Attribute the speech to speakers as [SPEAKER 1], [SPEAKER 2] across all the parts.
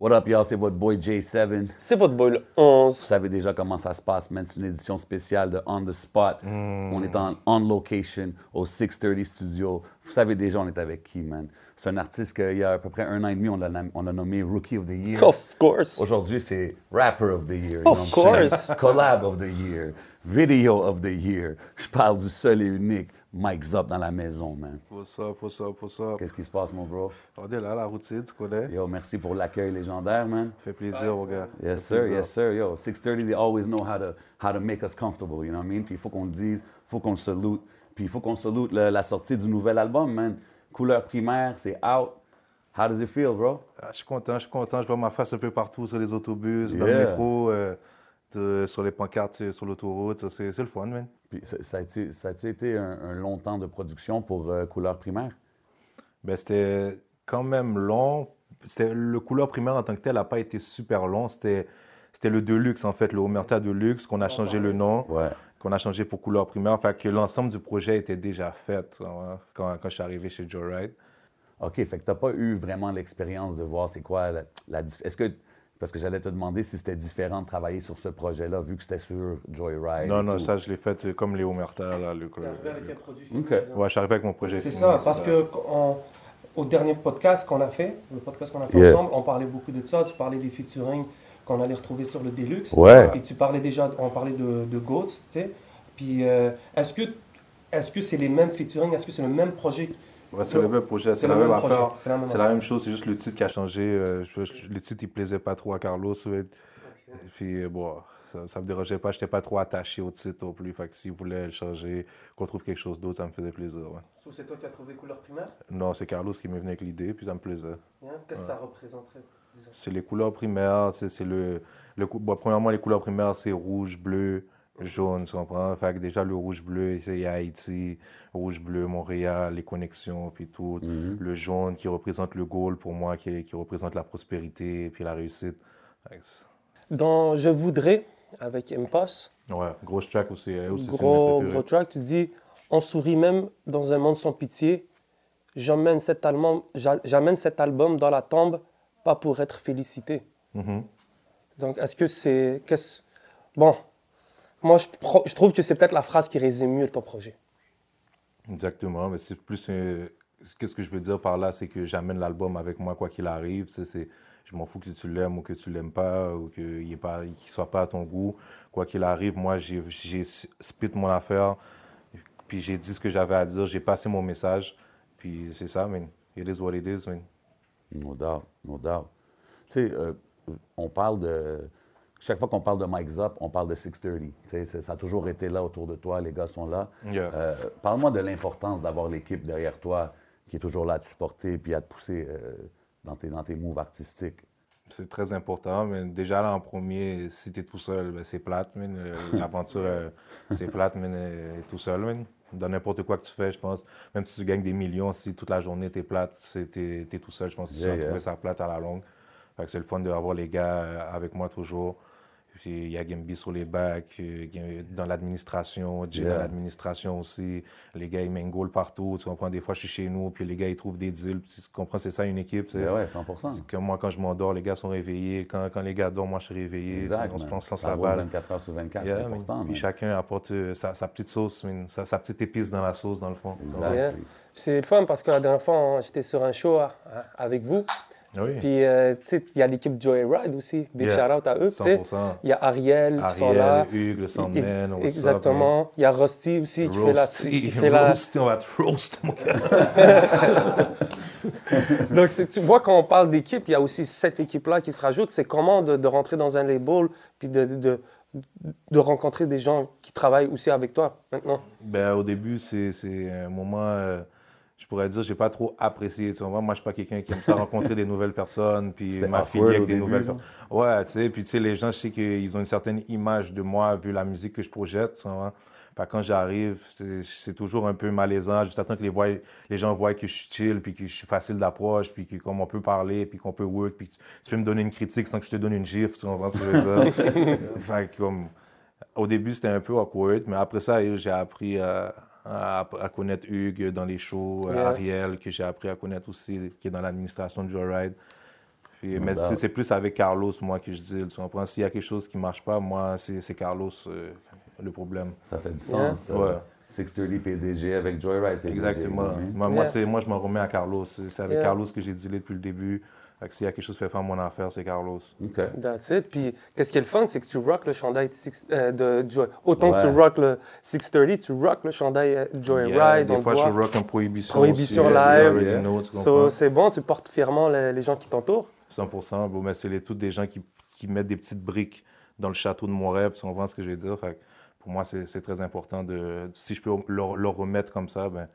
[SPEAKER 1] What up, y'all? C'est votre boy J7.
[SPEAKER 2] C'est votre boy le 11.
[SPEAKER 1] Vous savez déjà comment ça se passe, man. C'est une édition spéciale de On the Spot.
[SPEAKER 2] Hmm.
[SPEAKER 1] On est en on location au 630 Studio. Vous savez déjà, on est avec qui, man? C'est un artiste qu'il y a à peu près un an et demi, on l'a nam- on l'a nommé Rookie of the Year.
[SPEAKER 2] Of course.
[SPEAKER 1] Aujourd'hui, c'est Rapper of the Year. you
[SPEAKER 2] Of
[SPEAKER 1] know what I'm
[SPEAKER 2] course.
[SPEAKER 1] saying? Collab of the Year. Video of the Year. Je parle du seul et unique Mike Zop dans la maison, man.
[SPEAKER 3] What's up, what's up, what's up?
[SPEAKER 1] Qu'est-ce qui se passe, mon bro?
[SPEAKER 3] On est là, la routine, tu connais?
[SPEAKER 1] Yo, merci pour l'accueil légendaire, man.
[SPEAKER 3] Fait plaisir, mon gars.
[SPEAKER 1] Yes,
[SPEAKER 3] Fait
[SPEAKER 1] sir.
[SPEAKER 3] plaisir.
[SPEAKER 1] Yes, sir. Yo, 630, they always know how to, how to make us comfortable, you know what I mean? Puis il faut qu'on le dise, faut qu'on le salute. Puis il faut qu'on salute le- la sortie du nouvel album, man. Couleur primaire, c'est out. How does it feel, bro?
[SPEAKER 3] Ah, je suis content, je suis content. Je vois ma face un peu partout sur les autobus, dans
[SPEAKER 1] Yeah.
[SPEAKER 3] le métro, euh, de- sur les pancartes, euh, sur l'autoroute. Ça, C'est c'est le fun, man.
[SPEAKER 1] Puis ça, ça a-tu ça a-tu été un, un long temps de production pour euh, Couleur primaire?
[SPEAKER 3] Ben, c'était quand même long. C'était- Le couleur primaire en tant que tel n'a pas été super long. C'était c'était le Deluxe, en fait, le Omerta Deluxe, qu'on a changé le nom,
[SPEAKER 1] Ouais.
[SPEAKER 3] qu'on a changé pour couleur primaire. Fait que l'ensemble du projet était déjà fait hein, quand, quand je suis arrivé chez Joe Wright.
[SPEAKER 1] OK, fait que t'as pas eu vraiment l'expérience de voir c'est quoi la, la dif- Est-ce que. Parce que j'allais te demander si c'était différent de travailler sur ce projet-là, vu que c'était sur Joyride. et
[SPEAKER 3] Non, non,
[SPEAKER 1] tout.
[SPEAKER 3] ça, je l'ai fait euh, comme les Omerta, là, le couleur.
[SPEAKER 1] OK.
[SPEAKER 3] Euh, Ouais, je suis arrivé avec mon projet.
[SPEAKER 4] C'est
[SPEAKER 3] fini,
[SPEAKER 4] ça, parce
[SPEAKER 3] ça.
[SPEAKER 4] que qu- on- au dernier podcast qu'on a fait, le podcast qu'on a fait
[SPEAKER 1] Yeah.
[SPEAKER 4] ensemble, on parlait beaucoup de ça. Tu parlais des featuring qu'on allait retrouver sur le Deluxe.
[SPEAKER 1] Ouais.
[SPEAKER 4] Et tu parlais déjà, on parlait de, de Goats, tu sais. Puis euh, est-ce que est-ce que c'est les mêmes featuring Est-ce que c'est le même projet
[SPEAKER 3] Ouais, c'est le même projet, c'est la même affaire.
[SPEAKER 4] C'est la même
[SPEAKER 3] C'est la
[SPEAKER 4] affaire.
[SPEAKER 3] même chose, c'est juste le titre qui a changé. euh, je- je- le titre, il plaisait pas trop à Carlos. ouais. Et Puis, euh, bon, ça, ça me dérangeait pas. J'étais pas trop attaché au titre non plus. Fait que s'il voulait le changer, qu'on trouve quelque chose d'autre, ça me faisait plaisir. ouais.
[SPEAKER 4] Sauf c'est toi qui as trouvé couleur primaire. hein?
[SPEAKER 3] Non, c'est Carlos qui m'est venu avec l'idée, puis ça me plaisait.
[SPEAKER 4] Qu'est-ce que ça représenterait
[SPEAKER 3] C'est les couleurs primaires, c'est c'est le... le cou- bon, premièrement, les couleurs primaires, c'est rouge, bleu, jaune, tu comprends? Fait que déjà, le rouge-bleu, c'est Haïti, rouge-bleu, Montréal, les connexions, puis tout.
[SPEAKER 2] Mm-hmm.
[SPEAKER 3] Le jaune qui représente le goal pour moi, qui, qui représente la prospérité, puis la réussite. Fait que c'est-
[SPEAKER 2] Dans Je voudrais, avec Impost,
[SPEAKER 3] Ouais, grosse track aussi, elle aussi, c'est
[SPEAKER 2] gros,
[SPEAKER 3] une de mes
[SPEAKER 2] gros
[SPEAKER 3] préférées.
[SPEAKER 2] track, tu dis On sourit même dans un monde sans pitié. J'emmène cet, album- j'a- j'amène cet album dans la tombe, pas pour être félicité.
[SPEAKER 3] Mhm.
[SPEAKER 2] Donc, est-ce que c'est. qu'est-ce- Bon, moi, je, pro- je trouve que c'est peut-être la phrase qui résume mieux ton projet.
[SPEAKER 3] Exactement, mais c'est plus un- Qu'est-ce que je veux dire par là, c'est que j'amène l'album avec moi quoi qu'il arrive. tu sais, c'est... Je m'en fous que tu l'aimes ou que tu l'aimes pas ou qu'il ne pas... qu'il soit pas à ton goût. Quoi qu'il arrive, moi, j'ai, j'ai spit mon affaire, puis j'ai dit ce que j'avais à dire, j'ai passé mon message, puis c'est ça, man. It is what it is, man.
[SPEAKER 1] No doubt, no doubt. Tu sais, euh, on parle de. Chaque fois qu'on parle de Mike Zop, on parle de 630. Tu sais, c'est- ça a toujours été là autour de toi, les gars sont là.
[SPEAKER 3] Yeah.
[SPEAKER 1] Euh, Parle-moi de l'importance d'avoir l'équipe derrière toi qui est toujours là à te supporter puis à te pousser euh, dans, tes, dans tes moves artistiques.
[SPEAKER 3] C'est très important, mais déjà là en premier, si t'es tout seul, ben, c'est plate, man. Euh, L'aventure, euh, c'est plate, mais tout seul, man. Dans n'importe quoi que tu fais, je pense, même si tu gagnes des millions, si toute la journée t'es plate, c'est- t'es t'es tout seul, je pense que tu
[SPEAKER 1] Yeah,
[SPEAKER 3] vas trouver
[SPEAKER 1] yeah.
[SPEAKER 3] ça plate à la longue. Fait que c'est le fun d'avoir les gars euh, avec moi toujours. Puis il y a Gambi sur les bacs, euh, Gam- dans l'administration, Jay
[SPEAKER 1] Yeah.
[SPEAKER 3] dans l'administration aussi. Les gars, ils m'engoulent partout. Tu comprends, des fois, je suis chez nous, puis les gars, ils trouvent des deals. Tu comprends, c'est ça une équipe. tu sais.
[SPEAKER 1] Ben ouais, 100
[SPEAKER 3] C'est que moi, quand je m'endors, les gars sont réveillés. Quand, quand les gars dorment, moi, je suis réveillé.
[SPEAKER 1] Exact,
[SPEAKER 3] on, se,
[SPEAKER 1] man.
[SPEAKER 3] on se lance
[SPEAKER 1] Ça
[SPEAKER 3] la
[SPEAKER 1] roule
[SPEAKER 3] balle.
[SPEAKER 1] 24 heures sur 24,
[SPEAKER 3] Yeah,
[SPEAKER 1] c'est
[SPEAKER 3] man.
[SPEAKER 1] important.
[SPEAKER 3] Puis
[SPEAKER 1] man.
[SPEAKER 3] chacun apporte euh, sa, sa petite sauce, man. sa, sa petite épice dans la sauce, dans le fond.
[SPEAKER 1] Exact.
[SPEAKER 2] Yeah.
[SPEAKER 1] puis-
[SPEAKER 2] C'est le fun parce que la dernière fois, on- j'étais sur un show hein, avec vous.
[SPEAKER 3] Oui,
[SPEAKER 2] Puis, euh, tu sais, il y a l'équipe Joyride aussi. Big
[SPEAKER 3] Yeah.
[SPEAKER 2] shout-out à eux. tu sais.
[SPEAKER 3] 100%.
[SPEAKER 2] Il y a Ariel, qui sont là.
[SPEAKER 3] Ariel, Hugues, le Sandman, what's up, man?
[SPEAKER 2] Exactement. Il y a Rusty aussi qui fait la.
[SPEAKER 3] Roasty,
[SPEAKER 2] qui fait la-
[SPEAKER 3] Roasty, on va te roast, mon gars.
[SPEAKER 2] Donc, c'est- tu vois, quand on parle d'équipe, il y a aussi cette équipe-là qui se rajoute. C'est comment de, de rentrer dans un label puis de, de, de rencontrer des gens qui travaillent aussi avec toi maintenant.
[SPEAKER 3] Ben, au début, c'est c'est un moment, euh, je pourrais dire, j'ai pas trop apprécié. Tu vois, moi, je suis pas quelqu'un qui aime ça rencontrer des nouvelles personnes, puis
[SPEAKER 1] C'était
[SPEAKER 3] m'affilier
[SPEAKER 1] awkward
[SPEAKER 3] avec
[SPEAKER 1] au
[SPEAKER 3] des
[SPEAKER 1] début,
[SPEAKER 3] nouvelles
[SPEAKER 1] genre.
[SPEAKER 3] personnes. Ouais, tu sais, puis tu sais, les gens, je sais qu'ils ont une certaine image de moi vu la musique que je projette. Tu vois. Fait que quand j'arrive, c'est- c'est toujours un peu malaisant. Juste attendre que les, voient- les gens voient que je suis chill, puis que je suis facile d'approche, puis que comme on peut parler, puis qu'on peut work, puis que tu, tu peux me donner une critique sans que je te donne une gifle, tu comprends ce que je veux dire? Euh, fait que comme... Au début, c'était un peu awkward, mais après ça, euh, j'ai appris à, à- à connaître Hugues dans les shows, euh,
[SPEAKER 2] Yeah.
[SPEAKER 3] Ariel, que j'ai appris à connaître aussi, qui est dans l'administration de Joyride. Puis, mais tu sais, c'est plus avec Carlos, moi, que je dis. Tu comprends? S'il y a quelque chose qui marche pas, moi, c'est c'est Carlos euh, le problème.
[SPEAKER 1] Ça fait du sens.
[SPEAKER 3] Yeah.
[SPEAKER 1] euh,
[SPEAKER 3] Ouais.
[SPEAKER 1] 630 PDG avec Joyride. PDG,
[SPEAKER 3] Exactement.
[SPEAKER 1] oui.
[SPEAKER 3] Moi,
[SPEAKER 2] Yeah.
[SPEAKER 3] moi, c'est- moi, je m'en remets à Carlos. C'est c'est avec
[SPEAKER 2] Yeah.
[SPEAKER 3] Carlos que j'ai dealé depuis le début. Fait que S'il y a quelque chose qui fait pas mon affaire, c'est Carlos.
[SPEAKER 1] OK.
[SPEAKER 2] That's it. Puis, qu'est-ce qui est le fun, c'est que tu rock le chandail de six- euh, de Joy. Autant que
[SPEAKER 1] Ouais.
[SPEAKER 2] tu rock le 630, tu rock le chandail euh, Joyride.
[SPEAKER 3] Yeah,
[SPEAKER 2] on
[SPEAKER 3] Des
[SPEAKER 2] le
[SPEAKER 3] fois, je
[SPEAKER 2] voit.
[SPEAKER 3] rock en prohibition.
[SPEAKER 2] Prohibition
[SPEAKER 3] aussi.
[SPEAKER 2] live.
[SPEAKER 3] You already
[SPEAKER 1] Yeah.
[SPEAKER 3] know, tu
[SPEAKER 2] So,
[SPEAKER 3] comprends?
[SPEAKER 2] c'est bon, tu portes fièrement les, les gens qui t'entourent.
[SPEAKER 3] 100 bon, mais c'est les- tous des gens qui, qui mettent des petites briques dans le château de mon rêve, tu comprends ce que je veux dire? Fait que pour moi, c'est c'est très important de. Si je peux leur, leur remettre comme ça, ben,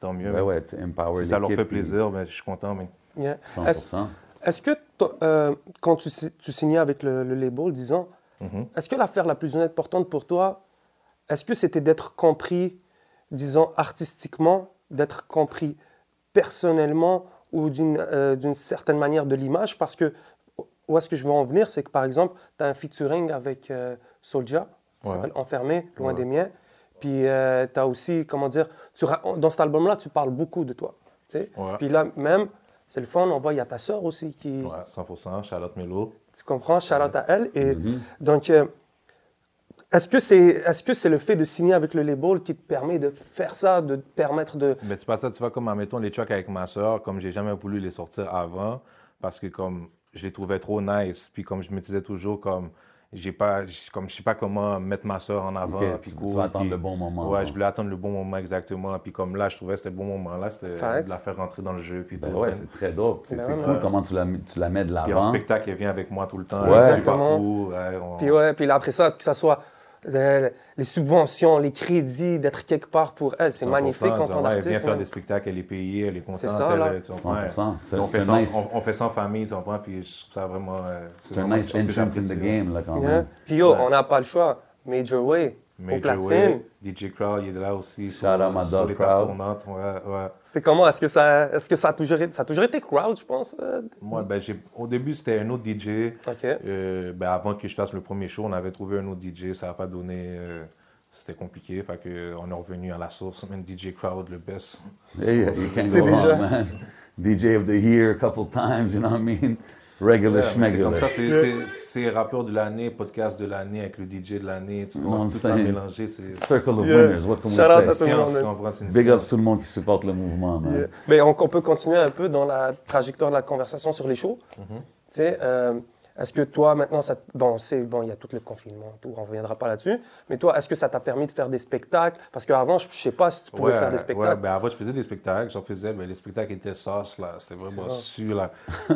[SPEAKER 3] tant mieux.
[SPEAKER 1] Ouais,
[SPEAKER 3] mais
[SPEAKER 1] Ben ouais, tu empower
[SPEAKER 3] Si ça leur fait
[SPEAKER 1] l'équipe, puis
[SPEAKER 3] plaisir, ben, je suis content. Mais...
[SPEAKER 2] Yeah. Est-ce
[SPEAKER 1] 100
[SPEAKER 2] est-ce que, t'as- euh, quand tu, si- tu signais avec le, le label, disons,
[SPEAKER 3] Mhm.
[SPEAKER 2] Est-ce que l'affaire la plus importante pour toi, est-ce que c'était d'être compris, disons, artistiquement, d'être compris personnellement ou d'une euh, d'une certaine manière de l'image Parce que, où est-ce que je veux en venir C'est que, par exemple, tu as un featuring avec euh, Soulja, qui
[SPEAKER 3] Ouais.
[SPEAKER 2] s'appelle Enfermé, Loin
[SPEAKER 3] Ouais.
[SPEAKER 2] des miens. Puis tu as aussi, comment dire, tu ra- dans cet album-là, tu parles beaucoup de toi. tu sais.
[SPEAKER 3] Ouais.
[SPEAKER 2] Puis là, même, c'est le fun, on voit, il y a ta sœur aussi qui,
[SPEAKER 3] Ouais, 100 Charlotte Melo.
[SPEAKER 2] tu comprends? Charlotte à elle. Et
[SPEAKER 1] Mhm.
[SPEAKER 2] donc, euh, est-ce que c'est est-ce que c'est le fait de signer avec le label qui te permet de faire ça, de te permettre de.
[SPEAKER 3] Mais c'est pas ça, tu vois, comme, admettons, les tracks avec ma soeur, comme j'ai jamais voulu les sortir avant, parce que comme je les trouvais trop nice, puis comme je me disais toujours, comme, j'ai pas, j- comme je sais pas comment mettre ma soeur en avant.
[SPEAKER 1] Ok,
[SPEAKER 3] puis
[SPEAKER 1] tu- tu
[SPEAKER 3] cool,
[SPEAKER 1] vas attendre
[SPEAKER 3] puis-
[SPEAKER 1] le bon moment,
[SPEAKER 3] Ouais,
[SPEAKER 1] genre.
[SPEAKER 3] je voulais attendre le bon moment exactement, puis comme là, je trouvais que c'était le bon moment-là, c'était
[SPEAKER 2] Facts.
[SPEAKER 3] de la faire rentrer dans le jeu, puis
[SPEAKER 1] Ben
[SPEAKER 3] tout.
[SPEAKER 1] ouais,
[SPEAKER 3] le temps.
[SPEAKER 1] c'est très dope. C'est
[SPEAKER 2] Ben
[SPEAKER 1] c'est
[SPEAKER 2] ouais,
[SPEAKER 1] cool
[SPEAKER 2] ouais.
[SPEAKER 1] comment tu la, tu la mets de
[SPEAKER 3] Puis en
[SPEAKER 1] l'avant.
[SPEAKER 3] spectacle, elle vient avec moi tout le temps,
[SPEAKER 1] Ouais.
[SPEAKER 3] elle suit
[SPEAKER 2] Exactement.
[SPEAKER 3] partout. ouais, on-
[SPEAKER 2] Puis ouais, puis là, après ça, que ce soit euh, les subventions, les crédits, d'être quelque part pour elle, c'est
[SPEAKER 3] 100%,
[SPEAKER 2] magnifique en
[SPEAKER 3] disons,
[SPEAKER 2] tant
[SPEAKER 3] ouais, elle vient
[SPEAKER 2] qu'artiste.
[SPEAKER 3] faire
[SPEAKER 2] man.
[SPEAKER 3] des spectacles, elle est payée, elle est contente.
[SPEAKER 2] C'est ça,
[SPEAKER 3] elle,
[SPEAKER 2] là.
[SPEAKER 3] tu comprends,
[SPEAKER 1] 100%,
[SPEAKER 3] elle-
[SPEAKER 1] c'est-
[SPEAKER 3] on, fait
[SPEAKER 1] c'est
[SPEAKER 3] sans,
[SPEAKER 1] nice.
[SPEAKER 3] on, on fait sans famille, tu comprends, puis je trouve ça vraiment... euh,
[SPEAKER 1] C'est un
[SPEAKER 3] vraiment
[SPEAKER 1] nice
[SPEAKER 3] quelque chose que
[SPEAKER 1] entrance in the
[SPEAKER 3] j'apprécie.
[SPEAKER 1] game, là, quand
[SPEAKER 2] Yeah.
[SPEAKER 1] même.
[SPEAKER 2] Hein? Puis yo, on n'a pas le choix. Major Way, au
[SPEAKER 3] Major
[SPEAKER 2] platine.
[SPEAKER 3] Way, DJ Crowd, il est là aussi sur,
[SPEAKER 1] Shout out my
[SPEAKER 3] sur
[SPEAKER 1] dog
[SPEAKER 3] les
[SPEAKER 1] Crowd.
[SPEAKER 3] tables tournantes. Ouais, ouais.
[SPEAKER 2] C'est comment Est-ce que ça est-ce que ça a toujours été, ça a toujours été crowd, je pense euh,
[SPEAKER 3] Moi, ben, j'ai- au début, c'était un autre DJ.
[SPEAKER 2] Ok.
[SPEAKER 3] Euh, ben, avant que je fasse le premier show, on avait trouvé un autre DJ. Ça n'a pas donné. euh, c'était compliqué. Fait que euh, on est revenu à la source. Même DJ Crowd, le best.
[SPEAKER 1] Hey, you can't
[SPEAKER 2] C'est
[SPEAKER 1] go wrong,
[SPEAKER 2] déjà-
[SPEAKER 1] man. DJ of the year a couple times, you know what I mean? Regular
[SPEAKER 3] Ouais, mais c'est comme ça.
[SPEAKER 1] schmegular.
[SPEAKER 3] C'est- C'est c'est rappeur de l'année, podcast de l'année, avec le DJ de l'année. Tu
[SPEAKER 1] Non,
[SPEAKER 3] vois, c'est tout ça
[SPEAKER 1] c'est-
[SPEAKER 3] mélangé. C'est c'est
[SPEAKER 1] Circle of
[SPEAKER 2] Yeah.
[SPEAKER 1] winners, what can
[SPEAKER 2] Shout out
[SPEAKER 1] we
[SPEAKER 2] à
[SPEAKER 3] une
[SPEAKER 1] say?
[SPEAKER 2] tout le
[SPEAKER 3] science,
[SPEAKER 2] monde.
[SPEAKER 3] tu comprends? C'est une
[SPEAKER 1] Big
[SPEAKER 3] science.
[SPEAKER 1] ups tout le monde qui supporte le mouvement, man.
[SPEAKER 2] Yeah. Mais on, on peut continuer un peu dans la trajectoire de la conversation sur les shows.
[SPEAKER 3] Mm-hmm.
[SPEAKER 2] Tu sais, euh, est-ce que toi, maintenant, ça, t- bon, c'est bon, il y a tout le confinement, tout, on reviendra pas là-dessus. Mais toi, est-ce que ça t'a permis de faire des spectacles Parce qu'avant, je je sais pas si tu pouvais
[SPEAKER 3] Ouais,
[SPEAKER 2] faire des spectacles.
[SPEAKER 3] ouais, ben avant, je faisais des spectacles. J'en faisais, ben, les spectacles étaient sauce, là. C'était vraiment su, là.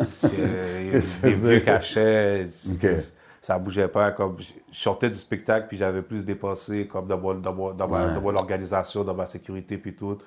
[SPEAKER 3] C'est- euh,
[SPEAKER 1] Qu'est-ce que
[SPEAKER 3] des
[SPEAKER 1] ça veut
[SPEAKER 3] vieux
[SPEAKER 1] dire?
[SPEAKER 3] cachets.
[SPEAKER 1] Ok.
[SPEAKER 3] Ça Ça bougeait pas. Comme, je je sortais du spectacle, puis j'avais plus dépensé, comme, dans, mon- dans, mon- dans ma-
[SPEAKER 1] Ouais.
[SPEAKER 3] dans mon organisation, dans ma sécurité, puis tout.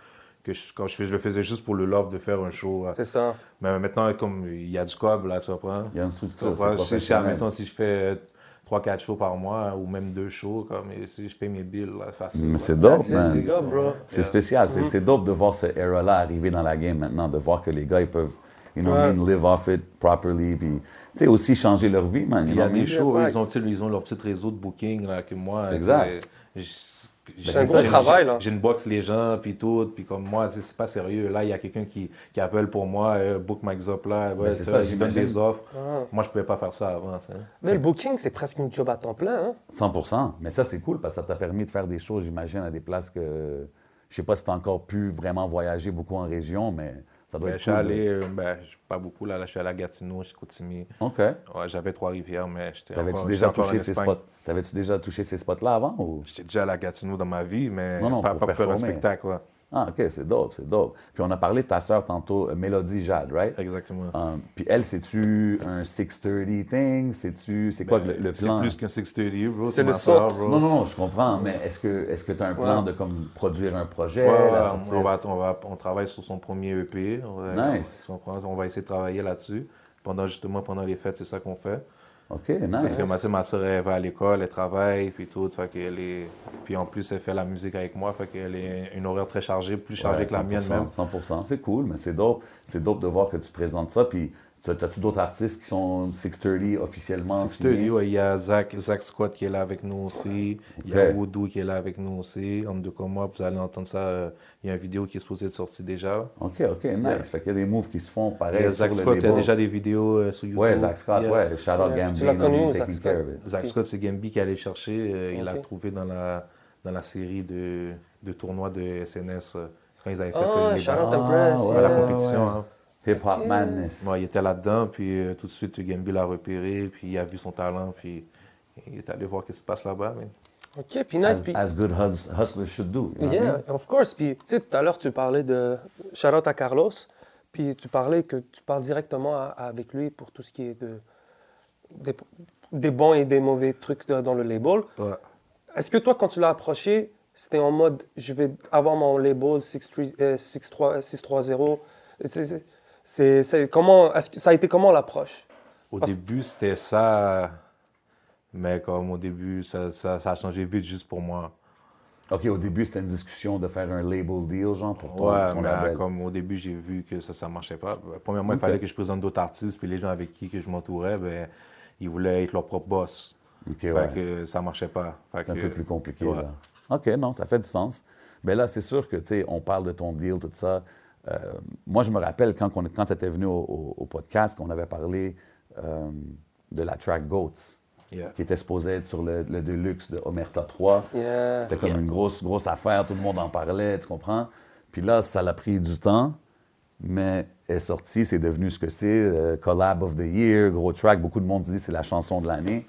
[SPEAKER 3] Que je, quand je, fais- je le faisais juste pour le love de faire un show. là.
[SPEAKER 2] C'est ça.
[SPEAKER 3] Mais maintenant, comme il y a du cob, là, ça prend.
[SPEAKER 1] Il y a une structure,
[SPEAKER 3] Ça
[SPEAKER 1] c'est
[SPEAKER 3] prend. Si, si,
[SPEAKER 1] professionnel.
[SPEAKER 3] admettons, si je fais 3-4 shows par mois, ou même 2 shows, comme, et si je paye mes billes, là, facile.
[SPEAKER 1] Mais
[SPEAKER 3] là.
[SPEAKER 1] c'est dope,
[SPEAKER 2] C'est-
[SPEAKER 1] man.
[SPEAKER 2] c'est dope, bro.
[SPEAKER 1] C'est spécial,
[SPEAKER 2] Mm-hmm.
[SPEAKER 1] c'est c'est dope de voir ce era-là arriver dans la game maintenant, de voir que les gars, ils peuvent, you know, what I mean, live off it properly, puis, tu sais, aussi changer leur vie, man. you
[SPEAKER 3] Il y
[SPEAKER 1] know
[SPEAKER 3] a
[SPEAKER 1] what I mean?
[SPEAKER 3] des shows,
[SPEAKER 2] Exact.
[SPEAKER 3] ils ont, ils ont leur petit réseau de booking là, que moi.
[SPEAKER 1] Exact. Ben,
[SPEAKER 3] euh, j'ai- j'ai-
[SPEAKER 2] un gros
[SPEAKER 3] j'ai-
[SPEAKER 2] travail,
[SPEAKER 3] j'ai-
[SPEAKER 2] là.
[SPEAKER 3] J'ai une box les gens, puis tout, puis comme moi, c'est c'est pas sérieux. Là, il y a quelqu'un qui, qui appelle pour moi, euh, book Max up là, ouais,
[SPEAKER 1] Ben, c'est
[SPEAKER 3] ça,
[SPEAKER 1] ça,
[SPEAKER 3] il donne
[SPEAKER 1] j'imagine. Ah.
[SPEAKER 3] des offres. Moi, je pouvais pas faire ça avant. ça.
[SPEAKER 2] Mais le booking, c'est presque une job à temps plein. hein.
[SPEAKER 1] 100 Mais ça, c'est cool parce que ça t'a permis de faire des choses, j'imagine, à des places que. Je sais pas si t'as encore pu vraiment voyager beaucoup en région, mais ça doit
[SPEAKER 3] Ben, je
[SPEAKER 1] être
[SPEAKER 3] suis
[SPEAKER 1] cool.
[SPEAKER 3] allé, euh, ben, je- pas beaucoup là, là, je suis allé à Gatineau, chez Coutimi.
[SPEAKER 1] là. OK.
[SPEAKER 3] Ouais, J'avais Trois-Rivières, mais j'étais
[SPEAKER 1] T'avais-tu
[SPEAKER 3] encore,
[SPEAKER 1] déjà,
[SPEAKER 3] j'étais encore en
[SPEAKER 1] touché ces
[SPEAKER 3] Espagne.
[SPEAKER 1] spots... T'avais-tu déjà touché ces spots-là avant? Ou...
[SPEAKER 3] J'étais déjà allé à Gatineau dans ma vie, mais
[SPEAKER 1] Non, non,
[SPEAKER 3] pas,
[SPEAKER 1] pour
[SPEAKER 3] pas pour faire un
[SPEAKER 1] performer.
[SPEAKER 3] spectacle. ouais.
[SPEAKER 1] Ah, OK, c'est dope, c'est dope. Puis on a parlé de ta sœur tantôt, euh, Mélodie Jade, right?
[SPEAKER 3] Exactement.
[SPEAKER 1] Um, puis elle, c'est-tu un 630 thing? C'est-tu. C'est quoi le, le
[SPEAKER 3] Ben, C'est
[SPEAKER 1] plan?
[SPEAKER 3] plus qu'un 630, bro.
[SPEAKER 2] le
[SPEAKER 3] ma sœur,
[SPEAKER 2] son.
[SPEAKER 3] bro.
[SPEAKER 1] Non, non, non, je comprends, mais est-ce que est-ce que tu as un plan de comme produire un projet?
[SPEAKER 3] Ouais, ouais,
[SPEAKER 1] la
[SPEAKER 3] on-
[SPEAKER 1] sortir?
[SPEAKER 3] on, va, on, va, on travaille sur son premier EP. On va,
[SPEAKER 1] Nice.
[SPEAKER 3] on, va- on va essayer de travailler là-dessus. Pendant, justement, pendant les fêtes, c'est ça qu'on fait.
[SPEAKER 1] OK, Ah, nice.
[SPEAKER 3] Parce que ma, tu sais, ma soeur, elle va à l'école, elle travaille, puis tout. Fait qu'elle est... Puis en plus, elle fait la musique avec moi. Fait qu'elle est une horaire très chargée, plus chargée
[SPEAKER 1] Ouais,
[SPEAKER 3] que la mienne même.
[SPEAKER 1] 100%, 100%. C'est cool, mais c'est dope. C'est dope de voir que tu présentes ça. Puis Ça, T'as-tu d'autres artistes qui sont 630 officiellement?
[SPEAKER 3] Six Thirty,
[SPEAKER 1] signés?
[SPEAKER 3] ouais, il y a Zach, Zach Scott qui est là avec nous aussi. Il y a
[SPEAKER 1] Ok.
[SPEAKER 3] Woodou qui est là avec nous aussi. En deux comme moi, vous allez entendre ça. euh, Il y a une vidéo qui est supposée être sortie déjà.
[SPEAKER 1] OK, OK, nice. Fait qu'il y a des moves qui se font
[SPEAKER 3] Il
[SPEAKER 1] pareil.
[SPEAKER 3] y a
[SPEAKER 1] sur
[SPEAKER 3] Zach
[SPEAKER 1] le
[SPEAKER 3] Scott, il y a
[SPEAKER 1] label.
[SPEAKER 3] déjà des vidéos euh, sur YouTube.
[SPEAKER 1] Ouais, Zach Scott,
[SPEAKER 3] Il y a-
[SPEAKER 1] ouais. Shout out
[SPEAKER 2] Tu
[SPEAKER 1] Gambino.
[SPEAKER 2] l'as connu,
[SPEAKER 1] being
[SPEAKER 2] Zach
[SPEAKER 1] taking
[SPEAKER 2] Scott?
[SPEAKER 1] care of it.
[SPEAKER 3] Zach Scott, c'est Gambi qui allait le chercher. euh, Il l'a
[SPEAKER 2] Ok.
[SPEAKER 3] trouvé dans la, dans la série de, de tournois de SNS euh, quand ils avaient fait
[SPEAKER 2] Ah,
[SPEAKER 3] euh, les
[SPEAKER 2] shout
[SPEAKER 3] barres,
[SPEAKER 2] out
[SPEAKER 1] Ah,
[SPEAKER 2] the press.
[SPEAKER 1] ouais,
[SPEAKER 3] à la
[SPEAKER 2] yeah.
[SPEAKER 3] compétition.
[SPEAKER 1] ouais.
[SPEAKER 3] hein.
[SPEAKER 1] Hip Hop Madness.
[SPEAKER 3] Ouais, il était là-dedans, puis euh, tout de suite, Gambi l'a repéré, puis il a vu son talent, puis il est allé voir ce qui se passe là-bas. mais-
[SPEAKER 2] OK, puis nice.
[SPEAKER 1] As,
[SPEAKER 2] Puis,
[SPEAKER 1] as good hus- hustlers should do. you know what I mean?
[SPEAKER 2] yeah, of course. Puis, tu sais, tout à l'heure, tu parlais de Charlotte à Carlos, puis tu parlais que tu parles directement à- à- avec lui pour tout ce qui est de, des, des bons et des mauvais trucs de- dans le label.
[SPEAKER 3] Ouais.
[SPEAKER 2] Est-ce que toi, quand tu l'as approché, c'était en mode je vais avoir mon label 63 euh, 63 630 C'est- c'est- c'est- c'est- comment, est-ce que- Ça a été comment l'approche
[SPEAKER 3] Au
[SPEAKER 2] Parce-
[SPEAKER 3] début, c'était ça, mais comme au début, ça, ça, ça a changé vite juste pour moi.
[SPEAKER 1] OK, au début, c'était une discussion de faire un label deal, genre, pour ton,
[SPEAKER 3] Ouais,
[SPEAKER 1] ton
[SPEAKER 3] mais
[SPEAKER 1] label.
[SPEAKER 3] comme au début, j'ai vu que ça ne marchait pas. Premièrement,
[SPEAKER 1] Ok.
[SPEAKER 3] il fallait que je présente d'autres artistes, puis les gens avec qui que je m'entourais, ben, ils voulaient être leur propre boss.
[SPEAKER 1] OK,
[SPEAKER 3] Fait
[SPEAKER 1] ouais.
[SPEAKER 3] que ça marchait pas. Fait
[SPEAKER 1] C'est un
[SPEAKER 3] que-
[SPEAKER 1] peu plus compliqué.
[SPEAKER 3] Ouais.
[SPEAKER 1] là. OK, non, ça fait du sens. Mais là, c'est sûr que, tu sais, on parle de ton deal, tout ça. Euh, moi, je me rappelle quand, on- quand tu étais venu au, au- au podcast, on avait parlé euh, de la track Goats,
[SPEAKER 3] Yeah.
[SPEAKER 1] qui était supposée être sur le, le Deluxe de Omerta 3.
[SPEAKER 2] Yeah.
[SPEAKER 1] C'était comme une grosse, grosse affaire, tout le monde en parlait, tu comprends? Puis là, ça l'a pris du temps, mais est sorti, c'est devenu ce que c'est, euh, collab of the year, gros track, beaucoup de monde dit que c'est la chanson de l'année.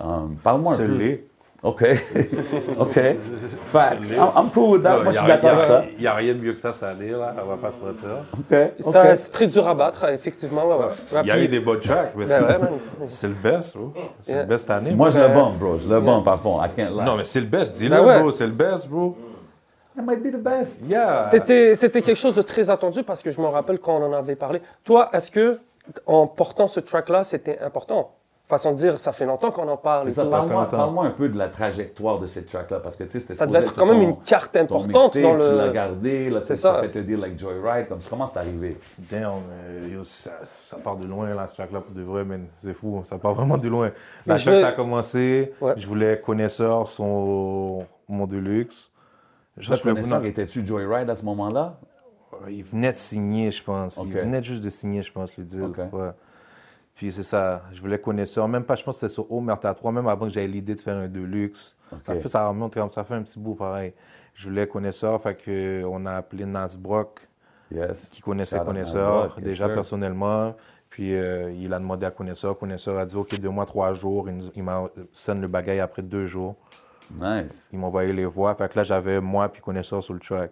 [SPEAKER 1] Euh, Parle-moi un
[SPEAKER 3] C'est
[SPEAKER 1] peu.
[SPEAKER 3] laid.
[SPEAKER 1] OK. OK. Facts. I'm, I'm cool with that.
[SPEAKER 3] Ouais,
[SPEAKER 1] Moi,
[SPEAKER 3] y
[SPEAKER 1] je
[SPEAKER 3] a-
[SPEAKER 1] suis d'accord avec ça.
[SPEAKER 3] Il n'y a rien de mieux que ça, c'est à lire, là. On va pas se mentir.
[SPEAKER 1] OK. OK.
[SPEAKER 2] Ça, C'est très dur à battre, effectivement. ouais, ouais. Ouais,
[SPEAKER 3] Il y a
[SPEAKER 2] puis-
[SPEAKER 3] eu des bonnes tracks, mais
[SPEAKER 2] Ouais, ouais,
[SPEAKER 3] c'est-
[SPEAKER 2] man.
[SPEAKER 3] c'est le best, bro. C'est
[SPEAKER 2] Yeah.
[SPEAKER 3] le best année.
[SPEAKER 1] Moi, je le bombe, bro. Je le bombe, par fond. I can't lie.
[SPEAKER 3] Non, mais c'est le best. Dis-le,
[SPEAKER 2] Ben ouais.
[SPEAKER 3] bro. C'est le best, bro.
[SPEAKER 1] That might be the best.
[SPEAKER 3] Yeah.
[SPEAKER 2] C'était, c'était quelque chose de très attendu parce que je me rappelle quand on en avait parlé. Toi, est-ce que en portant ce track-là, c'était important Façon de dire, ça fait longtemps qu'on en parle.
[SPEAKER 1] C'est
[SPEAKER 2] et
[SPEAKER 1] ça.
[SPEAKER 2] tout.
[SPEAKER 1] Parle-moi parle-moi un peu de la trajectoire de cette track-là, parce que, tu sais, c'était
[SPEAKER 2] Ça
[SPEAKER 1] supposé
[SPEAKER 2] devait être
[SPEAKER 1] être
[SPEAKER 2] quand même
[SPEAKER 1] ton-
[SPEAKER 2] une carte
[SPEAKER 1] ton
[SPEAKER 2] importante
[SPEAKER 1] mixtape,
[SPEAKER 2] dans
[SPEAKER 1] Tu l'as
[SPEAKER 2] le.
[SPEAKER 1] gardé, là, tu
[SPEAKER 2] C'est
[SPEAKER 1] as
[SPEAKER 2] ça.
[SPEAKER 1] fait le deal avec Joyride. Comme, comment c'est arrivé?
[SPEAKER 3] Damn, euh, yo, ça, ça part de loin, là, ce track-là, pour de vrai, man. C'est fou, ça part vraiment de loin.
[SPEAKER 2] Mais
[SPEAKER 3] La
[SPEAKER 2] je
[SPEAKER 3] track,
[SPEAKER 2] veux-
[SPEAKER 3] ça a commencé.
[SPEAKER 2] Ouais.
[SPEAKER 3] Je voulais connaisseur son mon deluxe. Je
[SPEAKER 1] Je
[SPEAKER 3] je voulais
[SPEAKER 1] connais ça.
[SPEAKER 3] vouloir-
[SPEAKER 1] Étais-tu Joyride à ce moment-là?
[SPEAKER 3] Il venait de signer, je pense.
[SPEAKER 1] Ok.
[SPEAKER 3] Il venait juste de signer, je pense, le deal.
[SPEAKER 1] Ok.
[SPEAKER 3] Ouais. Puis c'est ça, je voulais connaisseur. Même pas, je pense que c'était sur Omerta 3, même avant que j'aie l'idée de faire un Deluxe. Ça, fait, ça remonte comme ça fait un petit bout pareil. Je voulais connaisseur, fait que on a appelé Nasbrock
[SPEAKER 1] Yes.
[SPEAKER 3] qui connaissait
[SPEAKER 1] Shout out
[SPEAKER 3] Connaisseur,
[SPEAKER 1] Nasbrock, yes
[SPEAKER 3] déjà
[SPEAKER 1] sir.
[SPEAKER 3] personnellement. Puis euh, il a demandé à Connaisseur. Connaisseur a dit OK, deux mois, trois jours. Il, nous- il m'a sonné le bagage après deux jours.
[SPEAKER 1] Nice.
[SPEAKER 3] Il m'a envoyé les voix. Fait que là, j'avais moi puis Connaisseur sur le track.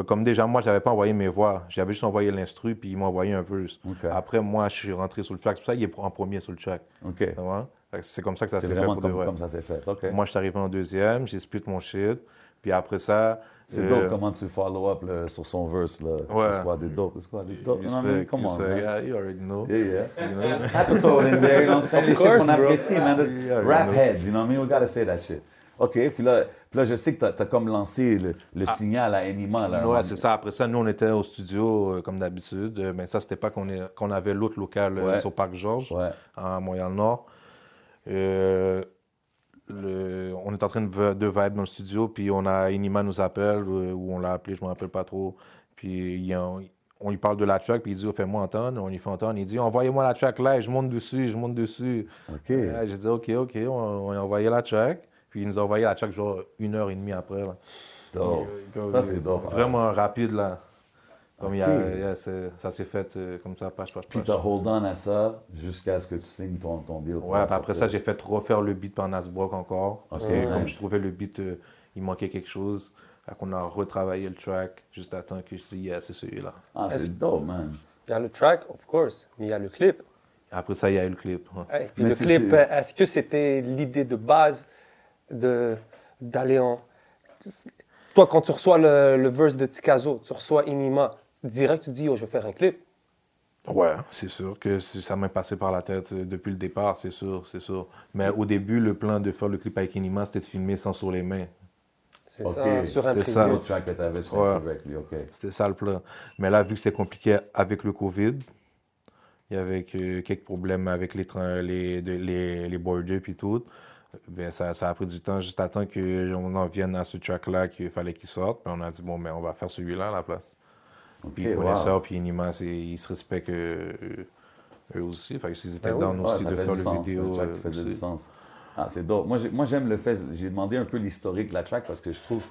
[SPEAKER 3] Mais comme déjà, moi, j'avais pas envoyé mes voix. J'avais juste envoyé l'instru puis il m'a envoyé un verse.
[SPEAKER 1] OK.
[SPEAKER 3] Après, moi, je suis rentré sur le track. C'est pour ça qu'il est en premier sur le track.
[SPEAKER 1] OK.
[SPEAKER 3] Ça va? Fait que C'est comme ça que ça
[SPEAKER 1] C'est
[SPEAKER 3] s'est fait
[SPEAKER 1] vraiment
[SPEAKER 3] pour de
[SPEAKER 1] comme,
[SPEAKER 3] vrai.
[SPEAKER 1] comme ça s'est fait. OK.
[SPEAKER 3] Moi, je suis arrivé en deuxième. J'ai split mon shit. Puis après ça...
[SPEAKER 1] C'est
[SPEAKER 3] euh,
[SPEAKER 1] dope comment tu follow up là, sur son verse. Là.
[SPEAKER 3] Ouais.
[SPEAKER 1] Le squad est dope. Le squad est dope. You know
[SPEAKER 3] il se
[SPEAKER 1] what I mean?
[SPEAKER 3] fait-
[SPEAKER 1] Come
[SPEAKER 3] il
[SPEAKER 1] on.
[SPEAKER 3] se-
[SPEAKER 1] man.
[SPEAKER 3] yeah, you already know.
[SPEAKER 1] Yeah, yeah.
[SPEAKER 3] You know?
[SPEAKER 1] I have to throw it in there, you know what I'm saying? Les shit
[SPEAKER 2] course,
[SPEAKER 1] qu'on
[SPEAKER 2] bro.
[SPEAKER 1] apprécie, man. That's
[SPEAKER 3] Yeah, yeah,
[SPEAKER 1] rap
[SPEAKER 3] yeah.
[SPEAKER 1] heads, you know what I mean? We gotta say that shit. OK, puis là, puis là je sais que t'as as comme lancé le, le signal à Anima. Là,
[SPEAKER 3] Ah. Ouais, c'est ça. Après ça, nous, on était au studio euh, comme d'habitude. Euh, Mais ça, c'était pas qu'on est- qu'on avait l'autre local euh,
[SPEAKER 1] Ouais.
[SPEAKER 3] sur Parc Georges,
[SPEAKER 1] Ouais.
[SPEAKER 3] à Montréal-Nord. Euh, le- on est en train de, v- de vibe dans le studio, puis on a Inima nous appelle, euh, ou on l'a appelé, je me rappelle pas trop. Puis il y a- on lui parle de la track, puis il dit oh, Fais-moi entendre. On lui fait entendre. Il dit Envoyez-moi la track live, je monte dessus, je monte dessus.
[SPEAKER 1] OK.
[SPEAKER 3] Euh, J'ai dit Ok, OK, on, on a envoyé la track. Puis il nous a envoyé la track genre une heure et demie après. là.
[SPEAKER 1] Dope.
[SPEAKER 3] Comme,
[SPEAKER 1] Ça, c'est
[SPEAKER 3] euh,
[SPEAKER 1] dope.
[SPEAKER 3] Vraiment rapide, là. Comme il y a-
[SPEAKER 1] Ok.
[SPEAKER 3] il y a, c'est- ça s'est fait euh, comme ça, page, page,
[SPEAKER 1] Puis
[SPEAKER 3] page.
[SPEAKER 1] t'as hold on à ça jusqu'à ce que tu signes ton, ton deal.
[SPEAKER 3] Ouais, puis après ça, j'ai fait refaire le beat par Nasbrock encore. Parce que
[SPEAKER 1] Ok,
[SPEAKER 3] comme
[SPEAKER 1] nice.
[SPEAKER 3] je trouvais le beat, euh, il manquait quelque chose. Fait qu'on a retravaillé le track juste à temps que je dis, yeah, c'est celui-là.
[SPEAKER 1] Ah, c'est dope, man.
[SPEAKER 2] Il y a le track, of course, mais il y a le clip.
[SPEAKER 3] Après ça, il y a eu le clip. hein.
[SPEAKER 2] Et puis
[SPEAKER 1] Mais
[SPEAKER 2] le
[SPEAKER 1] c'est-
[SPEAKER 2] clip, euh,
[SPEAKER 1] c'est-
[SPEAKER 2] est-ce que c'était l'idée de base de d'aller en. Toi, quand tu reçois le, le verse de Tikazo, tu reçois Inima, direct, tu dis, oh, je vais faire un clip.
[SPEAKER 3] Ouais, c'est sûr que si ça m'est passé par la tête euh, depuis le départ, c'est sûr, c'est sûr. Mais au début, le plan de faire le clip avec Inima, c'était de filmer sans sur les mains.
[SPEAKER 2] C'est
[SPEAKER 1] Ok,
[SPEAKER 2] ça, sur un
[SPEAKER 3] c'était
[SPEAKER 2] preview.
[SPEAKER 1] C'est
[SPEAKER 3] ça.
[SPEAKER 1] le track que t'avais sur
[SPEAKER 3] Ah. Ouais.
[SPEAKER 1] avec lui, OK.
[SPEAKER 3] C'était ça le plan. Mais là, vu que c'était compliqué avec le COVID, Il y avait que- quelques problèmes avec les, trains- les, de- les, les borders puis tout. Ben, ça, ça a pris du temps juste à temps qu'on en vienne à ce track-là qu'il fallait qu'il sorte. Puis on a dit, bon, mais on va faire celui-là à la place. Puis
[SPEAKER 1] Ok, wow.
[SPEAKER 3] Connaisseur puis Inima, c'est- ils se respectent euh, eux, eux aussi. Fait que s'ils étaient
[SPEAKER 1] Ben oui.
[SPEAKER 3] down
[SPEAKER 1] Ouais,
[SPEAKER 3] aussi
[SPEAKER 1] ça
[SPEAKER 3] de
[SPEAKER 1] fait
[SPEAKER 3] faire
[SPEAKER 1] du
[SPEAKER 3] le
[SPEAKER 1] sens,
[SPEAKER 3] vidéo.
[SPEAKER 1] ça, Jack,
[SPEAKER 3] euh,
[SPEAKER 1] faisait du
[SPEAKER 3] aussi.
[SPEAKER 1] sens. Ah, c'est dope. Moi, j'ai- moi, j'aime le fait. J'ai demandé un peu l'historique de la track parce que je trouve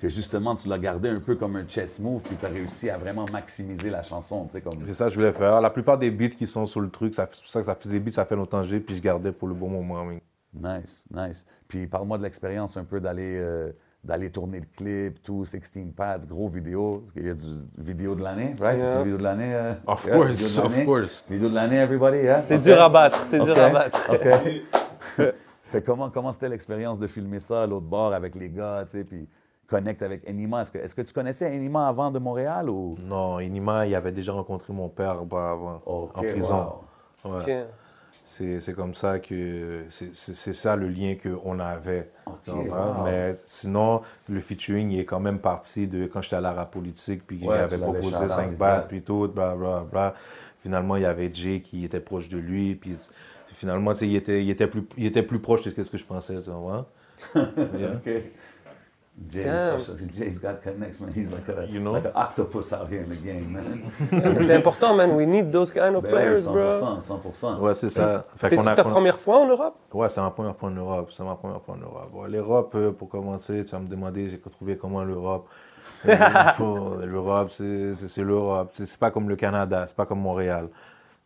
[SPEAKER 1] que justement, tu l'as gardé un peu comme un chess move puis tu as réussi à vraiment maximiser la chanson. tu sais, Comme...
[SPEAKER 3] C'est ça que je voulais faire. La plupart des beats qui sont sur le truc, ça- c'est pour ça que ça faisait des beats, ça fait longtemps que j'ai, puis je gardais pour le bon moment. oui.
[SPEAKER 1] Nice, nice. Puis parle-moi de l'expérience un peu d'aller euh, d'aller tourner le clip, tout, 16 pads, gros vidéo. Il y a du vidéo de l'année, right?
[SPEAKER 2] Yeah.
[SPEAKER 1] C'est une vidéo de l'année. euh?
[SPEAKER 3] Of
[SPEAKER 1] Yeah,
[SPEAKER 3] course,
[SPEAKER 1] vidéo de
[SPEAKER 3] of
[SPEAKER 1] l'année.
[SPEAKER 3] course.
[SPEAKER 1] Vidéo de l'année, everybody, hein? yeah?
[SPEAKER 2] C'est
[SPEAKER 1] Ok.
[SPEAKER 2] dur à battre, c'est
[SPEAKER 1] OK,
[SPEAKER 2] dur à battre.
[SPEAKER 1] OK. fait comment comment c'était l'expérience de filmer ça à l'autre bord avec les gars, tu sais, puis connect avec Enima. Est-ce que, est-ce que tu connaissais Enima avant de Montréal ou
[SPEAKER 3] Non, Inima, il avait déjà rencontré mon père auparavant,
[SPEAKER 1] Ok,
[SPEAKER 3] en prison. Ouais.
[SPEAKER 2] Ok.
[SPEAKER 3] C'est c'est comme ça que. C'est c'est- c'est ça le lien qu'on avait. tu comprends?
[SPEAKER 1] wow.
[SPEAKER 3] Mais sinon, le featuring il est quand même parti de quand j'étais à la rap politique, puis il
[SPEAKER 1] Ouais,
[SPEAKER 3] avait
[SPEAKER 1] tu l'avais
[SPEAKER 3] proposé
[SPEAKER 1] shout-out,
[SPEAKER 3] 5
[SPEAKER 1] exact.
[SPEAKER 3] battes, puis tout, bla bla bla. Finalement, il y avait Jay qui était proche de lui, puis finalement, tu sais, il était, il, était plus, il était plus proche de ce que je pensais, tu comprends? Yeah.
[SPEAKER 1] OK. Jay,
[SPEAKER 2] Damn.
[SPEAKER 1] Jay's got connects, man. He's like, a,
[SPEAKER 3] You know?
[SPEAKER 1] like an octopus out here in the game, man.
[SPEAKER 2] C'est important, man. We need those kind of
[SPEAKER 1] Ben oui,
[SPEAKER 2] players, bro.
[SPEAKER 1] 100%, 100%.
[SPEAKER 3] Ouais, c'est ça. Fait
[SPEAKER 2] C'était
[SPEAKER 3] qu'on a-
[SPEAKER 2] ta
[SPEAKER 3] qu'on a-
[SPEAKER 2] première fois en Europe
[SPEAKER 3] Ouais, c'est ma première fois en Europe. C'est ma première fois en Europe. Ouais, L'Europe, euh, pour commencer, tu vas me demander, j'ai trouvé comment l'Europe. Euh, pour- L'Europe, c'est c'est- c'est l'Europe. C'est c'est pas comme le Canada, c'est pas comme Montréal.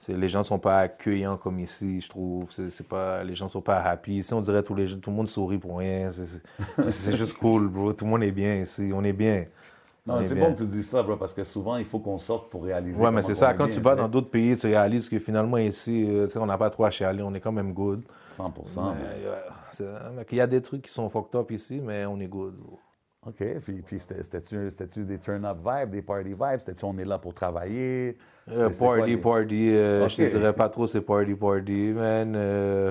[SPEAKER 3] C'est- Les gens sont pas accueillants comme ici, je trouve. C'est c'est pas, les gens sont pas happy. Ici, on dirait tous les gens- tout le monde sourit pour rien. C'est- C'est c'est juste cool, bro. Tout le monde est bien ici. On est bien.
[SPEAKER 1] Non,
[SPEAKER 3] On
[SPEAKER 1] mais
[SPEAKER 3] est
[SPEAKER 1] c'est
[SPEAKER 3] bien.
[SPEAKER 1] bon que tu dis ça, bro, parce que souvent, il faut qu'on sorte pour réaliser.
[SPEAKER 3] Ouais, mais
[SPEAKER 1] comment
[SPEAKER 3] c'est
[SPEAKER 1] qu'on
[SPEAKER 3] ça.
[SPEAKER 1] est
[SPEAKER 3] Quand
[SPEAKER 1] bien,
[SPEAKER 3] tu vas
[SPEAKER 1] sais.
[SPEAKER 3] dans d'autres pays, tu réalises que finalement, ici, euh, tu sais, on n'a pas trop à chialer. On est quand même good.
[SPEAKER 1] 100%.
[SPEAKER 3] Mais, ouais, c'est- mais qu'il y a des trucs qui sont fucked up ici, mais on est good. bro.
[SPEAKER 1] OK. Puis, puis c'était- c'était-tu c'était-tu des turn-up vibes, des party vibes? C'était-tu on est là pour travailler?
[SPEAKER 3] Euh,
[SPEAKER 1] C'était- c'était quoi
[SPEAKER 3] party,
[SPEAKER 1] les-
[SPEAKER 3] party, euh, je te
[SPEAKER 1] Ok.
[SPEAKER 3] dirais pas trop c'est party, party, man. euh,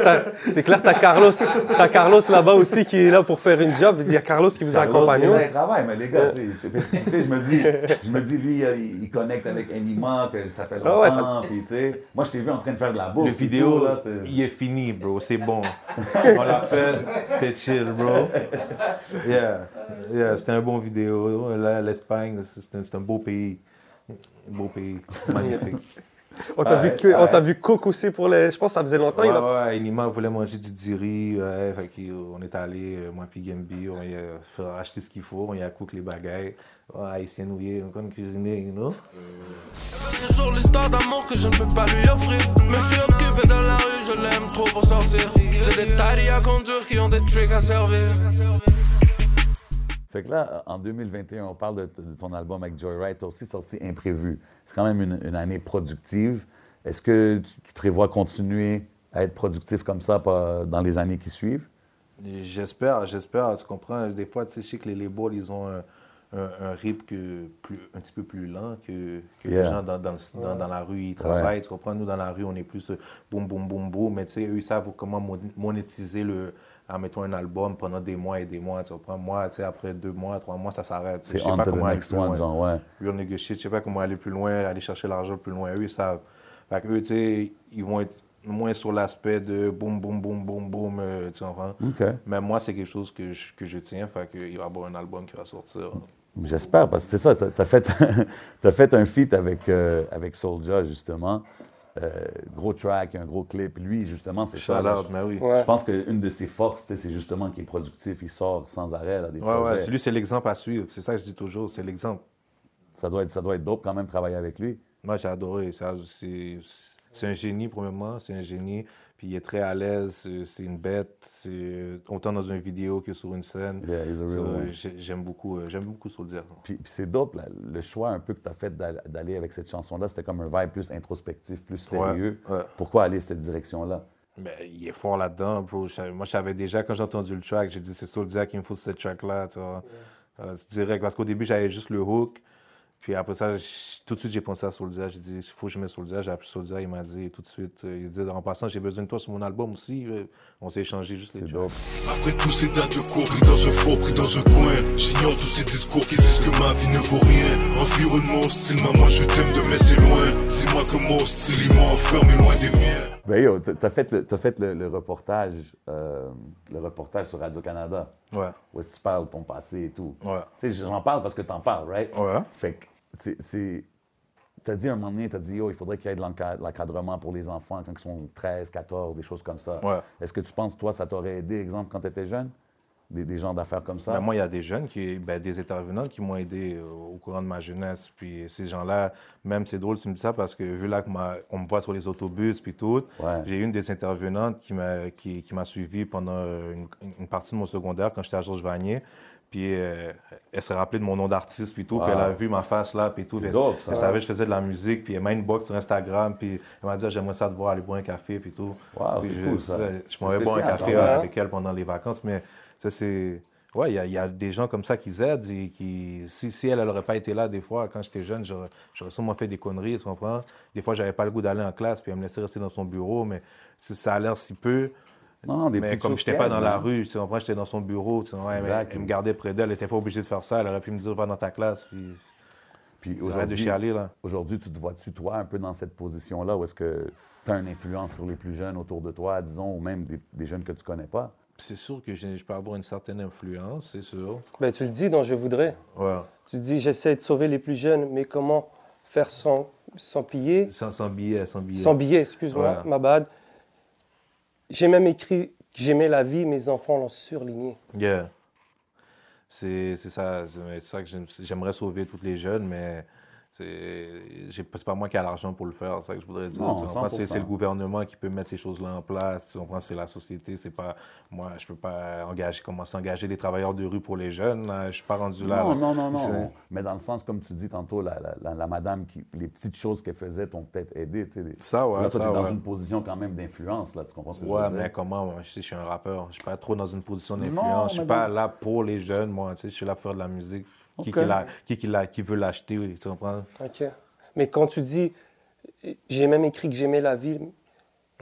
[SPEAKER 2] Mais yo, t'as- c'est clair, t'as Carlos, t'as Carlos là-bas aussi qui est là pour faire une job. Il y a Carlos qui vous
[SPEAKER 1] Carlos,
[SPEAKER 2] accompagne.
[SPEAKER 1] il est là, il travaille, mais les gars, tu sais, tu sais, tu sais, je me dis, je me dis, lui, euh, il, il connecte avec Anima, que ça fait
[SPEAKER 2] Ah ouais, ça-
[SPEAKER 1] longtemps, puis tu sais, moi, je t'ai vu en train de faire de la bouffe.
[SPEAKER 3] Le
[SPEAKER 1] puis
[SPEAKER 3] vidéo,
[SPEAKER 1] tout, là, c'était-
[SPEAKER 3] il est fini, bro. C'est bon. On l'a fait. C'était chill, bro. Yeah. Yeah, c'était un bon vidéo. Là, l'Espagne, c'est un, c'est un beau pays. Un Beau pays. Magnifique.
[SPEAKER 2] On t'a vu,
[SPEAKER 1] Ouais,
[SPEAKER 2] que- on t'a
[SPEAKER 1] ouais.
[SPEAKER 2] vu cook aussi pour les. Je pense que ça faisait longtemps.
[SPEAKER 3] Ouais,
[SPEAKER 2] il a-
[SPEAKER 3] ouais, Inima voulait manger du diri. Ouais, fait que, euh, on est allé, euh, moi puis Gambi, on y a fait acheter ce qu'il faut, on y a cook les bagailles. Ouais, haïtien nouillé, on comme cuisiner, you know?
[SPEAKER 5] Toujours l'histoire d'amour que je ne peux pas lui offrir. Me suis occupé dans la rue, je l'aime trop pour sortir. J'ai des tailles à conduire qui ont des tricks à servir.
[SPEAKER 1] Fait que là, en 2021, on parle de, t- de ton album avec Joyride. T'as aussi sorti Imprévu. C'est quand même une, une année productive. Est-ce que tu, tu prévois continuer à être productif comme ça pas- dans les années qui suivent?
[SPEAKER 3] Et J'espère, j'espère, tu comprends? Des fois, tu sais, je sais que les labels, ils ont un, un, un rythme que plus, un petit peu plus lent que, que les
[SPEAKER 1] Yeah.
[SPEAKER 3] gens dans, dans, le- dans, dans la rue, ils travaillent, tu comprends? Nous, dans la rue, on est plus euh, boum, boum, boum, boum, mais tu sais, eux, ils savent comment mon- monétiser le... En mettant un album pendant des mois et des mois, tu comprends? Moi, tu sais, après deux mois, trois mois, ça s'arrête. tu
[SPEAKER 1] C'est
[SPEAKER 3] sais, je sais
[SPEAKER 1] on
[SPEAKER 3] pas
[SPEAKER 1] to the
[SPEAKER 3] comment aller
[SPEAKER 1] next
[SPEAKER 3] plus
[SPEAKER 1] one,
[SPEAKER 3] loin.
[SPEAKER 1] genre, ouais.
[SPEAKER 3] real nigga shit, je sais pas comment aller plus loin, aller chercher l'argent plus loin. Eux, ils savent. Fait que eux, tu sais, ils vont être moins sur l'aspect de boum, boum, boum, boum, boum, euh, tu comprends?
[SPEAKER 1] OK.
[SPEAKER 3] Mais moi, c'est quelque chose que je, que je tiens, fait que il va y avoir un album qui va sortir.
[SPEAKER 1] J'espère, parce que c'est ça, t'as as fait, t'as fait un feat avec, euh, avec Soulja, justement. Euh, gros track, un gros clip. Lui, justement, c'est ça. là,
[SPEAKER 3] Shout-out, mais oui.
[SPEAKER 2] Ouais.
[SPEAKER 1] Je pense qu'une de ses forces, tu sais, c'est justement qu'il est productif. Il sort sans arrêt, là, des
[SPEAKER 3] Ouais, ouais,
[SPEAKER 1] projets.
[SPEAKER 3] c'est lui, c'est l'exemple à suivre. C'est ça que je dis toujours, c'est l'exemple.
[SPEAKER 1] ça, doit être, ça doit être dope quand même travailler avec lui.
[SPEAKER 3] Moi, j'ai adoré. Ça, C'est c'est un génie, premièrement. C'est un génie. Puis il est très à l'aise. c'est- C'est une bête. c'est- Autant dans une vidéo que sur une scène.
[SPEAKER 1] Yeah, he's a real
[SPEAKER 3] So,
[SPEAKER 1] one.
[SPEAKER 3] j'ai- J'aime beaucoup, euh, j'aime beaucoup Soldier.
[SPEAKER 1] Puis, puis c'est dope, là, le choix un peu que tu as fait d'al- d'aller avec cette chanson-là, c'était comme un vibe plus introspectif, plus sérieux.
[SPEAKER 3] ouais.
[SPEAKER 1] Pourquoi aller cette direction-là?
[SPEAKER 3] Mais Ben, il est fort là-dedans, bro. Je savais- Moi, je savais déjà, quand j'ai entendu le track, j'ai dit, c'est Soldier qu'il me faut sur cette track-là, tu vois. Euh, c'est direct, parce qu'au début, j'avais juste le hook. Puis après ça, je- tout de suite, j'ai pensé à Soldier. J'ai dit, il faut que je mette Soldier. J'ai appelé Soldier. Il m'a dit tout de suite, euh, il dit, en passant, j'ai besoin de toi sur mon album aussi. Euh, On s'est échangé juste les
[SPEAKER 1] C'est
[SPEAKER 3] tracks.
[SPEAKER 1] dope.
[SPEAKER 6] Après tous ces dates de cours pris dans un faux, pris dans un coin J'ignore tous ces discours qui disent que ma vie ne vaut rien Environnement hostile, maman je t'aime de mais c'est loin Dis-moi que mon hostile, il m'a enfermé loin des miens
[SPEAKER 1] Ben yo, t'as t'as fait le, t'as fait le, le reportage, euh, le reportage sur Radio Canada,
[SPEAKER 3] Ouais,
[SPEAKER 1] où est-ce que tu parles de ton passé et tout.
[SPEAKER 3] ouais,
[SPEAKER 1] Tu sais, j'en parle parce que t'en parles, right?
[SPEAKER 3] ouais.
[SPEAKER 1] Fait que c'est- c'est. T'as dit un moment donné, t'as dit, yo, il faudrait qu'il y ait de l'enca- l'encadrement pour les enfants quand ils sont 13, 14, des choses comme ça.
[SPEAKER 3] Ouais.
[SPEAKER 1] Est-ce que tu penses, toi, ça t'aurait aidé, exemple, quand t'étais jeune? Des, des gens d'affaires comme ça?
[SPEAKER 3] Ben, moi, il y a des jeunes, qui, ben, des intervenants qui m'ont aidé euh, au courant de ma jeunesse. Puis ces gens-là, même c'est drôle, tu me dis ça parce que vu là qu'on me voit sur les autobus puis tout,
[SPEAKER 1] Ouais.
[SPEAKER 3] j'ai eu une des intervenantes qui m'a qui, qui m'a suivi pendant euh, une, une partie de mon secondaire quand j'étais à Georges Vanier. Puis euh, elle se rappelait de mon nom d'artiste puis tout, puis
[SPEAKER 1] Wow.
[SPEAKER 3] elle a vu ma face là puis tout.
[SPEAKER 1] C'est
[SPEAKER 3] Puis elle-
[SPEAKER 1] dope, ça.
[SPEAKER 3] Elle savait que je faisais de la musique, puis elle m'a inbox sur Instagram, puis elle m'a dit Ah, j'aimerais ça te voir aller boire un café puis tout.
[SPEAKER 1] Wow,
[SPEAKER 3] Puis
[SPEAKER 1] c'est
[SPEAKER 3] je-
[SPEAKER 1] cool, ça.
[SPEAKER 3] Je
[SPEAKER 1] C'est
[SPEAKER 3] m'en vais boire un
[SPEAKER 1] spécial, hein.
[SPEAKER 3] café
[SPEAKER 1] quand même.
[SPEAKER 3] euh, avec elle pendant les vacances, mais ça, c'est. Ouais, il y a- il y, a des gens comme ça qui aident et qui. Si, si elle n'aurait pas été là, des fois, quand j'étais jeune, j'aurais j'aurais sûrement fait des conneries, tu comprends? Des fois, j'avais pas le goût d'aller en classe, puis elle me laissait rester dans son bureau, mais si ça a l'air si peu.
[SPEAKER 1] Non, non, des
[SPEAKER 3] mais
[SPEAKER 1] petites
[SPEAKER 3] comme
[SPEAKER 1] choses
[SPEAKER 3] j'étais
[SPEAKER 1] qui
[SPEAKER 3] pas
[SPEAKER 1] aident,
[SPEAKER 3] dans la
[SPEAKER 1] hein.
[SPEAKER 3] rue, tu comprends? J'étais dans son bureau, tu comprends? Elle,
[SPEAKER 1] Exact.
[SPEAKER 3] elle me gardait près d'elle, elle n'était pas obligée de faire ça, elle aurait pu me dire, va dans ta classe, puis.
[SPEAKER 1] Puis
[SPEAKER 3] Arrête de
[SPEAKER 1] aujourd'hui,
[SPEAKER 3] chialer, là.
[SPEAKER 1] aujourd'hui, tu te vois-tu, toi, un peu dans cette position-là, où est-ce que tu as une influence sur les plus jeunes autour de toi, disons, ou même des, des jeunes que tu connais pas?
[SPEAKER 3] C'est sûr que j'ai- je peux avoir une certaine influence, c'est sûr.
[SPEAKER 2] Ben, tu le dis dans Je voudrais.
[SPEAKER 3] Ouais.
[SPEAKER 2] Tu dis j'essaie de sauver les plus jeunes, mais comment faire sans, sans piller
[SPEAKER 3] Sans, sans billet, sans billet.
[SPEAKER 2] Sans billets, excuse-moi,
[SPEAKER 3] Ouais.
[SPEAKER 2] ma bad. J'ai même écrit que j'aimais la vie, mes enfants l'ont surligné.
[SPEAKER 3] Yeah. C'est c'est ça, c'est mais c'est ça que j'aime- j'aimerais sauver toutes les jeunes, mais c'est j'ai- c'est pas moi qui a l'argent pour le faire, c'est ça que je voudrais dire.
[SPEAKER 1] Non,
[SPEAKER 3] tu comprends? C'est
[SPEAKER 1] 100%.
[SPEAKER 3] c'est le gouvernement qui peut mettre ces choses-là en place, tu comprends? C'est la société, c'est pas... Moi, je peux pas engager, commencer à engager des travailleurs de rue pour les jeunes, là, je suis pas rendu là.
[SPEAKER 1] non,
[SPEAKER 3] là.
[SPEAKER 1] non, non, non.
[SPEAKER 3] C'est-
[SPEAKER 1] Mais dans le sens, comme tu dis tantôt, la, la- la- la madame, qui, les petites choses qu'elle faisait t'ont peut-être aidé. tu sais, des-
[SPEAKER 3] Ça, ouais,
[SPEAKER 1] Là, toi,
[SPEAKER 3] ça,
[SPEAKER 1] t'es dans
[SPEAKER 3] ouais.
[SPEAKER 1] une position quand même d'influence, là, tu comprends ce que
[SPEAKER 3] Ouais,
[SPEAKER 1] je veux
[SPEAKER 3] mais
[SPEAKER 1] dire?
[SPEAKER 3] comment, moi, je sais, je suis un rappeur. Je suis pas trop dans une position
[SPEAKER 1] Non,
[SPEAKER 3] d'influence. Je
[SPEAKER 1] mais
[SPEAKER 3] suis pas
[SPEAKER 1] dans-
[SPEAKER 3] là pour les jeunes, moi. Tu sais, je suis là pour faire de la musique. Qui,
[SPEAKER 1] Ok.
[SPEAKER 3] qui, la- qui, qui, la- qui veut l'acheter, oui, tu comprends?
[SPEAKER 2] Ok. Mais quand tu dis j'ai même écrit que j'aimais la vie, mes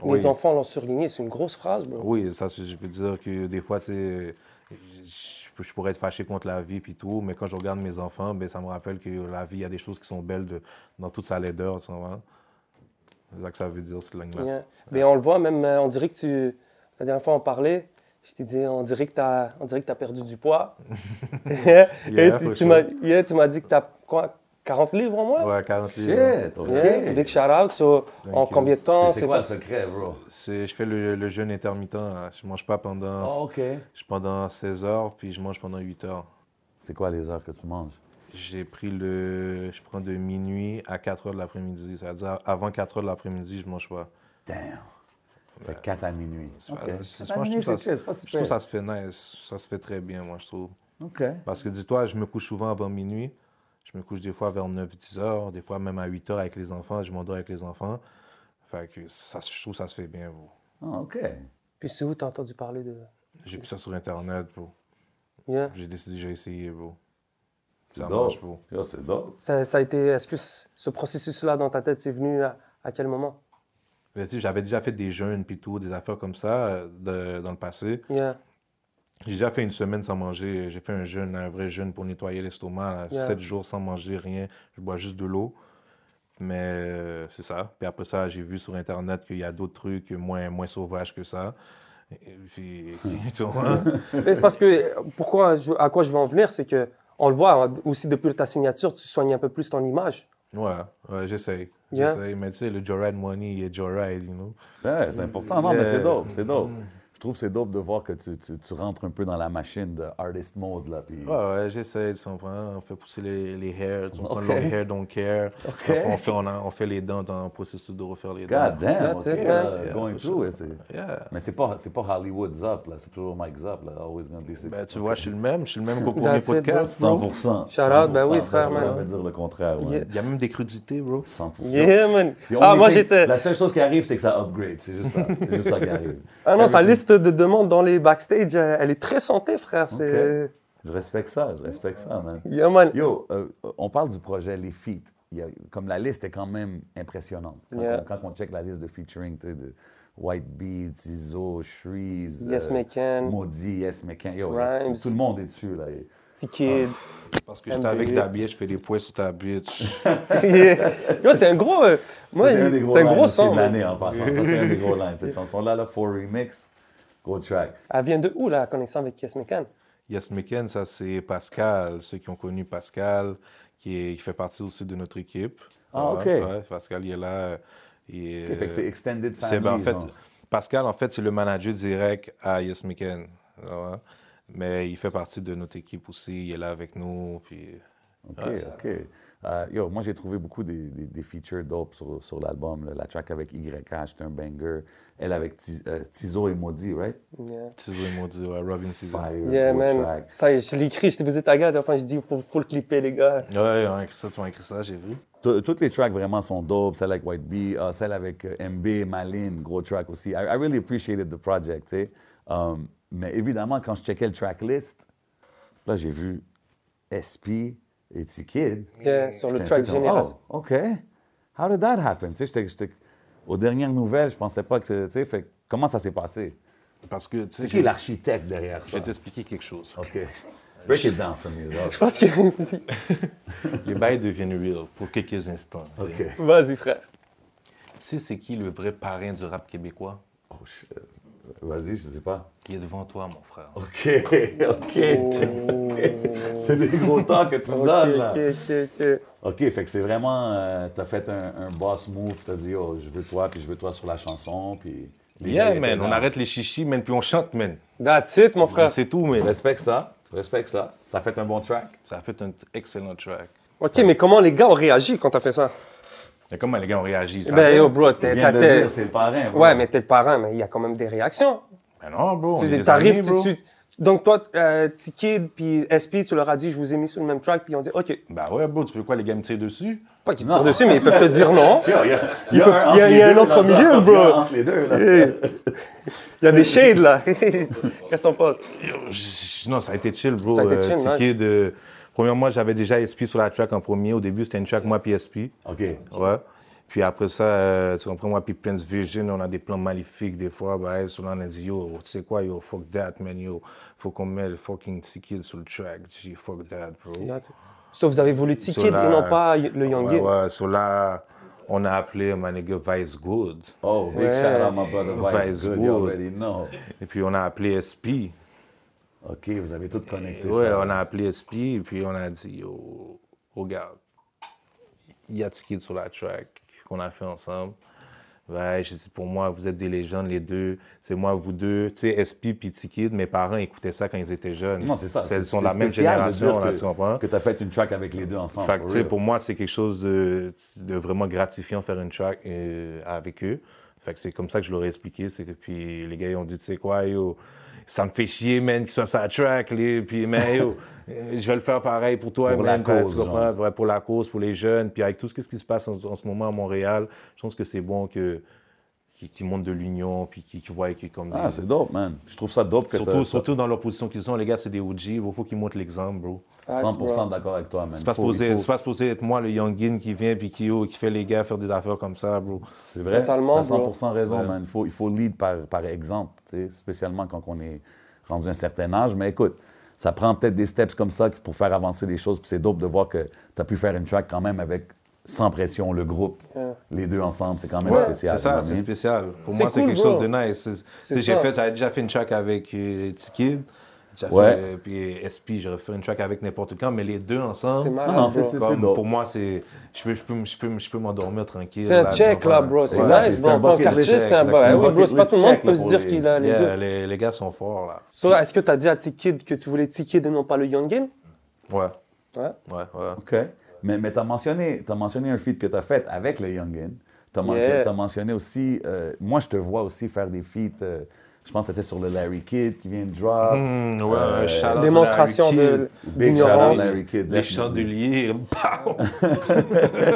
[SPEAKER 3] Oui.
[SPEAKER 2] enfants l'ont surligné, c'est une grosse phrase, bro.
[SPEAKER 3] Oui, ça, c'est- je veux dire que des fois, tu sais, je, je pourrais être fâché contre la vie puis tout, mais quand je regarde mes enfants, ben, ça me rappelle que la vie, il y a des choses qui sont belles de- dans toute sa laideur, tu comprends? C'est ça que ça veut dire, cette langue-là.
[SPEAKER 2] Bien. Hein. Mais on le voit même, euh, on dirait que tu. La dernière fois, on parlait, je t'ai dit, on dirait que tu as, perdu du poids. Et
[SPEAKER 3] Yeah,
[SPEAKER 2] tu,
[SPEAKER 3] for
[SPEAKER 2] tu m'as
[SPEAKER 3] sure.
[SPEAKER 2] yeah, tu m'as dit que tu as quoi, 40 livres en moins?
[SPEAKER 3] Ouais, 40 livres.
[SPEAKER 1] Shit, OK.
[SPEAKER 2] Yeah, Big shout out. So, en
[SPEAKER 3] you.
[SPEAKER 2] combien de temps?
[SPEAKER 1] C'est- C'est quoi
[SPEAKER 2] pas-
[SPEAKER 1] le secret, bro?
[SPEAKER 3] C'est- Je fais le, le jeûne intermittent, là. je mange pas pendant,
[SPEAKER 1] Ah, OK.
[SPEAKER 3] je- pendant 16 heures, puis je mange pendant 8 heures.
[SPEAKER 1] C'est quoi les heures que tu manges?
[SPEAKER 3] J'ai pris le. Je prends de minuit à 4 heures de l'après-midi. C'est-à-dire, avant 4 heures de l'après-midi, je mange pas.
[SPEAKER 1] Damn. Fait 4 à minuit.
[SPEAKER 3] C'est pas-
[SPEAKER 1] Ok.
[SPEAKER 3] Euh, c'est-
[SPEAKER 1] Quatre à
[SPEAKER 3] moi, je
[SPEAKER 1] minuit,
[SPEAKER 3] trouve
[SPEAKER 1] c'est
[SPEAKER 3] ça-
[SPEAKER 1] chill, c'est pas si
[SPEAKER 3] Je trouve
[SPEAKER 1] pire.
[SPEAKER 3] que ça se fait nice. Ça se fait très bien, moi, je trouve.
[SPEAKER 1] OK.
[SPEAKER 3] Parce que dis-toi, je me couche souvent avant minuit. Je me couche des fois vers 9-10 heures, des fois même à 8 heures avec les enfants. Je m'endors avec les enfants. Fait que ça, je trouve que ça se fait bien, bro.
[SPEAKER 1] Ah, OK.
[SPEAKER 2] Puis c'est où tu as entendu parler de.
[SPEAKER 3] J'ai vu ça sur Internet, bro.
[SPEAKER 2] Yeah.
[SPEAKER 3] J'ai décidé, j'ai essayé, bro.
[SPEAKER 1] C'est
[SPEAKER 3] Ça
[SPEAKER 1] dope.
[SPEAKER 3] marche, bro.
[SPEAKER 1] Yo, C'est dope.
[SPEAKER 2] Ça, ça a été. Est-ce que c- ce processus-là dans ta tête, c'est venu à, à quel moment?
[SPEAKER 3] Mais tu sais, J'avais déjà fait des jeûnes, puis tout, des affaires comme ça euh, de- dans le passé.
[SPEAKER 2] Yeah.
[SPEAKER 3] J'ai déjà fait une semaine sans manger. J'ai fait un jeûne, un vrai jeûne pour nettoyer l'estomac. là.
[SPEAKER 2] Yeah.
[SPEAKER 3] Sept jours sans manger, rien. Je bois juste de l'eau. Mais euh, c'est ça. Puis après ça, j'ai vu sur Internet qu'il y a d'autres trucs moins, moins sauvages que ça. Et puis,
[SPEAKER 1] Hmm.
[SPEAKER 3] tu vois,
[SPEAKER 2] Mais c'est parce que. Pourquoi, je- à quoi je veux en venir, c'est que. On le voit hein, aussi depuis ta signature, tu soignes un peu plus ton image.
[SPEAKER 3] ouais, ouais, j'essaye.
[SPEAKER 2] Yeah.
[SPEAKER 3] J'essaye. Mais tu sais, le Joride Money, il est Joride, you know.
[SPEAKER 1] Ouais, c'est important. Non, mais c'est
[SPEAKER 3] Euh,
[SPEAKER 1] dope, c'est dope. Je trouve que c'est dope de voir que tu, tu, tu rentres un peu dans la machine de artist mode, là. Puis...
[SPEAKER 3] Ouais, ouais, j'essaye, tu comprends. On fait pousser les, les hairs, tu comprends.
[SPEAKER 1] Ok.
[SPEAKER 3] Long hair, don't care.
[SPEAKER 1] Ok.
[SPEAKER 3] On, fait, on, a- on fait les dents dans le processus de refaire les dents.
[SPEAKER 1] God damn,
[SPEAKER 2] That's
[SPEAKER 1] OK.
[SPEAKER 2] it,
[SPEAKER 1] là,
[SPEAKER 3] man.
[SPEAKER 1] going
[SPEAKER 3] Yeah, for
[SPEAKER 1] through, it, eh. c'est-
[SPEAKER 3] Yeah.
[SPEAKER 1] Mais c'est pas, c'est pas Hollywood's up, là. C'est toujours Mike's up, là. Always gonna be six.
[SPEAKER 3] Ben, tu vois, je suis le même. Je suis le même qu'au premier
[SPEAKER 2] That's it, bro.
[SPEAKER 3] podcast.
[SPEAKER 1] 100
[SPEAKER 2] Shout out, ben oui,
[SPEAKER 1] 100%,
[SPEAKER 2] frère,
[SPEAKER 1] Je
[SPEAKER 2] man.
[SPEAKER 1] peux jamais dire le contraire, ouais.
[SPEAKER 2] Yeah.
[SPEAKER 3] Il y a même des crudités, bro.
[SPEAKER 1] 100%.
[SPEAKER 2] Yeah, man.
[SPEAKER 1] The
[SPEAKER 2] Ah,
[SPEAKER 1] only
[SPEAKER 2] moi,
[SPEAKER 1] thing-
[SPEAKER 2] j'étais.
[SPEAKER 1] La seule chose qui arrive, c'est que ça upgrade. C'est juste ça. C'est juste ça qui arrive.
[SPEAKER 2] Ah non, sa liste de demandes dans les backstage, euh, elle est très santé, frère. C'est.
[SPEAKER 1] Je respecte ça, je respecte ça, man.
[SPEAKER 2] Yeah, man.
[SPEAKER 1] Yo, euh, on parle du projet Les Feats. Il y a- comme la liste est quand même impressionnante. Quand,
[SPEAKER 2] Yeah.
[SPEAKER 1] on, quand on check la liste de featuring, tu sais, de White Beats, Izzo, Shreeze,
[SPEAKER 2] Yes,
[SPEAKER 1] euh,
[SPEAKER 2] Mekan,
[SPEAKER 1] Maudit, Yes, McCann. Yo,
[SPEAKER 2] Rhymes.
[SPEAKER 1] tout, tout le monde est dessus, là.
[SPEAKER 2] Ticket.
[SPEAKER 3] Parce que j'étais avec ta biche, je fais des points sur ta bitch.
[SPEAKER 1] Ah.
[SPEAKER 2] Yo, c'est un gros. euh, moi,
[SPEAKER 1] Ça,
[SPEAKER 2] c'est un
[SPEAKER 1] lines
[SPEAKER 2] gros
[SPEAKER 1] aussi
[SPEAKER 2] son.
[SPEAKER 1] de
[SPEAKER 2] man.
[SPEAKER 1] l'année en passant. Ça, c'est un des gros lines. Cette chanson-là, là, Four Remix, gros track.
[SPEAKER 2] Elle vient de où, là, la connaissance avec Yes Mekan
[SPEAKER 3] Yes Meken, ça c'est Pascal, ceux qui ont connu Pascal, qui, est- qui fait partie aussi de notre équipe.
[SPEAKER 1] Ah,
[SPEAKER 3] Ouais,
[SPEAKER 1] ok.
[SPEAKER 3] ouais, Pascal, il est là. et,
[SPEAKER 1] Ok, fait que c'est
[SPEAKER 3] euh,
[SPEAKER 1] Extended
[SPEAKER 3] c'est-
[SPEAKER 1] Family.
[SPEAKER 3] ben, en fait,
[SPEAKER 1] genre.
[SPEAKER 3] Pascal, en fait, c'est le manager direct à Yes Meken. Ouais. Mais il fait partie de notre équipe aussi, il est là avec nous. Puis...
[SPEAKER 1] OK, OK. Euh, yo, moi, j'ai trouvé beaucoup des, des, des features dope sur, sur l'album. là. La track avec YK, c'était un banger. Elle avec Ti- euh, Tizo et Maudit, right?
[SPEAKER 2] Yeah,
[SPEAKER 3] Tizo et Maudit, ouais, Robin Season.
[SPEAKER 1] Fire,
[SPEAKER 2] Yeah,
[SPEAKER 1] gros
[SPEAKER 2] man.
[SPEAKER 1] track.
[SPEAKER 2] Ça, je l'ai écrit, je te vous êtes à garde. Enfin, je dis, faut, faut le clipper, les gars.
[SPEAKER 3] Ouais, on a écrit ça, tu m'as écrit ça, j'ai vu.
[SPEAKER 1] Tou- Toutes les tracks vraiment sont dope. Celle avec White Bee, euh, celle avec euh, MB, Malin, gros track aussi. I, I really appreciated the project, tu sais. Um, mais évidemment, quand je checkais le track list, là, j'ai vu SP et T-Kid.
[SPEAKER 2] Yeah, sur le
[SPEAKER 1] J'étais un
[SPEAKER 2] track
[SPEAKER 1] peu comme,
[SPEAKER 2] Génération.
[SPEAKER 1] Oh, OK. How did that happen? Tu sais, j'étais- j'étais- aux dernières nouvelles, je pensais pas que c'est- tu sais, fait que comment ça s'est passé?
[SPEAKER 3] Parce que, tu sais,
[SPEAKER 1] C'est qui l'architecte derrière
[SPEAKER 3] je
[SPEAKER 1] ça?
[SPEAKER 3] vais t'expliquer quelque chose.
[SPEAKER 1] OK. Break it down for me. là.
[SPEAKER 2] Je pense que.
[SPEAKER 3] Les bails deviennent real pour quelques instants.
[SPEAKER 1] OK.
[SPEAKER 2] Vas-y, frère.
[SPEAKER 3] Tu sais, c'est qui le vrai parrain du rap québécois?
[SPEAKER 1] Oh, shit. Vas-y, je sais pas.
[SPEAKER 3] Il est devant toi, mon frère.
[SPEAKER 1] OK, OK.
[SPEAKER 2] Oh.
[SPEAKER 1] C'est des gros temps que tu me
[SPEAKER 2] Ok,
[SPEAKER 1] donnes, là.
[SPEAKER 2] ok, ok, ok.
[SPEAKER 1] OK, fait que c'est vraiment... euh, t'as fait un, un boss move, t'as dit, oh, je veux toi, puis je veux toi sur la chanson, puis... les gars
[SPEAKER 3] Yeah,
[SPEAKER 1] étaient
[SPEAKER 3] man, on
[SPEAKER 1] là.
[SPEAKER 3] arrête les chichis, man, puis on chante, man.
[SPEAKER 2] That's it, mon frère.
[SPEAKER 3] C'est tout, man.
[SPEAKER 1] Respecte ça, respecte ça. Ça fait un bon track.
[SPEAKER 3] Ça a fait un t- excellent track.
[SPEAKER 2] Ok, mais comment les gars ont réagi quand t'as fait ça
[SPEAKER 3] Mais comment les gars ont réagi? Ça
[SPEAKER 2] Ben, yo, bro,
[SPEAKER 1] Je
[SPEAKER 2] t'es.
[SPEAKER 1] viens de
[SPEAKER 2] t'as-
[SPEAKER 1] dire, c'est le parrain. bro.
[SPEAKER 2] Ouais, mais t'es le parent, mais il y a quand même des réactions.
[SPEAKER 3] Ben non, bro. on est
[SPEAKER 2] Tu-
[SPEAKER 3] des
[SPEAKER 2] T'arrives,
[SPEAKER 3] amis,
[SPEAKER 2] tu-
[SPEAKER 3] bro.
[SPEAKER 2] tu, Donc, toi, euh, T-Kid puis SP, tu leur as dit, je vous ai mis sur le même track, puis ils ont dit, OK.
[SPEAKER 3] Ben ouais, bro, tu veux quoi, les gars me tirent dessus?
[SPEAKER 2] Pas qu'ils te
[SPEAKER 1] Non.
[SPEAKER 2] tirent dessus, mais ils peuvent te dire non.
[SPEAKER 1] Yo, Il y a, il
[SPEAKER 2] Il y a-
[SPEAKER 1] entre
[SPEAKER 2] il y a
[SPEAKER 1] les
[SPEAKER 2] un
[SPEAKER 1] deux,
[SPEAKER 2] autre
[SPEAKER 1] là,
[SPEAKER 2] au
[SPEAKER 1] ça. Il
[SPEAKER 2] milieu,
[SPEAKER 1] y a
[SPEAKER 2] bro.
[SPEAKER 1] un entre les deux, là.
[SPEAKER 2] Hey. Il y a des shades, là. Qu'est-ce qu'on pense?
[SPEAKER 3] Yo, je- Non, ça a été chill, bro.
[SPEAKER 2] Ça a été
[SPEAKER 3] Euh,
[SPEAKER 2] chill, nice.
[SPEAKER 3] Ticket de- Premièrement, j'avais déjà SP sur la track en premier. Au début, c'était une track, moi, puis SP.
[SPEAKER 1] OK.
[SPEAKER 3] Ouais. Puis après ça, euh, tu comprends, moi, puis Prince Virgin, on a des plans magnifiques des fois. Bah, hey, sur on a dit, yo, tu sais quoi, yo, fuck that, man, yo. Faut qu'on mette le fucking Ticket sur le track. J'ai fuck that, bro.
[SPEAKER 2] Sauf vous avez voulu T-Kid et
[SPEAKER 3] Sur la-
[SPEAKER 2] non pas le Young
[SPEAKER 3] Ouais,
[SPEAKER 2] Kid.
[SPEAKER 3] ouais, so là, on a appelé my nigga Vice Good.
[SPEAKER 1] Oh, big
[SPEAKER 2] Ouais.
[SPEAKER 1] shout out my brother Vice,
[SPEAKER 3] Vice
[SPEAKER 1] Good,
[SPEAKER 3] Good.
[SPEAKER 1] you already know.
[SPEAKER 3] Et puis on a appelé SP.
[SPEAKER 1] OK, vous avez tout connecté
[SPEAKER 3] Ouais,
[SPEAKER 1] ça.
[SPEAKER 3] on a appelé SP, et puis on a dit, yo, regarde, il y a Tiki sur la track qu'on a fait ensemble. Ouais, je dis, pour moi, vous êtes des légendes, les deux. C'est moi, vous deux. Tu sais, SP puis Tiki, mes parents écoutaient ça quand ils étaient jeunes.
[SPEAKER 1] Non, c'est ça.
[SPEAKER 3] Ils
[SPEAKER 1] c'est-
[SPEAKER 3] sont de
[SPEAKER 1] c'est
[SPEAKER 3] la même
[SPEAKER 1] spécial de
[SPEAKER 3] génération,
[SPEAKER 1] dire
[SPEAKER 3] là,
[SPEAKER 1] que-
[SPEAKER 3] tu comprends?
[SPEAKER 1] Que t'as fait une track avec les deux ensemble.
[SPEAKER 3] Fait que,
[SPEAKER 1] Ah, for
[SPEAKER 3] tu sais,
[SPEAKER 1] real.
[SPEAKER 3] pour moi, c'est quelque chose de, de vraiment gratifiant faire une track euh, avec eux. Fait que c'est comme ça que je leur ai expliqué. C'est que puis les gars, ils ont dit, tu sais quoi, yo, ça me fait chier, man, qu'ils soient sur la track. les- Puis, man, yo, euh, je vais le faire pareil pour toi,
[SPEAKER 1] Pour
[SPEAKER 3] man,
[SPEAKER 1] la
[SPEAKER 3] quoi,
[SPEAKER 1] cause,
[SPEAKER 3] tu comprends? Ouais, pour la cause, pour les jeunes. Puis avec tout ce, qu'est-ce qui se passe en, en ce moment à Montréal, je pense que c'est bon que qu'ils qu'ils montrent de l'union, puis qu'ils qu'ils voient que comme des-
[SPEAKER 1] Ah, c'est dope, man. Je trouve ça dope que t'as-
[SPEAKER 3] surtout, surtout dans leur position qu'ils sont, les gars, c'est des OG, il faut qu'ils montrent l'exemple, bro.
[SPEAKER 2] Ah,
[SPEAKER 1] t'as 100% d'accord avec toi, man.
[SPEAKER 3] C'est pas,
[SPEAKER 1] Faut-
[SPEAKER 3] supposé,
[SPEAKER 1] il faut-
[SPEAKER 3] c'est pas supposé être moi, le youngin qui vient puis qui, oh, qui fait les gars faire des affaires comme ça, bro.
[SPEAKER 1] C'est vrai.
[SPEAKER 2] Totalement,
[SPEAKER 1] T'as
[SPEAKER 2] bro.
[SPEAKER 1] 100% raison, man. Il faut, il faut lead par, par exemple, tu sais, spécialement quand on est rendu à un certain âge. Mais écoute, ça prend peut-être des steps comme ça pour faire avancer les choses. Puis c'est dope de voir que tu as pu faire une track quand même avec, sans pression, le groupe, les deux ensemble. C'est quand même spécial.
[SPEAKER 3] c'est ça,
[SPEAKER 1] tu
[SPEAKER 3] c'est
[SPEAKER 1] vois, mais-
[SPEAKER 3] spécial. Pour
[SPEAKER 2] C'est
[SPEAKER 3] moi, c'est
[SPEAKER 2] cool,
[SPEAKER 3] quelque
[SPEAKER 2] bro.
[SPEAKER 3] chose de nice. C'est- tu sais, j'ai
[SPEAKER 2] ça.
[SPEAKER 3] fait, j'avais déjà fait une track avec euh, T-Kid, j'ai fait,
[SPEAKER 1] Ouais.
[SPEAKER 3] euh, puis euh, SP, j'aurais fait une track avec n'importe quand, mais les deux ensemble,
[SPEAKER 2] C'est malade,
[SPEAKER 1] Non, non,
[SPEAKER 2] bro.
[SPEAKER 1] c'est-
[SPEAKER 3] comme,
[SPEAKER 1] dope.
[SPEAKER 3] pour moi, c'est, je peux, je peux, je peux, je peux m'endormir tranquille.
[SPEAKER 2] C'est un
[SPEAKER 3] là, tu
[SPEAKER 2] check, là,
[SPEAKER 3] comprends?
[SPEAKER 2] bro. C'est
[SPEAKER 1] Exact,
[SPEAKER 2] nice,
[SPEAKER 1] c'est
[SPEAKER 2] bro.
[SPEAKER 1] un
[SPEAKER 2] En tant
[SPEAKER 1] bucket
[SPEAKER 2] qu'artiste,
[SPEAKER 3] list,
[SPEAKER 2] c'est un
[SPEAKER 3] exact,
[SPEAKER 2] bon.
[SPEAKER 3] c'est
[SPEAKER 2] Eh
[SPEAKER 3] un
[SPEAKER 2] oui, bro,
[SPEAKER 1] bucket
[SPEAKER 2] c'est pas tout le
[SPEAKER 1] list
[SPEAKER 2] monde
[SPEAKER 1] check,
[SPEAKER 2] qui peut
[SPEAKER 1] là,
[SPEAKER 2] se
[SPEAKER 1] pour
[SPEAKER 2] dire
[SPEAKER 1] les-
[SPEAKER 2] qu'il a les
[SPEAKER 3] Yeah,
[SPEAKER 2] deux.
[SPEAKER 3] les, les gars sont forts, là.
[SPEAKER 2] So, est-ce que t'as dit à T-Kid que tu voulais T-Kid et non pas le Young Game?
[SPEAKER 3] Ouais,
[SPEAKER 2] Ouais.
[SPEAKER 3] ouais, ouais.
[SPEAKER 1] OK. Mais, mais tu as mentionné, t'as mentionné un feat que tu as fait avec le Youngin. Tu as,
[SPEAKER 2] Yeah.
[SPEAKER 1] mentionné aussi, euh, moi je te vois aussi faire des feats, euh, Je pense que c'était sur le Larry Kidd qui vient de drop.
[SPEAKER 3] Hmm, ouais,
[SPEAKER 1] Euh,
[SPEAKER 3] un shout-out
[SPEAKER 2] démonstration
[SPEAKER 3] de Larry
[SPEAKER 2] de-
[SPEAKER 3] Kidd.
[SPEAKER 1] Big shout
[SPEAKER 2] Ignorance.
[SPEAKER 1] out Larry Kidd.
[SPEAKER 3] Les
[SPEAKER 1] definitely.
[SPEAKER 3] chandeliers, Bah, pow!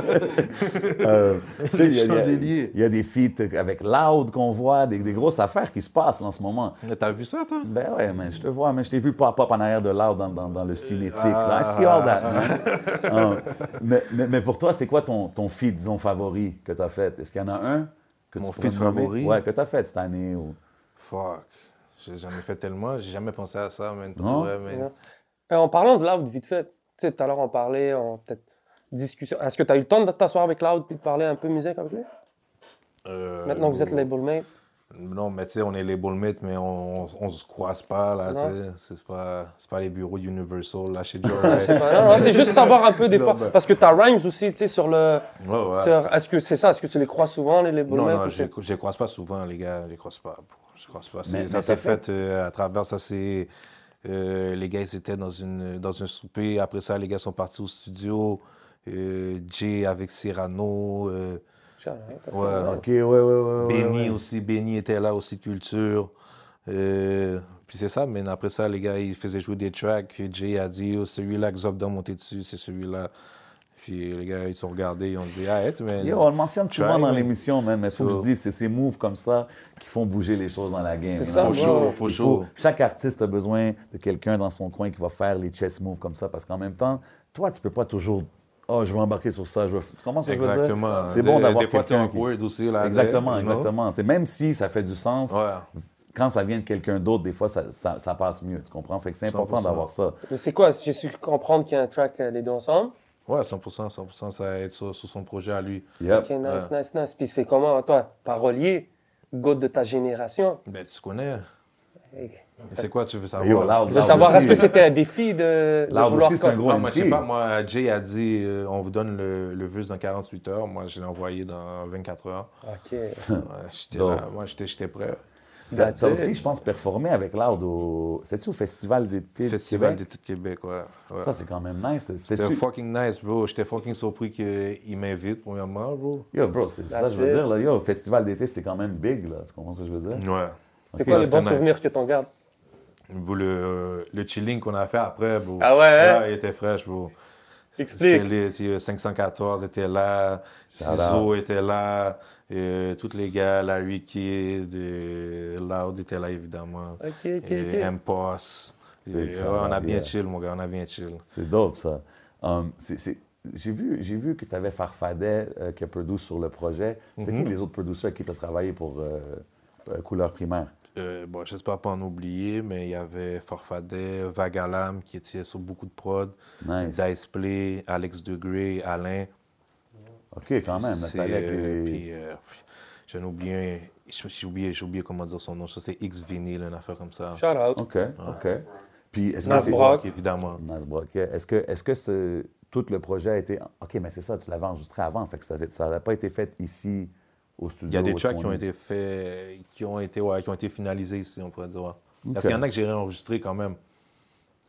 [SPEAKER 1] Euh, tu sais, il y a- il y a-
[SPEAKER 3] Chandelier.
[SPEAKER 1] il y, a des feats avec Loud qu'on voit, des, des grosses affaires qui se passent là, en ce moment.
[SPEAKER 3] T'as vu ça, toi?
[SPEAKER 1] Ben ouais, mais je te vois, mais je t'ai vu pop-up en arrière de Loud dans, dans- dans le cinétique.
[SPEAKER 3] Ah.
[SPEAKER 1] là. I see all that, man. Hum, mais, mais- mais pour toi, c'est quoi ton, ton feat, disons, favori que tu as fait? Est-ce qu'il y en a un que
[SPEAKER 3] Mon
[SPEAKER 1] tu pourrais
[SPEAKER 3] feat
[SPEAKER 1] me nommer?
[SPEAKER 3] favori?
[SPEAKER 1] Ouais, que tu as fait cette année. ou-
[SPEAKER 3] Fuck. J'ai jamais fait tellement, j'ai jamais pensé à ça, man.
[SPEAKER 1] Non?
[SPEAKER 3] Ouais, man.
[SPEAKER 2] Ouais. Et Euh, en parlant de Loud, vite fait, tu sais, tout à l'heure on parlait, en peut-être discussion. Est-ce que tu as eu le temps de t'asseoir avec Loud puis de parler un peu musique avec lui
[SPEAKER 3] Euh,
[SPEAKER 2] Maintenant que vous êtes label mate.
[SPEAKER 3] Non, mais tu sais, on est les mates, mais on, on, on se croise pas, là,
[SPEAKER 2] Non.
[SPEAKER 3] tu sais. C'est pas, c'est pas les bureaux d'Universal, là, chez Joe
[SPEAKER 2] Ouais,
[SPEAKER 3] Wright.
[SPEAKER 2] non, non, c'est juste savoir un peu des
[SPEAKER 3] Non,
[SPEAKER 2] fois.
[SPEAKER 1] bah.
[SPEAKER 3] ben-
[SPEAKER 2] Parce que tu as Rhymes aussi, tu sais, sur le.
[SPEAKER 3] Ouais, ouais.
[SPEAKER 2] sur- Est-ce que c'est ça Est-ce que tu les crois souvent, les label
[SPEAKER 3] Non,
[SPEAKER 2] mates,
[SPEAKER 3] non,
[SPEAKER 2] ou
[SPEAKER 3] je
[SPEAKER 2] c'est-
[SPEAKER 3] les- je les croise pas souvent, les gars. Je les croise pas. Je les croise pas. C'est-
[SPEAKER 1] Mais-
[SPEAKER 3] ça
[SPEAKER 1] mais
[SPEAKER 3] s'est
[SPEAKER 1] t'as fait.
[SPEAKER 3] fait, euh, à travers. Ça, c'est. euh, les gars, ils étaient dans, une, dans un souper. Après ça, les gars sont partis au studio. Euh, Jay avec Cyrano. euh,
[SPEAKER 2] Tiens, hein, t'as fait-
[SPEAKER 3] ouais,
[SPEAKER 1] Ok, ouais, ouais, ouais. ouais,
[SPEAKER 3] Euh, Benny
[SPEAKER 1] ouais.
[SPEAKER 3] aussi. Benny était là aussi, Culture. Euh, puis c'est ça, mais après ça, les gars, ils faisaient jouer des tracks. Puis Jay a dit, oh, celui-là que Zobdan monté dessus, c'est celui-là. Puis les gars, ils sont regardés, ils ont dit, ah, hey, mais.
[SPEAKER 1] Yo, on le mentionne souvent
[SPEAKER 3] Try,
[SPEAKER 1] dans
[SPEAKER 3] man.
[SPEAKER 1] l'émission, man, mais il faut que je
[SPEAKER 3] So-
[SPEAKER 1] dise, c'est ces moves comme ça qui font bouger les choses dans la game.
[SPEAKER 2] C'est
[SPEAKER 1] you
[SPEAKER 2] ça,
[SPEAKER 1] know?
[SPEAKER 2] Faut chaud,
[SPEAKER 3] ouais. faut
[SPEAKER 1] Il
[SPEAKER 3] chaud.
[SPEAKER 1] Chaque artiste a besoin de quelqu'un dans son coin qui va faire les chess moves comme ça, parce qu'en même temps, toi, tu peux pas toujours. Oh, je vais embarquer sur ça. Je vais... Tu comprends ce que je veux dire?
[SPEAKER 3] Exactement.
[SPEAKER 1] C'est bon
[SPEAKER 3] Des-
[SPEAKER 1] d'avoir
[SPEAKER 3] Des fois, c'est
[SPEAKER 1] quelqu'un
[SPEAKER 3] un
[SPEAKER 1] qui-
[SPEAKER 3] word aussi. Là,
[SPEAKER 1] Exactement,
[SPEAKER 3] non?
[SPEAKER 1] exactement. Tu sais, même si ça fait du sens,
[SPEAKER 3] Ouais.
[SPEAKER 1] quand ça vient de quelqu'un d'autre, des fois, ça, ça- ça passe mieux. Tu comprends? Fait que c'est important
[SPEAKER 3] 100%.
[SPEAKER 1] d'avoir ça.
[SPEAKER 2] Mais c'est quoi J'ai su comprendre qu'il y a un track euh, les deux ensemble.
[SPEAKER 3] Ouais, 100%, 100%, ça va être sur, sur son projet à lui.
[SPEAKER 1] Yep.
[SPEAKER 2] Ok, nice, nice, nice. Puis c'est comment, toi, parolier, goût de ta génération
[SPEAKER 3] Ben, tu connais.
[SPEAKER 2] Hey,
[SPEAKER 3] C'est quoi tu veux savoir? Ah,
[SPEAKER 1] Yo, loud,
[SPEAKER 2] Je veux
[SPEAKER 1] loud
[SPEAKER 2] savoir,
[SPEAKER 1] aussi. euh,
[SPEAKER 2] est-ce que c'était un défi de, de
[SPEAKER 1] Loud
[SPEAKER 2] vouloir
[SPEAKER 1] aussi, c'est un
[SPEAKER 2] co-
[SPEAKER 1] gros
[SPEAKER 3] Non, moi, je sais
[SPEAKER 1] MC.
[SPEAKER 3] pas, moi, Jay a dit, euh, on vous donne le, le verse dans 48 heures. Moi, je l'ai envoyé dans 24 heures.
[SPEAKER 2] Ok.
[SPEAKER 3] Ouais, j'étais
[SPEAKER 1] Donc.
[SPEAKER 3] là, moi, j'étais j'étais prêt.
[SPEAKER 1] T'as
[SPEAKER 2] That's
[SPEAKER 1] t'as
[SPEAKER 2] it.
[SPEAKER 1] aussi, je pense, performé avec Loud au. C'est-tu au Festival d'été? de
[SPEAKER 3] Festival
[SPEAKER 1] Québec?
[SPEAKER 3] d'été de Québec, ouais. ouais.
[SPEAKER 1] Ça, c'est quand même nice.
[SPEAKER 3] C'était
[SPEAKER 1] C'était
[SPEAKER 3] fucking nice, bro. J'étais fucking surpris qu'il m'invite, premièrement, bro.
[SPEAKER 1] Yo, bro, c'est ça que je veux
[SPEAKER 2] That's it.
[SPEAKER 1] dire. Là. Yo, festival d'été, c'est quand même big. Là. Tu comprends ce que je veux dire?
[SPEAKER 3] Ouais.
[SPEAKER 2] C'est quoi les
[SPEAKER 3] c'était
[SPEAKER 2] bons
[SPEAKER 3] nice.
[SPEAKER 2] souvenirs que t'en gardes
[SPEAKER 3] Bro, le, le chilling qu'on a fait après, bro.
[SPEAKER 2] Ah ouais, hein?
[SPEAKER 3] il était fraîche, bro. C'était euh,
[SPEAKER 2] Explique.
[SPEAKER 3] lit, il y a 514 était là,
[SPEAKER 1] Shout out.
[SPEAKER 3] Ciseaux était là, euh, tous les gars, Larry Kidd, euh, Loud était là évidemment,
[SPEAKER 2] Ok, ok,
[SPEAKER 3] euh,
[SPEAKER 2] ok.
[SPEAKER 3] M-Pass.
[SPEAKER 1] Big
[SPEAKER 3] Euh, ouais,
[SPEAKER 1] shout
[SPEAKER 3] on a
[SPEAKER 1] out,
[SPEAKER 3] bien
[SPEAKER 1] yeah.
[SPEAKER 3] chill, mon gars, on a bien chill.
[SPEAKER 1] C'est dope, ça. Um, c'est- c'est- J'ai vu, j'ai vu que tu avais Farfadet euh, qui a produit sur le projet. C'est
[SPEAKER 3] Mm-hmm.
[SPEAKER 1] qui les autres producers avec qui tu as travaillé pour euh, euh, Couleur Primaire?
[SPEAKER 3] Euh, bon, j'espère pas en oublier, mais il y avait Forfadet, Vagalam qui était sur beaucoup de prod,
[SPEAKER 1] Nice.
[SPEAKER 3] Diceplay, Alex Degré, Alain.
[SPEAKER 1] OK, quand même.
[SPEAKER 3] C'est,
[SPEAKER 1] t'as allé avec
[SPEAKER 3] euh,
[SPEAKER 1] les-
[SPEAKER 3] puis, euh, j'en ai oublié, un- j'ai oublié, j'ai oublié comment dire son nom, ça c'est X Vinyl, une affaire comme ça.
[SPEAKER 2] Shout out.
[SPEAKER 1] OK, OK. Puis, est-ce que
[SPEAKER 2] Nas
[SPEAKER 1] c'est...
[SPEAKER 2] Brock.
[SPEAKER 3] Brock, évidemment.
[SPEAKER 1] Nas Brock, yeah. Est-ce que, est-ce que ce- tout le projet a été... OK, mais c'est ça, tu l'avais enregistré avant. Fait que ça n'a pas été fait ici, au studio.
[SPEAKER 3] Il y a des
[SPEAKER 1] où est-ce
[SPEAKER 3] tracks qui
[SPEAKER 1] qu'on
[SPEAKER 3] ont
[SPEAKER 1] est.
[SPEAKER 3] été faits, qui ont été, ouais, qui ont été finalisés ici, on pourrait dire. ouais.
[SPEAKER 1] Ok.
[SPEAKER 3] Parce qu'il y en a que j'ai réenregistré quand même,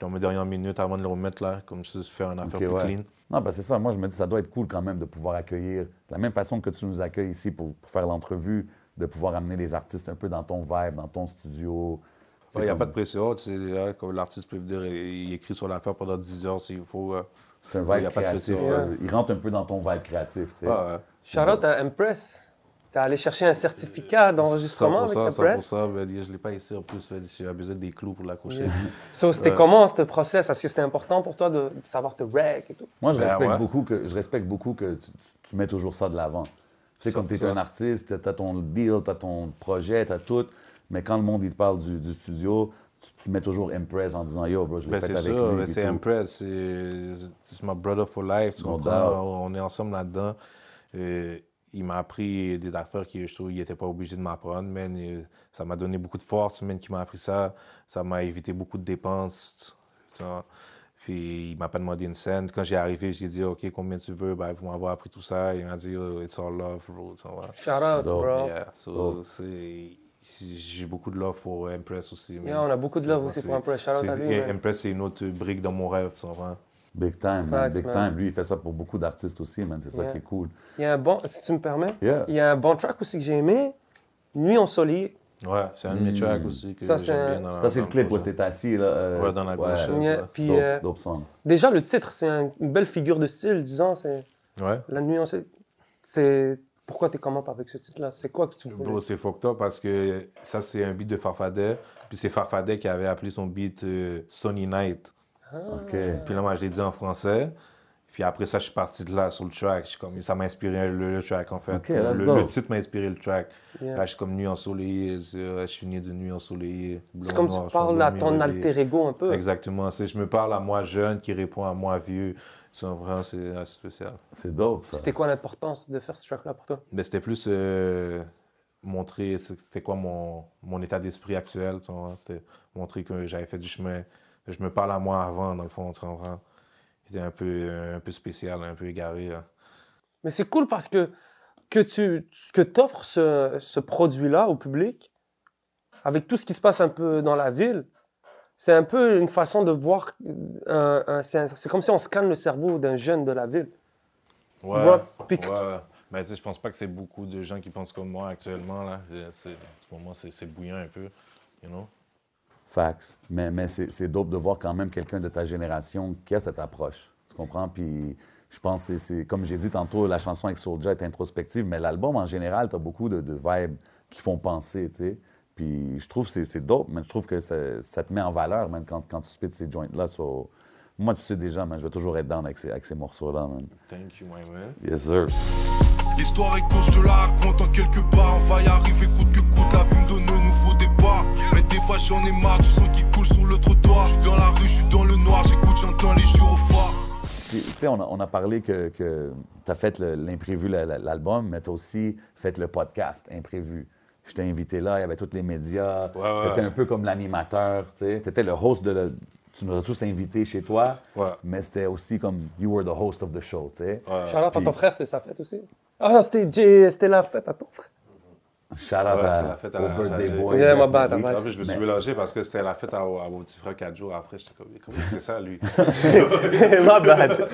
[SPEAKER 3] dans mes dernières minutes avant de le remettre là, comme je fais une affaire
[SPEAKER 1] Ok,
[SPEAKER 3] plus
[SPEAKER 1] ouais.
[SPEAKER 3] clean.
[SPEAKER 1] Non, ben c'est ça. Moi, je me dis, ça doit être cool quand même de pouvoir accueillir, de la même façon que tu nous accueilles ici pour, pour faire l'entrevue, de pouvoir amener les artistes un peu dans ton vibe, dans ton studio.
[SPEAKER 3] Ouais, Il n'y a pas de pression, tu sais, là, comme l'artiste peut venir, il écrit sur l'affaire pendant 10 heures s'il faut. euh,
[SPEAKER 1] C'est un
[SPEAKER 3] Ouais,
[SPEAKER 1] vibe
[SPEAKER 3] y a pas de
[SPEAKER 1] créatif.
[SPEAKER 3] pression,
[SPEAKER 1] euh, Il rentre un peu dans ton vibe créatif, tu sais.
[SPEAKER 3] ah, ouais.
[SPEAKER 2] Shout out à Empress. T'es allé chercher un certificat d'enregistrement avec
[SPEAKER 3] 100%,
[SPEAKER 2] Empress.
[SPEAKER 3] 100%, ben, je ne l'ai pas ici en plus, ben, j'ai besoin des clous pour l'accrocher.
[SPEAKER 2] So, c'était
[SPEAKER 3] Ouais.
[SPEAKER 2] comment ce process Est-ce que c'était important pour toi de de savoir te rec et tout
[SPEAKER 1] Moi, je
[SPEAKER 3] Ben
[SPEAKER 1] respecte,
[SPEAKER 3] ouais.
[SPEAKER 1] beaucoup que, je respecte beaucoup que tu, tu- tu mets toujours ça de l'avant. Tu sais, comme tu es
[SPEAKER 3] ça.
[SPEAKER 1] un artiste, tu as ton deal, tu as ton projet, tu as tout. Mais quand le monde il te parle du, du studio, tu, tu mets toujours impress en disant Yo, bro, je l'ai
[SPEAKER 3] Ben,
[SPEAKER 1] fait
[SPEAKER 3] c'est
[SPEAKER 1] avec
[SPEAKER 3] sûr,
[SPEAKER 1] lui.
[SPEAKER 3] ben,
[SPEAKER 1] et
[SPEAKER 3] c'est
[SPEAKER 1] tout.
[SPEAKER 3] Impress, c'est c'est my brother for life, tu
[SPEAKER 1] No
[SPEAKER 3] comprends?
[SPEAKER 1] doubt.
[SPEAKER 3] On est ensemble là-dedans. Euh, il m'a appris des affaires que je trouve qu'il n'était pas obligé de m'apprendre, man. Euh, ça m'a donné beaucoup de force, man, qui m'a appris ça. Ça m'a évité beaucoup de dépenses, tu vois. Puis il m'a pas demandé une scène. Quand j'ai arrivé, j'ai dit, OK, combien tu veux ben, pour m'avoir appris tout ça? Il m'a dit, oh, It's all love, bro. tu vois.
[SPEAKER 2] Shout out,
[SPEAKER 1] Dope.
[SPEAKER 2] bro.
[SPEAKER 3] Yeah, so,
[SPEAKER 1] Dope.
[SPEAKER 3] c'est- J'ai beaucoup de love pour Impress aussi. man.
[SPEAKER 2] Yeah, on a beaucoup de
[SPEAKER 3] C'est-
[SPEAKER 2] love aussi pour
[SPEAKER 3] c'est-
[SPEAKER 2] Empress. Shout out
[SPEAKER 3] c'est-
[SPEAKER 2] à lui. man.
[SPEAKER 3] Impress, c'est une autre brique dans mon rêve, tu comprends?
[SPEAKER 1] Big time, man,
[SPEAKER 2] Facts,
[SPEAKER 1] big
[SPEAKER 2] man.
[SPEAKER 1] time. Lui, il fait ça pour beaucoup d'artistes aussi, man. C'est ça
[SPEAKER 2] Yeah.
[SPEAKER 1] qui est cool.
[SPEAKER 2] Il y a un bon, si tu me permets,
[SPEAKER 1] Yeah.
[SPEAKER 2] il y a un bon track aussi que j'ai aimé, Nuit ensoleillée.
[SPEAKER 3] Ouais, c'est un de mes tracks aussi que
[SPEAKER 2] Ça, c'est
[SPEAKER 3] j'aime
[SPEAKER 2] un-
[SPEAKER 3] bien dans la
[SPEAKER 1] Hmm. Ça, c'est le
[SPEAKER 3] dans
[SPEAKER 1] clip où
[SPEAKER 3] projet.
[SPEAKER 1] c'était assis. Là, euh,
[SPEAKER 3] Ouais, dans la gauche, euh,
[SPEAKER 2] Yeah,
[SPEAKER 3] ça.
[SPEAKER 2] Puis
[SPEAKER 1] Dope-
[SPEAKER 2] euh,
[SPEAKER 1] dope song.
[SPEAKER 2] déjà, le titre, c'est un- une belle figure de style, disons. C'est
[SPEAKER 3] Ouais.
[SPEAKER 2] la nuance. c'est- C'est pourquoi t'es comment avec ce titre-là C'est quoi que tu voulais
[SPEAKER 3] Bro, c'est fucked up parce que ça, c'est un beat de Farfadet. Puis c'est Farfadet qui avait appelé son beat euh, Sunny Night.
[SPEAKER 2] Ah.
[SPEAKER 1] OK.
[SPEAKER 3] Puis là, moi, je l'ai dit en français. Puis après ça, je suis parti de là sur le track. Je suis comme, ça m'a inspiré le, le track, en fait.
[SPEAKER 1] Ok,
[SPEAKER 3] le,
[SPEAKER 1] that's
[SPEAKER 3] le
[SPEAKER 1] dope.
[SPEAKER 3] titre m'a inspiré le track.
[SPEAKER 2] Yeah.
[SPEAKER 3] Là, je suis comme nuit ensoleillée. c'est- euh, Je suis né de nuit ensoleillée.
[SPEAKER 2] C'est
[SPEAKER 3] Blanc,
[SPEAKER 2] comme
[SPEAKER 3] noir,
[SPEAKER 2] tu parles à
[SPEAKER 3] chandelier,
[SPEAKER 2] ton
[SPEAKER 3] réveillé.
[SPEAKER 2] alter ego un
[SPEAKER 3] Euh.
[SPEAKER 2] peu.
[SPEAKER 3] Exactement. c'est- Je me parle à moi jeune qui répond à moi vieux. C'est vraiment c'est assez spécial.
[SPEAKER 1] C'est dope, ça.
[SPEAKER 2] C'était quoi l'importance de faire ce track-là pour toi
[SPEAKER 3] Mais c'était plus euh, montrer c'est- c'était quoi mon, mon état d'esprit actuel. tu comprends? C'était montrer que j'avais fait du chemin. Je me parle à moi avant, dans le fond, tu comprends? C'était un peu, un peu spécial, un peu égaré. là.
[SPEAKER 2] Mais c'est cool parce que que tu que offres ce, ce produit-là au public, avec tout ce qui se passe un peu dans la ville, c'est un peu une façon de voir. un- un- c'est un- c'est comme si on scanne le cerveau d'un jeune de la ville.
[SPEAKER 3] Ouais.
[SPEAKER 2] Ouais, puis que-
[SPEAKER 3] ouais. Mais tu sais, je pense pas que c'est beaucoup de gens qui pensent comme moi actuellement. Là. C'est- c'est- en ce moment, c'est c'est bouillant un peu. You know?
[SPEAKER 1] Facts. Mais, mais c'est c'est dope de voir quand même quelqu'un de ta génération qui a cette approche. Tu comprends? Puis je pense que c'est- c'est, comme j'ai dit tantôt, la chanson avec Soulja est introspective, mais l'album en général, t'as beaucoup de, de vibes qui font penser, tu sais. Puis je trouve que c'est- c'est dope, mais je trouve que ça, ça te met en valeur, man, quand, quand tu spits ces joints-là. So, moi, tu sais déjà, man, je vais toujours être down avec ces, avec ces morceaux-là, man.
[SPEAKER 3] Thank you, my man.
[SPEAKER 1] Yes, sir.
[SPEAKER 6] L'histoire est courte, je te la raconte en quelques barres. On va y arriver coûte que coûte, la vie me donne un nouveau départ. Mais des fois j'en ai marre, du sang qui coule sur le trottoir. Je suis dans la rue, je suis dans le noir, j'écoute, j'entends les gyrophares.
[SPEAKER 1] Puis, tu sais, on a, on a parlé que, que tu as fait le- l'imprévu, la- la- l'album, mais tu as aussi fait le podcast imprévu. Je t'ai invité là, il y avait tous les médias.
[SPEAKER 3] ouais.
[SPEAKER 1] Tu étais un peu comme l'animateur, tu étais le host de le- Tu nous as tous invités chez toi,
[SPEAKER 3] Ouais.
[SPEAKER 1] mais c'était aussi comme you were the host of the show, tu sais.
[SPEAKER 2] Charlotte, à
[SPEAKER 1] puis-
[SPEAKER 2] ton frère, c'était sa fête aussi. Ah non, c'était Jay- c'était la fête à ton frère.
[SPEAKER 1] Shout out
[SPEAKER 3] Ouais,
[SPEAKER 1] à-
[SPEAKER 3] c'est la fête à
[SPEAKER 1] au
[SPEAKER 3] la-
[SPEAKER 1] Birthday
[SPEAKER 3] à-
[SPEAKER 1] Boy.
[SPEAKER 2] Yeah, my
[SPEAKER 1] definitely.
[SPEAKER 2] bad, my bad.
[SPEAKER 3] En plus, Ah, je me suis mélangé parce que c'était la fête à, à mon petit frère quatre jours après. J'étais comme, comment c'est ça, lui?
[SPEAKER 2] Ma bad.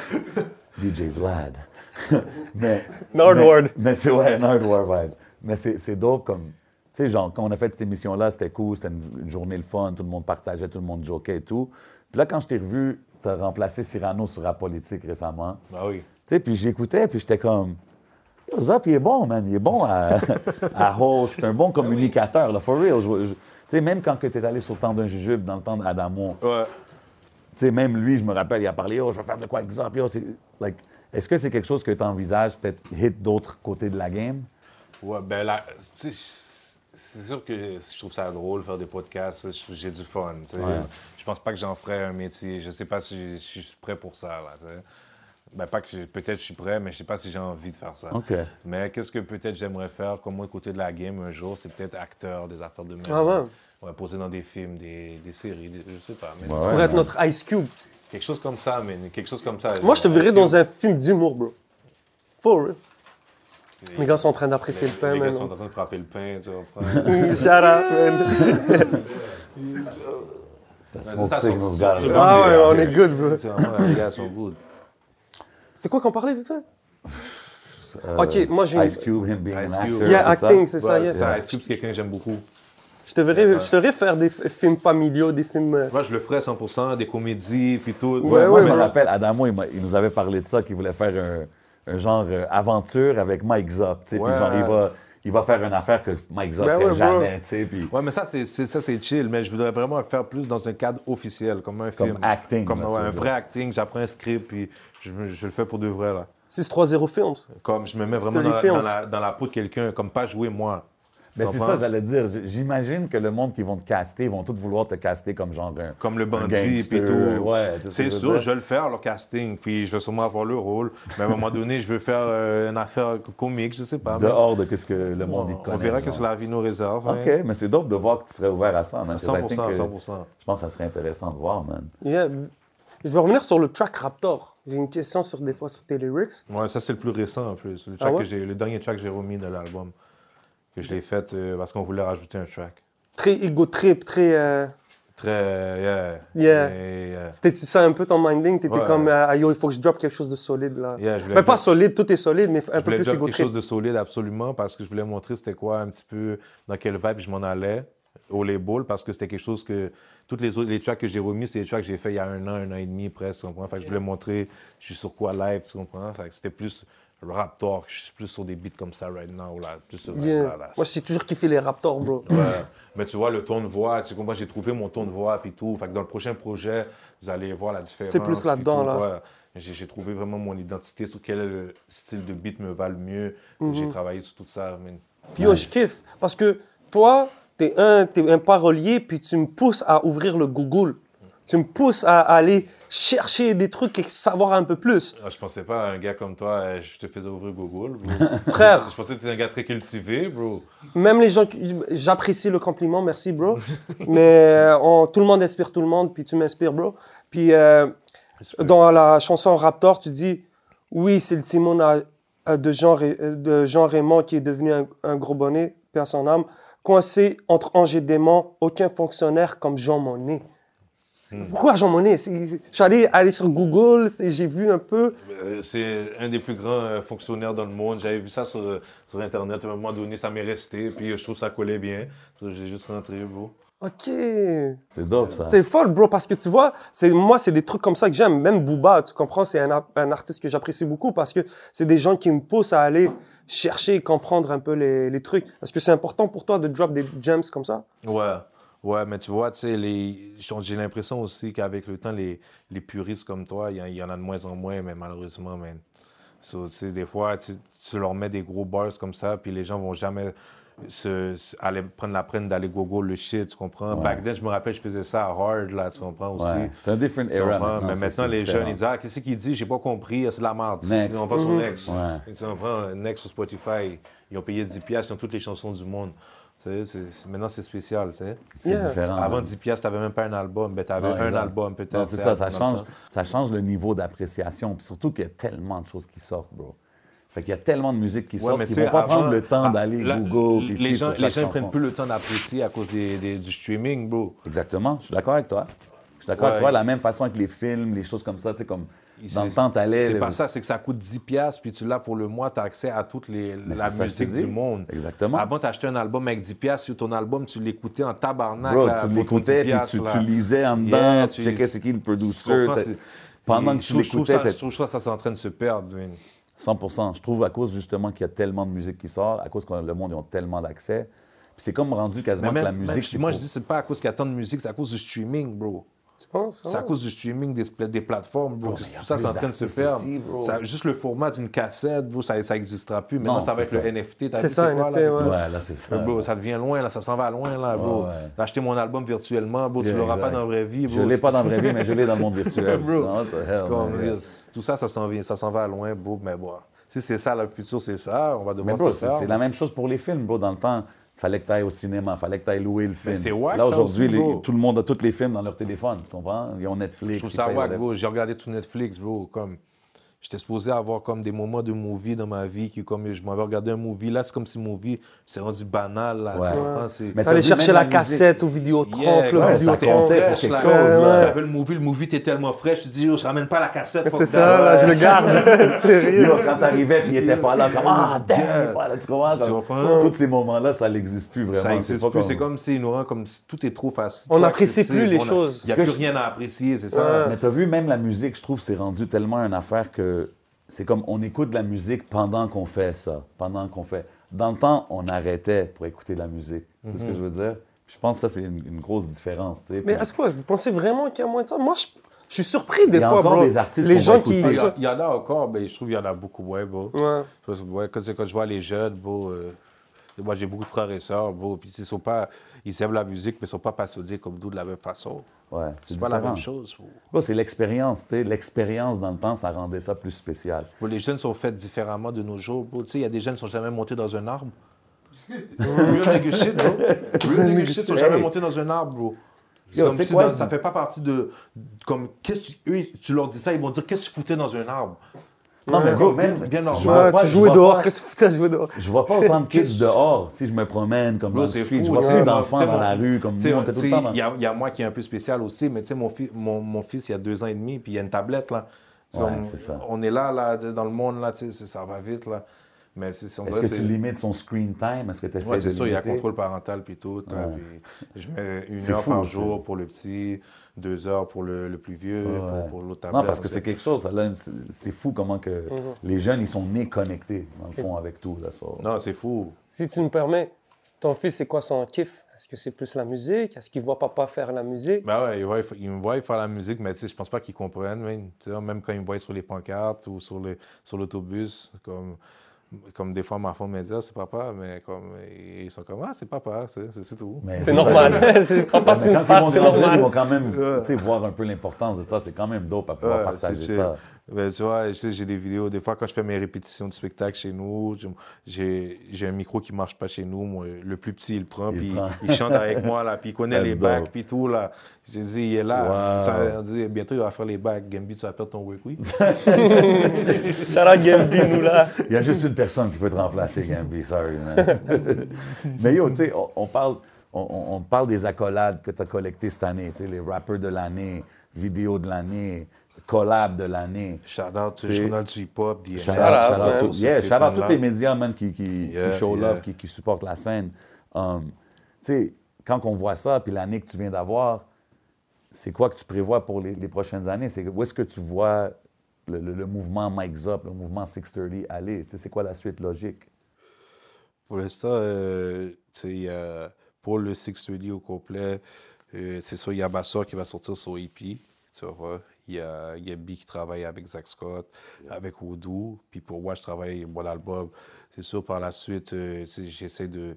[SPEAKER 1] DJ Vlad. mais,
[SPEAKER 2] Nardward.
[SPEAKER 1] Mais, mais c'est, ouais, Nardward vibe. Mais c'est, c'est dope comme. Tu sais, genre, quand on a fait cette émission-là, c'était cool, c'était une, une journée le fun, tout le monde partageait, tout le monde jokait et tout. Puis là, quand je t'ai revu, t'as remplacé Cyrano sur la politique récemment.
[SPEAKER 3] ah oui.
[SPEAKER 1] Tu sais, puis j'écoutais, puis j'étais comme. Yo, Zop, il est bon, man. Il est bon à, à host. C'est un bon communicateur, là, for real. Je- je- Tu sais, même quand tu es allé sur le temps d'un jujube, dans le temps d'Adamo,
[SPEAKER 3] Ouais.
[SPEAKER 1] tu sais, même lui, je me rappelle, il a parlé, oh, je vais faire de quoi avec ça. Puis, oh, c'est- like, est-ce que c'est quelque chose que tu envisages, peut-être hit d'autres côtés de la game?
[SPEAKER 3] Ouais, ben là, tu sais, c'est c'est sûr que je trouve ça drôle faire des podcasts. je- J'ai du fun. tu sais. Je pense pas que j'en ferais un métier. Je sais pas si je suis prêt pour ça. Là, tu sais. ben, pas que je- peut-être je suis prêt, mais je sais pas si j'ai envie de faire ça.
[SPEAKER 1] OK.
[SPEAKER 3] Mais qu'est-ce que peut-être j'aimerais faire comme moi, côté de la game un jour, c'est peut-être acteur, des affaires de merde.
[SPEAKER 2] Ah ouais?
[SPEAKER 3] Ouais, poser dans des films, des, des séries, des- je sais pas. mais
[SPEAKER 2] Pour être notre Ice Cube.
[SPEAKER 3] Quelque chose comme ça, mais quelque chose comme ça.
[SPEAKER 2] Moi, je te verrais dans un film d'humour, bro. For real. Les gars sont en train d'apprécier
[SPEAKER 3] Les,
[SPEAKER 2] le pain hein.
[SPEAKER 3] les gars sont en
[SPEAKER 2] maintenant.
[SPEAKER 3] train de frapper le pain, tu vois.
[SPEAKER 2] Shut up, man.
[SPEAKER 1] Smoke
[SPEAKER 3] Ben, ça,
[SPEAKER 1] signals,
[SPEAKER 3] ça,
[SPEAKER 1] guys.
[SPEAKER 3] ça,
[SPEAKER 2] Ah ouais, on est good, bro.
[SPEAKER 3] C'est vraiment, les gars sont good.
[SPEAKER 2] C'est quoi qu'on parlait de ça
[SPEAKER 1] Euh,
[SPEAKER 2] Ok, moi j'ai.
[SPEAKER 1] Ice Cube, him being
[SPEAKER 3] Ice
[SPEAKER 1] an
[SPEAKER 3] Cube.
[SPEAKER 1] actor.
[SPEAKER 2] Yeah,
[SPEAKER 1] tout ça.
[SPEAKER 2] acting, c'est ça,
[SPEAKER 3] Ouais,
[SPEAKER 2] yes.
[SPEAKER 3] c'est ça. Ice Cube, c'est quelqu'un que j'aime beaucoup.
[SPEAKER 2] Je te verrais, je te verrais faire des f- films familiaux, des films. euh,
[SPEAKER 3] Moi, je le ferais 100%, des comédies, puis tout.
[SPEAKER 1] Ouais,
[SPEAKER 2] Ouais,
[SPEAKER 1] moi,
[SPEAKER 2] ouais,
[SPEAKER 1] je me
[SPEAKER 2] ouais.
[SPEAKER 1] rappelle, Adamo, il, m'a- il nous avait parlé de ça, qu'il voulait faire un, un genre euh, aventure avec Mike Zop. tu sais,
[SPEAKER 3] Ouais.
[SPEAKER 1] Puis genre, il va, il va faire une affaire que Mike Zop
[SPEAKER 2] Ben
[SPEAKER 1] ferait
[SPEAKER 2] ouais, bro.
[SPEAKER 1] jamais, tu sais. Puis
[SPEAKER 3] Ouais, mais ça, c'est, c'est- ça, c'est chill, mais je voudrais vraiment le faire plus dans un cadre officiel, comme un
[SPEAKER 1] Comme
[SPEAKER 3] film.
[SPEAKER 1] acting,
[SPEAKER 3] Comme
[SPEAKER 1] là, tu
[SPEAKER 3] ouais,
[SPEAKER 1] veux
[SPEAKER 3] un
[SPEAKER 1] dire.
[SPEAKER 3] vrai acting, j'apprends un script, puis je, me- je le fais pour de vrai, là.
[SPEAKER 2] 630 Films.
[SPEAKER 3] Comme je me mets vraiment
[SPEAKER 2] les
[SPEAKER 3] dans, la-
[SPEAKER 2] faits,
[SPEAKER 3] dans
[SPEAKER 2] on
[SPEAKER 3] la, dans la peau de quelqu'un, comme pas jouer moi.
[SPEAKER 1] mais ben,
[SPEAKER 3] Tu
[SPEAKER 1] c'est
[SPEAKER 3] comprends?
[SPEAKER 1] ça, j'allais dire. J- J'imagine que le monde qui vont te caster, ils vont tous vouloir te caster comme genre un.
[SPEAKER 3] Comme le
[SPEAKER 1] un
[SPEAKER 3] bandit,
[SPEAKER 1] gangster,
[SPEAKER 3] puis tout.
[SPEAKER 1] Ouais, tu sais ce
[SPEAKER 3] c'est
[SPEAKER 1] que je veux
[SPEAKER 3] sûr,
[SPEAKER 1] dire?
[SPEAKER 3] je vais le faire, le casting, puis je vais sûrement avoir le rôle. Mais à un moment donné, je vais faire euh, une affaire comique, je sais pas. mais
[SPEAKER 1] dehors de ce que le monde y
[SPEAKER 3] on,
[SPEAKER 1] connaît.
[SPEAKER 3] on verra
[SPEAKER 1] genre.
[SPEAKER 3] ce que la vie nous réserve. hein.
[SPEAKER 1] OK, mais c'est dope de voir que tu serais ouvert à ça, man. 'cause I think euh,
[SPEAKER 3] 100%,
[SPEAKER 1] que-
[SPEAKER 3] 100%.
[SPEAKER 1] Je pense que ça serait intéressant de voir, man.
[SPEAKER 2] Yeah. Je vais revenir sur le track Raptor. J'ai une question sur des fois sur tes lyrics.
[SPEAKER 3] Ouais, ça c'est le plus récent en plus. Le,
[SPEAKER 2] Ah
[SPEAKER 3] track
[SPEAKER 2] ouais?
[SPEAKER 3] que j'ai- le dernier track que j'ai remis de l'album. Que je l'ai fait euh, parce qu'on voulait rajouter un track.
[SPEAKER 2] Très ego trip, très. euh,
[SPEAKER 3] Très, yeah.
[SPEAKER 2] Yeah.
[SPEAKER 3] yeah.
[SPEAKER 2] C'était-tu ça un peu ton minding T'étais
[SPEAKER 3] Ouais.
[SPEAKER 2] comme, euh, Ah, yo, il faut que je drop quelque chose de solide là.
[SPEAKER 3] Yeah, je voulais
[SPEAKER 2] Mais pas
[SPEAKER 3] drop-
[SPEAKER 2] solide, tout est solide, mais un
[SPEAKER 3] je
[SPEAKER 2] peu
[SPEAKER 3] voulais
[SPEAKER 2] plus
[SPEAKER 3] drop
[SPEAKER 2] égo
[SPEAKER 3] quelque chose de solide absolument parce que je voulais montrer c'était quoi un petit peu dans quel vibe je m'en allais au label parce que c'était quelque chose que toutes les autres les tracks que j'ai remis c'est des tracks que j'ai fait il y a un an un an et demi presque tu comprends fait que je voulais montrer je suis sur quoi live tu comprends fait que c'était plus rap talk je suis plus sur des beats comme ça right now là plus sur
[SPEAKER 2] Yeah. Moi, j'ai toujours kiffé les Raptors, bro.
[SPEAKER 3] Ouais. Mais tu vois, le ton de voix, tu comprends, j'ai trouvé mon ton de voix puis tout. Fait que dans le prochain projet, vous allez voir la différence.
[SPEAKER 2] C'est plus là-dedans,
[SPEAKER 3] puis tout,
[SPEAKER 2] là.
[SPEAKER 3] ouais. J'ai j'ai trouvé vraiment mon identité sur quel euh, style de beat me va le mieux.
[SPEAKER 2] Mhm.
[SPEAKER 3] J'ai travaillé sur tout ça. man.
[SPEAKER 2] Puis yo, je kiffe. Parce que toi, t'es un, t'es un parolier, puis tu me pousses à ouvrir le Google. Tu me pousses à aller chercher des trucs et savoir un peu plus.
[SPEAKER 3] Ah, Je pensais pas à un gars comme toi, euh, je te faisais ouvrir Google. bro.
[SPEAKER 2] Frère.
[SPEAKER 3] Je pensais que tu étais un gars très cultivé, bro.
[SPEAKER 2] Même les gens, qui- j'apprécie le compliment, merci bro. Mais euh, on- tout le monde inspire tout le monde, puis tu m'inspires bro. Puis euh, dans la chanson Raptor, tu dis oui, c'est le Timon à- à de Jean, Ré- de Jean Raymond qui est devenu un, un gros bonnet, paix à son âme. Coincé entre Angers et Démon, aucun fonctionnaire comme Jean Monnet.
[SPEAKER 3] Hmm.
[SPEAKER 2] Pourquoi Jean Monnet C'est- Je suis allé, allé sur Google, c'est- j'ai vu un peu.
[SPEAKER 3] Euh, C'est un des plus grands euh, fonctionnaires dans le monde. J'avais vu ça sur, euh, sur Internet. À un moment donné, ça m'est resté. Puis euh, je trouve que ça collait bien. J'ai juste rentré, bro.
[SPEAKER 2] Ok.
[SPEAKER 1] C'est dope, ça.
[SPEAKER 2] C'est folle, bro, parce que tu vois, c'est moi, c'est des trucs comme ça que j'aime. Même Booba, tu comprends, c'est un, a- un artiste que j'apprécie beaucoup parce que c'est des gens qui me poussent à aller chercher et comprendre un peu les, les trucs. Est-ce que c'est important pour toi de drop des gems comme ça
[SPEAKER 3] Ouais, ouais, mais tu vois, tu sais, les... j'en- j'ai l'impression aussi qu'avec le temps, les, les puristes comme toi, il y, en- il y en a de moins en moins, mais malheureusement, man. So, tu sais, des fois, tu, tu leur mets des gros bars comme ça, puis les gens vont jamais se, se- aller prendre la peine d'aller gogo le shit, tu comprends?
[SPEAKER 1] Ouais.
[SPEAKER 3] Back then, je me rappelle, je faisais ça à hard, là, tu comprends aussi.
[SPEAKER 1] Ouais. C'est un different
[SPEAKER 3] Tu
[SPEAKER 1] era.
[SPEAKER 3] comprends? mais
[SPEAKER 1] ça,
[SPEAKER 3] maintenant,
[SPEAKER 1] c'est
[SPEAKER 3] les
[SPEAKER 1] différent.
[SPEAKER 3] jeunes, ils disent Ah, qu'est-ce qu'il dit J'ai pas compris, ah, c'est de la merde.
[SPEAKER 1] Next.
[SPEAKER 3] On va sur
[SPEAKER 2] Mhm.
[SPEAKER 3] Next.
[SPEAKER 1] Ouais.
[SPEAKER 3] Tu comprends Next sur Spotify, ils ont payé 10$ piastres sur toutes les chansons du monde. Tu sais, c'est- c'est- maintenant, c'est spécial. tu sais.
[SPEAKER 1] C'est
[SPEAKER 2] Yeah.
[SPEAKER 1] différent.
[SPEAKER 3] Avant
[SPEAKER 1] man.
[SPEAKER 3] 10$, piastres, t'avais même pas un album. Ben, t'avais
[SPEAKER 1] Non,
[SPEAKER 3] un
[SPEAKER 1] exact.
[SPEAKER 3] album peut-être.
[SPEAKER 1] Non, C'est ça, ça
[SPEAKER 3] dans le
[SPEAKER 1] change,
[SPEAKER 3] temps.
[SPEAKER 1] ça change le niveau d'appréciation. Puis surtout qu'il y a tellement de choses qui sortent, bro. Fait qu'il y a tellement de musique qui
[SPEAKER 3] Ouais,
[SPEAKER 1] sort
[SPEAKER 3] mais
[SPEAKER 1] qu'ils
[SPEAKER 3] tu sais,
[SPEAKER 1] vont pas
[SPEAKER 3] avant-
[SPEAKER 1] prendre le temps
[SPEAKER 3] ah,
[SPEAKER 1] d'aller
[SPEAKER 3] là,
[SPEAKER 1] Google. puis
[SPEAKER 3] Les
[SPEAKER 1] ici,
[SPEAKER 3] gens
[SPEAKER 1] sur
[SPEAKER 3] les
[SPEAKER 1] chaque
[SPEAKER 3] gens
[SPEAKER 1] chanson.
[SPEAKER 3] prennent plus le temps d'apprécier à cause des- des- du streaming, bro.
[SPEAKER 1] Exactement, je suis d'accord avec toi. Je suis d'accord
[SPEAKER 3] Ouais.
[SPEAKER 1] avec toi, de la même façon avec les films, les choses comme ça, tu sais, comme dans le
[SPEAKER 3] C'est-
[SPEAKER 1] temps, t'allais.
[SPEAKER 3] C'est
[SPEAKER 1] là,
[SPEAKER 3] pas ça, c'est que ça coûte 10$, piastres, puis tu l'as pour le mois, t'as accès à toute les-
[SPEAKER 1] mais
[SPEAKER 3] la
[SPEAKER 1] c'est ça que je te
[SPEAKER 3] musique
[SPEAKER 1] dis.
[SPEAKER 3] du monde.
[SPEAKER 1] Exactement.
[SPEAKER 3] Avant, t'achetais un album avec 10 piastres sur ton album, tu l'écoutais en tabarnak.
[SPEAKER 1] Bro,
[SPEAKER 3] là,
[SPEAKER 1] tu
[SPEAKER 3] pour ton
[SPEAKER 1] l'écoutais, puis
[SPEAKER 3] 10
[SPEAKER 1] tu,
[SPEAKER 3] piastres,
[SPEAKER 1] tu
[SPEAKER 3] là.
[SPEAKER 1] lisais en dedans,
[SPEAKER 3] Yeah,
[SPEAKER 1] tu
[SPEAKER 3] tu-
[SPEAKER 1] checkais c'est qui le
[SPEAKER 3] Tu
[SPEAKER 1] producer.
[SPEAKER 3] comprends,
[SPEAKER 1] t'as-
[SPEAKER 3] c'est-
[SPEAKER 1] Pendant
[SPEAKER 3] Et
[SPEAKER 1] que tu
[SPEAKER 3] je trouve- je trouve
[SPEAKER 1] l'écoutais,
[SPEAKER 3] ça-
[SPEAKER 1] t'as-
[SPEAKER 3] je trouve ça, ça c'est en train de se perdre. man.
[SPEAKER 1] 100 Je trouve à cause justement qu'il y a tellement de musique qui sort, à cause que le monde ils ont tellement d'accès. Puis c'est comme rendu
[SPEAKER 3] Mais
[SPEAKER 1] quasiment
[SPEAKER 3] même-
[SPEAKER 1] que la
[SPEAKER 3] même,
[SPEAKER 1] musique.
[SPEAKER 3] moi, je
[SPEAKER 1] pour-
[SPEAKER 3] dis c'est pas à cause qu'il y a tant de musique, c'est à cause du streaming, bro.
[SPEAKER 2] Tu penses hein?
[SPEAKER 3] C'est à cause du streaming des, pla- des plateformes, bro.
[SPEAKER 1] Bro,
[SPEAKER 3] que
[SPEAKER 1] Oh. mais y a
[SPEAKER 3] tout ça, c'est en
[SPEAKER 1] plus
[SPEAKER 3] train de se
[SPEAKER 1] d'artistes
[SPEAKER 3] perdre.
[SPEAKER 1] aussi, bro.
[SPEAKER 3] Ça- juste le format d'une cassette, bro, ça n'existera plus. Maintenant,
[SPEAKER 1] Non,
[SPEAKER 3] ça va être
[SPEAKER 1] c'est
[SPEAKER 3] le
[SPEAKER 1] ça.
[SPEAKER 3] NFT. t'as
[SPEAKER 2] C'est
[SPEAKER 3] vu,
[SPEAKER 2] ça,
[SPEAKER 3] quoi,
[SPEAKER 2] NFT,
[SPEAKER 3] là?
[SPEAKER 2] ouais.
[SPEAKER 1] Ouais, là, c'est ça.
[SPEAKER 3] Mais bro, ça devient loin, là, ça s'en va loin, là, bro.
[SPEAKER 1] Ouais, ouais.
[SPEAKER 3] D'acheter mon album virtuellement, bro, tu
[SPEAKER 1] Yeah,
[SPEAKER 3] l'auras pas
[SPEAKER 1] exact.
[SPEAKER 3] dans la vraie vie, bro.
[SPEAKER 1] Je l'ai pas dans le vrai
[SPEAKER 3] vie,
[SPEAKER 1] vie, mais je l'ai dans le monde virtuel.
[SPEAKER 3] Bro,
[SPEAKER 1] Non, what the hell, man, yeah.
[SPEAKER 3] Tout ça, ça s'en vient, ça s'en va loin, bro. Mais bon, si c'est ça, le futur, c'est ça, on va
[SPEAKER 1] Mais
[SPEAKER 3] devoir
[SPEAKER 1] bro,
[SPEAKER 3] se
[SPEAKER 1] c'est
[SPEAKER 3] faire.
[SPEAKER 1] c'est la même chose pour les films, bro. Dans le temps, fallait que tu ailles au cinéma, fallait que tu ailles louer le film.
[SPEAKER 3] c'est wack,
[SPEAKER 1] Là,
[SPEAKER 3] ça
[SPEAKER 1] aujourd'hui,
[SPEAKER 3] aussi,
[SPEAKER 1] les-
[SPEAKER 3] bro.
[SPEAKER 1] tout le monde a tous les films dans leur téléphone, tu comprends? Ils ont Netflix.
[SPEAKER 3] Je trouve
[SPEAKER 1] ils
[SPEAKER 3] ça
[SPEAKER 1] payent,
[SPEAKER 3] wack,
[SPEAKER 1] whatever.
[SPEAKER 3] bro. J'ai regardé tout Netflix, bro. Comme, j'étais supposé avoir comme des moments de movie dans ma vie, qui comme je m'avais regardé un movie. Là, c'est comme si movie, c'est rendu banal, là.
[SPEAKER 1] Ouais.
[SPEAKER 3] Tu comprends? C'est-
[SPEAKER 1] Mais
[SPEAKER 2] T'allais
[SPEAKER 1] t'as vu
[SPEAKER 2] chercher
[SPEAKER 1] même
[SPEAKER 2] la,
[SPEAKER 1] musique.
[SPEAKER 2] cassette au Vidéotron,
[SPEAKER 3] Yeah,
[SPEAKER 2] le
[SPEAKER 3] comme
[SPEAKER 1] ouais, ça
[SPEAKER 3] ça
[SPEAKER 2] Vidéotron.
[SPEAKER 1] comptait pour
[SPEAKER 3] fraîche,
[SPEAKER 1] quelque
[SPEAKER 3] là.
[SPEAKER 1] chose. là.
[SPEAKER 3] T'avais le movie, le movie, t'es tellement frais. Je te dis, yo, je ramène pas la cassette. fuck
[SPEAKER 2] C'est
[SPEAKER 3] that.
[SPEAKER 2] ça, là, je le garde. Sérieux.
[SPEAKER 1] Yo, quand t'arrivais puis il était pas là, comme Ah, damn, il est pas là, tu comprends?
[SPEAKER 3] Oh Tu
[SPEAKER 1] Comme,
[SPEAKER 3] comprends?
[SPEAKER 1] Tous ces moments-là, ça n'existe plus vraiment.
[SPEAKER 3] Ça
[SPEAKER 1] pas
[SPEAKER 3] n'existe plus.
[SPEAKER 1] comme-
[SPEAKER 3] C'est comme si nous rend comme si tout est trop facile.
[SPEAKER 2] On
[SPEAKER 3] trop
[SPEAKER 2] n'apprécie
[SPEAKER 3] accessible.
[SPEAKER 2] plus les
[SPEAKER 3] On a-
[SPEAKER 2] choses.
[SPEAKER 3] Il n'y a
[SPEAKER 1] Parce
[SPEAKER 3] plus
[SPEAKER 1] que
[SPEAKER 3] rien à apprécier, c'est ça.
[SPEAKER 1] Mais t'as vu, même la musique, je trouve, c'est rendu tellement une affaire que c'est comme on écoute de la musique pendant qu'on fait ça, pendant qu'on fait. Dans le temps, on arrêtait pour écouter de la musique. C'est ce
[SPEAKER 3] Mhm.
[SPEAKER 1] que je veux dire? Puis Je pense que ça, c'est une, une grosse différence. tu sais.
[SPEAKER 2] Mais
[SPEAKER 1] Puis-
[SPEAKER 2] est-ce que ouais, vous pensez vraiment qu'il y a moins de ça Moi, je, je suis surpris des
[SPEAKER 1] Il y a
[SPEAKER 2] fois,
[SPEAKER 1] encore
[SPEAKER 2] bro.
[SPEAKER 1] des artistes
[SPEAKER 2] les
[SPEAKER 1] qu'on
[SPEAKER 2] gens
[SPEAKER 1] va
[SPEAKER 2] qui.
[SPEAKER 1] écouter.
[SPEAKER 3] Il y, a- il y en a encore, mais je trouve qu'il y en a beaucoup, ouais, bro.
[SPEAKER 2] Ouais.
[SPEAKER 3] Parce que, ouais, quand, quand je vois les jeunes, bro, euh, moi j'ai beaucoup de frères et sœurs, bro, puis ils sont pas, ils aiment la musique, mais ils sont pas passionnés comme nous de la même façon.
[SPEAKER 1] Ouais,
[SPEAKER 3] C'est pas la
[SPEAKER 1] différent.
[SPEAKER 3] même chose. bro.
[SPEAKER 1] Là, c'est l'expérience. tu sais. L'expérience dans le temps, ça rendait ça plus spécial.
[SPEAKER 3] Bro, les jeunes sont faits différemment de nos jours, bro. Tu sais, il y a des jeunes qui sont jamais montés dans un arbre. Real nigga shit, bro. Real nigga shit sont jamais
[SPEAKER 1] Hey.
[SPEAKER 3] montés dans un arbre, bro. C'est
[SPEAKER 1] Yo,
[SPEAKER 3] comme
[SPEAKER 1] tu sais
[SPEAKER 3] si
[SPEAKER 1] quoi,
[SPEAKER 3] dans-
[SPEAKER 1] je-
[SPEAKER 3] ça fait pas partie de. Comme, qu'est-ce que tu, eux, tu leur dis ça, ils vont dire qu'est-ce que tu foutais dans un arbre.
[SPEAKER 1] Non, mais bro,
[SPEAKER 3] Bien-
[SPEAKER 1] man,
[SPEAKER 3] bien
[SPEAKER 1] je
[SPEAKER 3] normal.
[SPEAKER 1] vois
[SPEAKER 2] Ouais,
[SPEAKER 1] pas-
[SPEAKER 2] tu
[SPEAKER 1] je
[SPEAKER 2] jouais
[SPEAKER 1] vois
[SPEAKER 2] dehors,
[SPEAKER 1] pas-
[SPEAKER 2] qu'est-ce que tu foutais à jouer dehors
[SPEAKER 1] Je vois pas autant de kids dehors si je me promène comme dans
[SPEAKER 3] Bro,
[SPEAKER 1] le
[SPEAKER 3] c'est
[SPEAKER 1] street.
[SPEAKER 3] fou,
[SPEAKER 1] je vois
[SPEAKER 3] là.
[SPEAKER 1] plein d'enfants
[SPEAKER 3] T'sais,
[SPEAKER 1] dans
[SPEAKER 3] mon-
[SPEAKER 1] la rue, comme nous,
[SPEAKER 3] Tu sais,
[SPEAKER 1] on était tout
[SPEAKER 3] tu
[SPEAKER 1] le
[SPEAKER 3] sais,
[SPEAKER 1] temps. dans-
[SPEAKER 3] Il y, a- il y a moi qui est un peu spécial aussi, mais tu sais, mon, fi- mon, mon fils, il y a deux ans et demi, puis il y a une tablette, là. Tu
[SPEAKER 1] Ouais,
[SPEAKER 3] vois, on,
[SPEAKER 1] c'est ça.
[SPEAKER 3] on est là, là, de- dans le monde, là, tu sais, c'est- ça va vite, là. Mais c'est c'est- on
[SPEAKER 1] Est-ce
[SPEAKER 3] dirait
[SPEAKER 1] que tu
[SPEAKER 3] c'est-
[SPEAKER 1] limites son screen time? Est-ce que tu essaies
[SPEAKER 3] Ouais,
[SPEAKER 1] de
[SPEAKER 3] c'est sûr, il y a
[SPEAKER 1] limiter?
[SPEAKER 3] contrôle parental puis tout. hein,
[SPEAKER 1] Ouais.
[SPEAKER 3] puis je mets une
[SPEAKER 1] C'est
[SPEAKER 3] heure
[SPEAKER 1] fou,
[SPEAKER 3] par
[SPEAKER 1] ça.
[SPEAKER 3] jour pour le petit, deux heures pour le, le plus vieux,
[SPEAKER 1] Ouais.
[SPEAKER 3] pour, pour l'autre tablette.
[SPEAKER 1] Non, parce que
[SPEAKER 3] on sait.
[SPEAKER 1] c'est quelque chose. là, c'est- C'est fou comment que les jeunes, ils sont nés connectés, dans le fond, avec tout. Là, ça.
[SPEAKER 3] Non, c'est fou.
[SPEAKER 2] Si tu me permets, ton fils, c'est quoi son kiff Est-ce que c'est plus la musique Est-ce qu'il voit papa faire la musique
[SPEAKER 3] Ben ouais, il, voit- il me voit faire la musique, mais tu sais, je pense pas qu'ils comprennent. Même, tu sais, même quand ils me voient sur les pancartes ou sur le- sur l'autobus, comme, comme des fois, ma femme me dit Ah, c'est papa », mais comme, ils sont comme « Ah, c'est papa », c'est c'est- c'est tout.
[SPEAKER 1] Mais
[SPEAKER 2] C'est
[SPEAKER 1] ça,
[SPEAKER 2] normal.
[SPEAKER 1] les-
[SPEAKER 2] C'est- Papa,
[SPEAKER 1] Mais
[SPEAKER 2] c'est une
[SPEAKER 1] quand ils
[SPEAKER 2] star,
[SPEAKER 1] vont
[SPEAKER 2] c'est
[SPEAKER 1] grandir, Ils vont
[SPEAKER 2] normal.
[SPEAKER 1] quand même
[SPEAKER 3] Ouais.
[SPEAKER 1] tu sais, voir un peu l'importance de ça. C'est quand même dope à pouvoir
[SPEAKER 3] Ouais, c'est
[SPEAKER 1] partager
[SPEAKER 3] chill.
[SPEAKER 1] ça.
[SPEAKER 3] Ben, tu vois, je sais, j'ai des vidéos. Des fois, quand je fais mes répétitions de spectacle chez nous, j'ai- j'ai j'ai un micro qui marche pas chez nous. Moi, le plus petit, il le prend,
[SPEAKER 1] Il
[SPEAKER 3] puis
[SPEAKER 1] prend.
[SPEAKER 3] il chante avec moi, là, puis il connaît
[SPEAKER 1] That's
[SPEAKER 3] les
[SPEAKER 1] dope.
[SPEAKER 3] bacs, puis tout, là. J'ai dit, il est là.
[SPEAKER 1] Wow.
[SPEAKER 3] Ça, on dit, bientôt, il va faire les bacs. Gambi, tu vas perdre ton work week.
[SPEAKER 2] Dans la game, nous là.
[SPEAKER 1] Il y a juste une personne qui peut te remplacer, Gambi, sorry, man. Mais yo, tu sais, on, on parle, on- on, on parle des accolades que tu as collectées cette année, tu sais, les rappers de l'année, vidéos de l'année, collabs de l'année.
[SPEAKER 3] Shout out to
[SPEAKER 1] T'sais,
[SPEAKER 3] Journal du Hip Hop, DMX.
[SPEAKER 1] Shout
[SPEAKER 2] out,
[SPEAKER 1] out, shout out
[SPEAKER 2] man.
[SPEAKER 1] to-
[SPEAKER 3] Ces
[SPEAKER 1] yeah, shout out tous
[SPEAKER 3] personnes-là.
[SPEAKER 1] les médias, man, qui, qui,
[SPEAKER 3] Yeah,
[SPEAKER 1] qui show
[SPEAKER 3] yeah.
[SPEAKER 1] love, qui, qui supportent la scène. Um, tu sais, quand on voit ça, puis l'année que tu viens d'avoir, c'est quoi que tu prévois pour les, les prochaines années? C'est, où est-ce que tu vois le, le- le mouvement Mike's Up, le mouvement 630 aller? Tu sais, c'est quoi la suite logique?
[SPEAKER 3] Pour l'instant, euh, tu sais, il y a- pour le Six Studio au complet, euh, c'est sûr, il y a Bassor qui va sortir son EP, tu vois. Il y a Gabi qui travaille avec Zach Scott, avec Odoo. Puis pour moi, je travaille mon album. C'est sûr, par la suite, euh, tu sais, j'essaie de.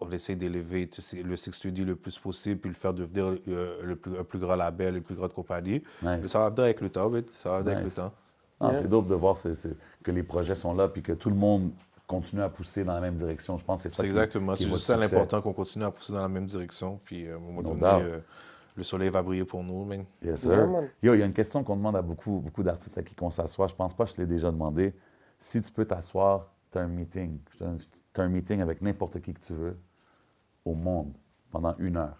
[SPEAKER 3] On essaie d'élever tu sais, le Six Studio le plus possible, puis le faire devenir euh, le plus, un plus grand label, une plus grande compagnie.
[SPEAKER 1] Nice.
[SPEAKER 3] Ça va venir avec le temps, mais ça va venir avec le
[SPEAKER 1] Nice.
[SPEAKER 3] temps.
[SPEAKER 1] Non, C'est dope de voir c'est- c'est- que les projets sont là puis que tout le monde continue à pousser dans la même direction. Je pense que c'est ça
[SPEAKER 3] C'est
[SPEAKER 1] qui-
[SPEAKER 3] exactement.
[SPEAKER 1] qui
[SPEAKER 3] C'est
[SPEAKER 1] va
[SPEAKER 3] juste ça
[SPEAKER 1] succès.
[SPEAKER 3] l'important qu'on continue à pousser dans la même direction. Puis euh, à un moment
[SPEAKER 1] No
[SPEAKER 3] donné,
[SPEAKER 1] doubt.
[SPEAKER 3] euh, le soleil va briller pour nous. man.
[SPEAKER 1] Yes, sir.
[SPEAKER 2] Yeah, man.
[SPEAKER 1] Yo, il y a une question qu'on demande à beaucoup, beaucoup d'artistes à qui qu'on s'assoit. Je pense pas que je te l'ai déjà demandé. Si tu peux t'asseoir, tu as un meeting. Tu as un meeting avec n'importe qui que tu veux au monde pendant une heure.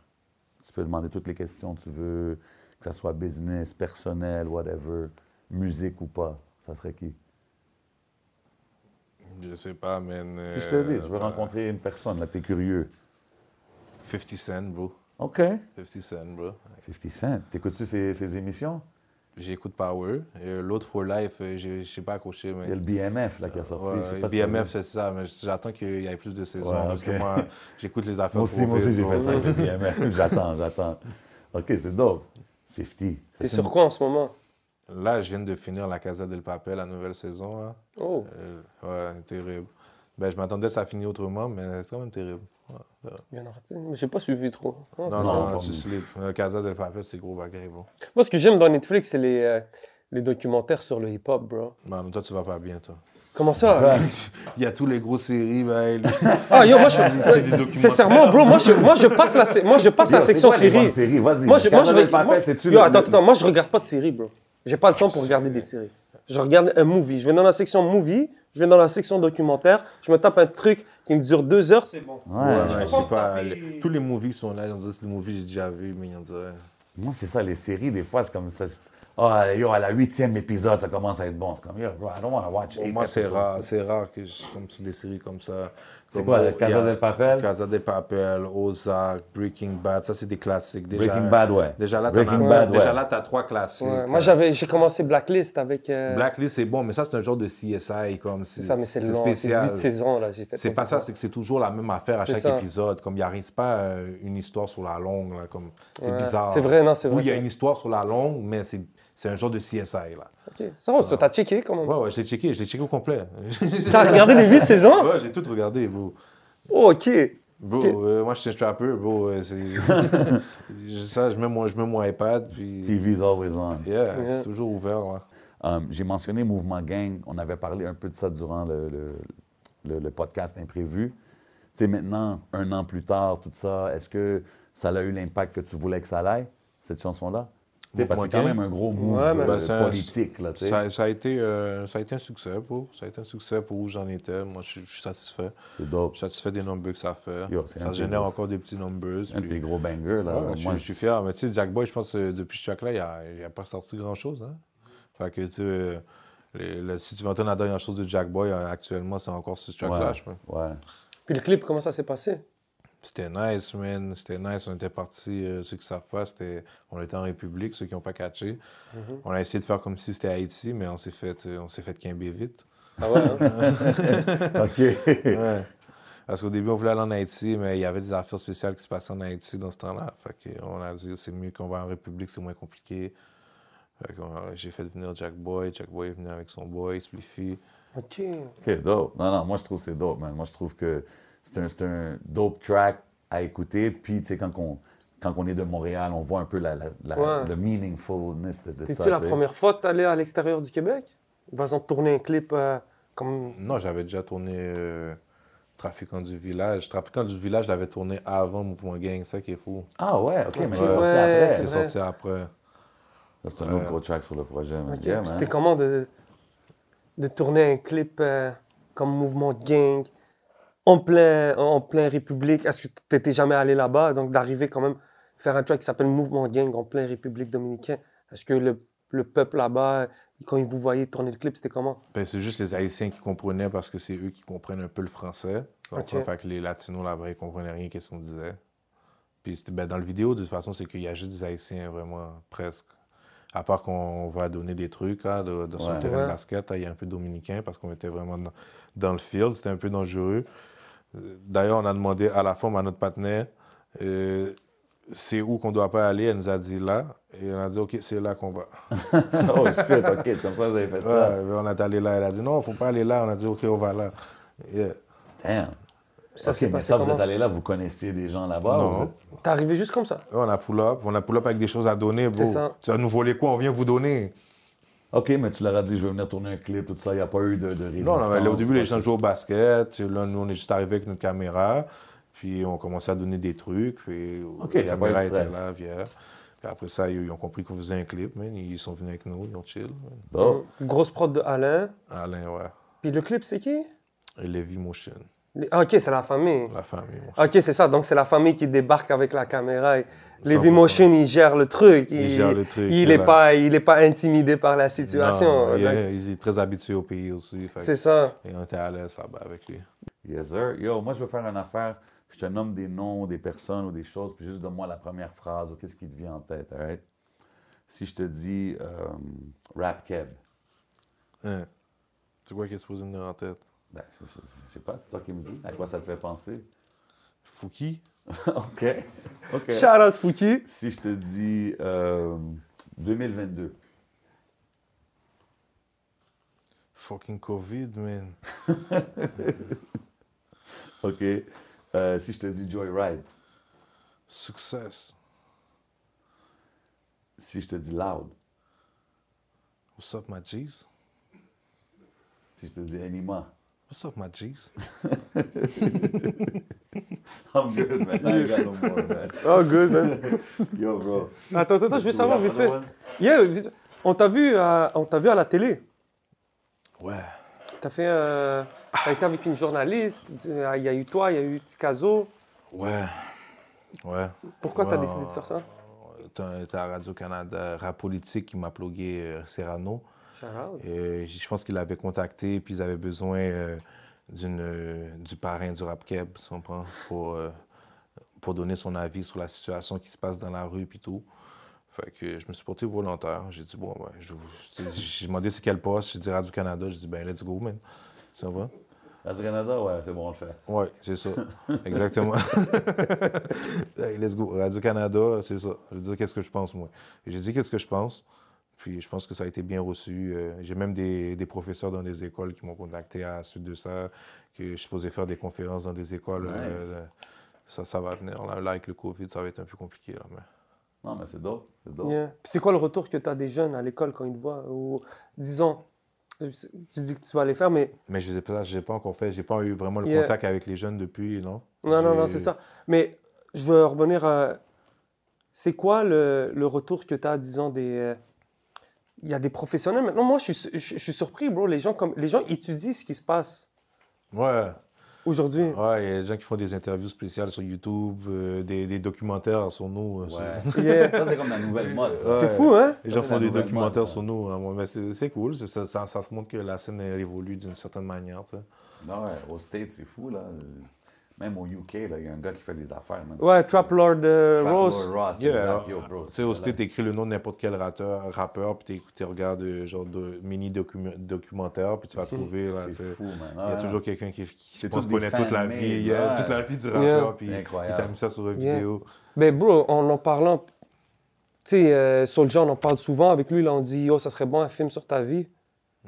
[SPEAKER 1] Tu peux demander toutes les questions que tu veux, que ce soit business, personnel, whatever, musique ou pas. Ça serait qui?
[SPEAKER 3] Je sais pas, man.
[SPEAKER 1] Si je te dis, je veux
[SPEAKER 3] euh,
[SPEAKER 1] rencontrer une personne, là, t'es curieux.
[SPEAKER 3] 50 Cent, bro.
[SPEAKER 1] OK.
[SPEAKER 3] 50 Cent, bro.
[SPEAKER 1] 50 Cent, t'écoutes-tu ses, ses émissions?
[SPEAKER 3] J'écoute Power. Euh, L'autre For Life, euh, je je sais pas accroché,
[SPEAKER 1] Il y a
[SPEAKER 3] mais.
[SPEAKER 1] le BMF là, qui a sorti. je sais pas si t'as vu.
[SPEAKER 3] BMF, c'est ça, mais j'attends qu'il y ait plus de saisons.
[SPEAKER 1] Ouais,
[SPEAKER 3] parce que
[SPEAKER 1] ok.
[SPEAKER 3] moi, j'écoute les affaires.
[SPEAKER 1] Moi aussi,
[SPEAKER 3] trop
[SPEAKER 1] moi aussi,
[SPEAKER 3] vite,
[SPEAKER 1] j'ai
[SPEAKER 3] bro.
[SPEAKER 1] fait ça avec le BMF. j'attends, j'attends. OK, c'est dope. 50.
[SPEAKER 2] T'es
[SPEAKER 1] C'est
[SPEAKER 2] sur quoi en ce moment
[SPEAKER 3] Là, je viens de finir La Casa del Papel, la nouvelle saison. là.
[SPEAKER 2] Oh,
[SPEAKER 3] Euh, ouais, terrible. Ben, je m'attendais à ça finir autrement, mais c'est quand même terrible. Ouais.
[SPEAKER 2] bien arrêté. Mais J'ai pas suivi trop. Oh.
[SPEAKER 1] Non,
[SPEAKER 3] Non, non,
[SPEAKER 1] pas
[SPEAKER 3] tu
[SPEAKER 1] mieux.
[SPEAKER 3] sais, les- euh, Casa del Papel, c'est gros bagaille, bro.
[SPEAKER 2] Moi, ce que j'aime dans Netflix, c'est les, euh, les documentaires sur le hip-hop, bro.
[SPEAKER 3] Mais en même temps, tu vas pas bien, toi.
[SPEAKER 2] Comment ça
[SPEAKER 3] Il y a tous les gros séries, ben, le-
[SPEAKER 2] Ah, yo, moi, je...
[SPEAKER 3] C'est des documentaires.
[SPEAKER 2] sincèrement, bro, moi, je, moi, je passe la, sé- moi, je passe la section série.
[SPEAKER 1] série. Vas-y.
[SPEAKER 2] Moi, je, moi, je,
[SPEAKER 1] Casa del
[SPEAKER 2] moi-
[SPEAKER 1] Papel, c'est-tu
[SPEAKER 2] Yo,
[SPEAKER 1] le-
[SPEAKER 2] attends,
[SPEAKER 1] le-
[SPEAKER 2] attends, moi, je regarde pas de série, bro. J'ai pas le temps pour regarder des séries. Je regarde un movie. Je vais dans la section movie, je vais dans la section documentaire, je me tape un truc qui me dure deux heures.
[SPEAKER 4] C'est bon.
[SPEAKER 1] Ouais,
[SPEAKER 3] Ouais,
[SPEAKER 1] ouais.
[SPEAKER 3] ouais,
[SPEAKER 4] peux
[SPEAKER 3] je
[SPEAKER 4] pas
[SPEAKER 3] sais
[SPEAKER 4] me
[SPEAKER 3] pas.
[SPEAKER 4] taper-
[SPEAKER 3] le- Tous les movies qui sont là, on dirait que c'est des movies que j'ai déjà vu, mais on dirait.
[SPEAKER 1] Moi, c'est ça, les séries, des fois, c'est comme ça. je- Ah, yo, à la huitième épisode, ça commence à être bon. C'est comme, yo, bro, I don't want to watch.
[SPEAKER 3] Pour
[SPEAKER 1] eight
[SPEAKER 3] moi, c'est
[SPEAKER 1] episodes.
[SPEAKER 3] rare, c'est rare que je tombe sur des séries comme ça.
[SPEAKER 1] C'est
[SPEAKER 3] Comme,
[SPEAKER 1] quoi,
[SPEAKER 3] oh,
[SPEAKER 1] la Casa
[SPEAKER 3] il y a
[SPEAKER 1] del Papel?
[SPEAKER 3] Casa del Papel, Ozark, Breaking Bad, ça, c'est des classiques. Déjà,
[SPEAKER 1] Breaking Bad, ouais.
[SPEAKER 3] Déjà là,
[SPEAKER 1] Breaking
[SPEAKER 3] t'en as-
[SPEAKER 1] Bad,
[SPEAKER 3] déjà
[SPEAKER 1] ouais.
[SPEAKER 3] là, t'as trois classiques.
[SPEAKER 2] Ouais, moi, j'avais, j'ai commencé Blacklist avec. euh,
[SPEAKER 3] Blacklist, c'est bon, mais ça, c'est un genre de CSI. comme C'est
[SPEAKER 2] C'est ça, mais c'est
[SPEAKER 3] c'est
[SPEAKER 2] long. C'est
[SPEAKER 3] spécial.
[SPEAKER 2] huit saisons, là. J'ai fait
[SPEAKER 3] C'est pas ça, c'est que c'est toujours la même affaire à
[SPEAKER 2] C'est
[SPEAKER 3] chaque
[SPEAKER 2] ça.
[SPEAKER 3] épisode. Comme il n'y a rien- c'est pas euh, une histoire sur la longue, là, comme c'est
[SPEAKER 2] Ouais.
[SPEAKER 3] bizarre.
[SPEAKER 2] C'est vrai, non, c'est vrai,
[SPEAKER 3] Oui, il y a
[SPEAKER 2] c'est-
[SPEAKER 3] une histoire sur la longue, mais c'est c'est un genre de CSI là.
[SPEAKER 2] Ok. Ça, on se t'a checké quand même.
[SPEAKER 3] Ouais, ouais, je l'ai checké, je l'ai checké au complet.
[SPEAKER 2] T'as regardé les huit saisons
[SPEAKER 3] ouais, j'ai tout regardé, bro.
[SPEAKER 2] Oh, ok.
[SPEAKER 3] Bro,
[SPEAKER 2] Ok.
[SPEAKER 3] euh, moi je suis un strapper, bro. euh, c'est- je- ça, je mets mon, je mets mon iPad, puis
[SPEAKER 1] TV's always on.
[SPEAKER 3] yeah,
[SPEAKER 2] Yeah.
[SPEAKER 3] c'est toujours ouvert. ouais.
[SPEAKER 1] Um, J'ai mentionné Mouvement Gang. On avait parlé un peu de ça durant le, le- le- le podcast imprévu. Tu sais, maintenant, un an plus tard, tout ça, est-ce que ça a eu l'impact que tu voulais que ça l'aille, cette chanson-là? Tu sais, Parce que c'est quand
[SPEAKER 3] Montréal.
[SPEAKER 1] même un gros move
[SPEAKER 2] Ouais, mais-
[SPEAKER 1] euh,
[SPEAKER 3] Ben, c'est un-
[SPEAKER 1] politique. Là, tu sais.
[SPEAKER 3] Ça, ça a été, euh, ça a été un succès pour. Ça a été un succès pour où j'en étais. Moi, je suis- je suis satisfait.
[SPEAKER 1] c'est dope.
[SPEAKER 3] Je suis satisfait des numbers que ça fait.
[SPEAKER 1] Yo, c'est un
[SPEAKER 3] ça
[SPEAKER 1] des
[SPEAKER 3] génère
[SPEAKER 1] gros-
[SPEAKER 3] encore des petits numbers.
[SPEAKER 1] Un de
[SPEAKER 3] puis-
[SPEAKER 1] tes gros bangers. Là.
[SPEAKER 3] Ouais,
[SPEAKER 1] Moi,
[SPEAKER 3] je, suis fier. Mais tu sais, Jack Boy, je pense que depuis ce track-là, il a- il n'a pas sorti grand-chose. Hein? Fait que, tu sais, euh, les- le- si tu m'entends la dernière chose de Jack Boy, euh, actuellement, c'est encore ce track-là,
[SPEAKER 1] Ouais.
[SPEAKER 3] je pense.
[SPEAKER 1] Ouais.
[SPEAKER 2] Puis le clip, comment ça s'est passé
[SPEAKER 3] C'était nice, man. C'était nice. On était partis, euh, ceux qui savent pas, c'était... on était en République, ceux qui n'ont pas catché. On a essayé de faire comme si c'était Haïti, mais on s'est fait, euh, on s'est fait quimber vite.
[SPEAKER 2] Ah ouais, hein?
[SPEAKER 1] OK.
[SPEAKER 3] Ouais. Parce qu'au début, on voulait aller en Haïti, mais il y avait des affaires spéciales qui se passaient en Haïti dans ce temps-là. Fait que on a dit, c'est mieux qu'on va en République, c'est moins compliqué. Fait que, euh, j'ai fait venir Jack Boy. Jack Boy est venu avec son boy, Spliffy.
[SPEAKER 2] Ok.
[SPEAKER 1] OK, dope. Non, non, moi, je trouve que c'est dope, man. Moi, je trouve que c'est un, c'est un dope track à écouter. Puis, tu sais, quand, on, quand on est de Montréal, on voit un peu la, la, la-
[SPEAKER 2] Ouais.
[SPEAKER 1] le meaningfulness de, de ça.
[SPEAKER 2] T'es-tu la
[SPEAKER 1] tu sais.
[SPEAKER 2] première fois que t'allais à l'extérieur du Québec Vas-en tourner un clip euh, comme.
[SPEAKER 3] Non, j'avais déjà tourné euh, Trafiquant du village. Trafiquant du village, j'avais tourné avant Mouvement Gang, c'est ça qui est fou.
[SPEAKER 1] Ah ouais, OK, mais c'est
[SPEAKER 2] Ouais,
[SPEAKER 1] sorti
[SPEAKER 2] c'est
[SPEAKER 1] après.
[SPEAKER 3] C'est
[SPEAKER 2] vrai.
[SPEAKER 3] sorti après.
[SPEAKER 1] Ça, C'est un autre gros track sur le projet, man.
[SPEAKER 2] Ok.
[SPEAKER 1] Yeah,
[SPEAKER 2] Puis
[SPEAKER 1] man.
[SPEAKER 2] C'était comment de, de tourner un clip euh, comme mouvement gang en plein, en plein République Est-ce que t'étais jamais allé là-bas Donc d'arriver quand même faire un track qui s'appelle Mouvement gang en plein République dominicaine. Est-ce que le, le peuple là-bas, quand ils vous voyaient tourner le clip, c'était comment
[SPEAKER 3] Ben, c'est juste les Haïtiens qui comprenaient parce que c'est eux qui comprennent un peu le français. Tu comprends?
[SPEAKER 2] Ok.
[SPEAKER 3] Fait que les Latinos là-bas, ils comprenaient rien qu'est-ce qu'on disait. Puis c'était- ben, dans le vidéo, de toute façon, c'est qu'il y a juste des Haïtiens, vraiment, presque. À part qu'on va donner des trucs là, de, de sur
[SPEAKER 1] Ouais.
[SPEAKER 3] le terrain
[SPEAKER 2] Ouais.
[SPEAKER 3] de basket, là, il y a un peu dominicain parce qu'on était vraiment dans, dans le field, c'était un peu dangereux. Euh, D'ailleurs, on a demandé à la forme à notre partenaire euh, c'est où qu'on doit pas aller. Elle nous a dit là. Et on a dit OK, c'est là qu'on va.
[SPEAKER 1] oh shit, OK, c'est comme ça que vous avez fait ça.
[SPEAKER 3] Ouais, on est allé là, elle a dit non, faut pas aller là. On a dit ok, on va là. Yeah.
[SPEAKER 1] Damn.
[SPEAKER 2] Ça
[SPEAKER 1] OK,
[SPEAKER 2] s'est
[SPEAKER 1] mais
[SPEAKER 2] passé
[SPEAKER 1] ça, vous
[SPEAKER 2] comment
[SPEAKER 1] êtes allé là, vous connaissiez des gens là-bas?
[SPEAKER 3] Non.
[SPEAKER 1] vous êtes-
[SPEAKER 2] T'es arrivé juste comme ça
[SPEAKER 3] On a pull up, on a pull up avec des choses à donner.
[SPEAKER 2] C'est
[SPEAKER 3] bro.
[SPEAKER 2] ça.
[SPEAKER 3] Tu vas nous voler quoi On vient vous donner.
[SPEAKER 1] OK, mais tu leur as dit, je vais venir tourner un clip, tout ça, il n'y a pas eu de, de
[SPEAKER 3] Non,
[SPEAKER 1] résistance.
[SPEAKER 3] non, mais là, au début, les gens
[SPEAKER 1] pas-
[SPEAKER 3] jouaient au basket. Là, nous, on est juste arrivés avec notre caméra. Puis on commençait à donner des trucs. Puis
[SPEAKER 1] Ok,
[SPEAKER 3] la
[SPEAKER 1] y a pas eu de
[SPEAKER 3] caméra était
[SPEAKER 1] stress.
[SPEAKER 3] là, viens. Puis après ça, ils ils ont compris qu'on faisait un clip, man. Ils sont venus avec nous, ils ont chill. man.
[SPEAKER 1] Dope.
[SPEAKER 2] Grosse prod de Alain.
[SPEAKER 3] Alain, ouais.
[SPEAKER 2] Puis le clip, c'est qui
[SPEAKER 3] Et Levi Motion,
[SPEAKER 2] Les- ah, Ok, c'est la famille.
[SPEAKER 3] la famille. Motion.
[SPEAKER 2] Ok, c'est ça. Donc, c'est la famille qui débarque avec la caméra. Et les
[SPEAKER 3] 100%.
[SPEAKER 2] V-Motion, ils gèrent le truc.
[SPEAKER 3] Ils gèrent le truc,
[SPEAKER 2] Il n'est
[SPEAKER 3] là.
[SPEAKER 2] pas, il est pas intimidé par la situation.
[SPEAKER 1] euh,
[SPEAKER 3] Non, il,
[SPEAKER 2] Donc,
[SPEAKER 3] est, il est très habitué au pays aussi. fait que-
[SPEAKER 2] C'est ça.
[SPEAKER 3] et on était à l'aise là-bas avec lui.
[SPEAKER 1] Yes, sir. Yo, moi, je veux faire une affaire. Je te nomme des noms, des personnes ou des choses, puis juste donne-moi la première phrase ou qu'est-ce qui te vient en tête, all right? Si je te dis euh, Rap Keb,
[SPEAKER 3] Hein. C'est quoi qui est supposé me venir en tête
[SPEAKER 1] ben, je, je- je sais pas, c'est toi qui me dis. À quoi ça te fait penser?
[SPEAKER 3] Fouki
[SPEAKER 1] OK. OK.
[SPEAKER 2] Shout out Fouki.
[SPEAKER 1] Si je te dis euh, 2022,
[SPEAKER 3] Fucking Covid, man.
[SPEAKER 1] OK. Euh, si je te dis Joyride,
[SPEAKER 3] Success.
[SPEAKER 1] si je te dis Loud,
[SPEAKER 3] What's up, my G's?
[SPEAKER 1] si je te dis Anima,
[SPEAKER 3] What's up, my G's?
[SPEAKER 1] I'm good, man. I got no more, man.
[SPEAKER 2] Oh, good, man.
[SPEAKER 1] Yo, bro.
[SPEAKER 2] attends, attends, je veux savoir vite fait.
[SPEAKER 1] Another one?
[SPEAKER 2] Yeah, vite- On t'a vu, à- on t'a vu à la télé.
[SPEAKER 3] Ouais.
[SPEAKER 2] T'as fait. euh, T'as été avec une journaliste. Tu- euh, Il y a eu toi, il y a eu Tikazo.
[SPEAKER 3] Ouais. Ouais.
[SPEAKER 2] Pourquoi t'as
[SPEAKER 3] Ouais,
[SPEAKER 2] décidé de faire ça
[SPEAKER 3] Euh, T'as t'as Radio-Canada, Rap Politique, qui m'a plugué euh, Serrano.
[SPEAKER 2] Shout out.
[SPEAKER 3] Et je pense qu'il l'avait contacté, puis ils avaient besoin euh, d'une, euh, du parrain du rap keb, si on prend, pour, euh, pour donner son avis sur la situation qui se passe dans la rue, puis tout. Fait que je me suis porté volontaire. J'ai dit, bon, ben, je vous- tu sais, j'ai demandé c'est quel poste. J'ai dit Radio-Canada. J'ai dit, ben, let's go, man. Ça va?
[SPEAKER 1] Radio-Canada, ouais, c'est bon, on le fait.
[SPEAKER 3] Oui, c'est ça. Exactement. Hey, let's go. Radio-Canada, c'est ça. Je veux dire, qu'est-ce que je pense, moi? J'ai dit qu'est-ce que je pense. Puis je pense que ça a été bien reçu. Euh, J'ai même des, des professeurs dans des écoles qui m'ont contacté à la suite de ça, que je suis supposé faire des conférences dans des écoles.
[SPEAKER 1] Nice.
[SPEAKER 3] Euh, ça, ça va venir. Là, là, avec le COVID, ça va être un peu compliqué. Là, mais...
[SPEAKER 1] Non, mais c'est dope. C'est dope.
[SPEAKER 2] Yeah. Puis c'est quoi le retour que tu as des jeunes à l'école quand ils te voient Ou disons, tu dis que tu vas les faire, mais
[SPEAKER 3] mais je ne l'ai pas encore fait. J'ai pas eu vraiment le
[SPEAKER 2] Yeah.
[SPEAKER 3] contact avec les jeunes depuis, non?
[SPEAKER 2] Non, non, non,
[SPEAKER 3] J'ai-
[SPEAKER 2] c'est ça. Mais je veux revenir à C'est quoi le, le retour que tu as, disons, des. euh, Il y a des professionnels maintenant. Moi, je suis, su- je, je suis surpris, bro. Les gens, comme, les gens étudient ce qui se passe
[SPEAKER 3] Ouais.
[SPEAKER 2] aujourd'hui.
[SPEAKER 3] Ouais, il y a des gens qui font des interviews spéciales sur YouTube, euh, des, des documentaires sur nous. euh, sur-
[SPEAKER 2] Yeah.
[SPEAKER 1] Ça, c'est comme la nouvelle mode. ça.
[SPEAKER 2] C'est
[SPEAKER 3] Ouais.
[SPEAKER 2] fou, hein?
[SPEAKER 3] Les
[SPEAKER 1] Ça,
[SPEAKER 3] gens
[SPEAKER 1] c'est
[SPEAKER 3] font
[SPEAKER 1] la
[SPEAKER 3] des
[SPEAKER 1] nouvelle mode,
[SPEAKER 3] documentaires
[SPEAKER 1] ça.
[SPEAKER 3] sur nous. hein, ouais, mais c'est c'est cool. c'est- Ça, ça, ça se montre que la scène elle évolue d'une certaine manière. tu sais.
[SPEAKER 1] Non, ouais, aux States, c'est fou, là. Même au UK, là, il y a un gars qui fait des affaires. man.
[SPEAKER 2] Ouais,
[SPEAKER 1] C'est-
[SPEAKER 2] Trap Lord euh,
[SPEAKER 1] Trap
[SPEAKER 2] Rose.
[SPEAKER 1] Lord Ross,
[SPEAKER 3] Yeah.
[SPEAKER 1] exact, yo, bro.
[SPEAKER 3] Tu sais, au style, t'écris le nom de n'importe quel rappeur, rappeur puis t'écoutes- tu regardes euh, genre de mini docu- documentaire, puis tu vas trouver. là,
[SPEAKER 1] C'est
[SPEAKER 3] tu sais.
[SPEAKER 1] fou, man.
[SPEAKER 3] Il y a
[SPEAKER 1] Ouais,
[SPEAKER 3] toujours quelqu'un qui, qui
[SPEAKER 1] C'est
[SPEAKER 3] se pense
[SPEAKER 1] tous des
[SPEAKER 3] connaît toute la
[SPEAKER 1] fan-made,
[SPEAKER 3] vie, il y a
[SPEAKER 1] ouais.
[SPEAKER 3] toute la vie du
[SPEAKER 2] Yeah.
[SPEAKER 3] rappeur, puis
[SPEAKER 1] C'est
[SPEAKER 3] il
[SPEAKER 1] incroyable.
[SPEAKER 3] t'a mis ça sur une
[SPEAKER 2] Yeah.
[SPEAKER 3] vidéo.
[SPEAKER 2] Ben, bro, en en parlant, tu sais, euh, Soulja, on en parle souvent. Avec lui, là, on dit, yo, ça serait bon un film sur ta vie.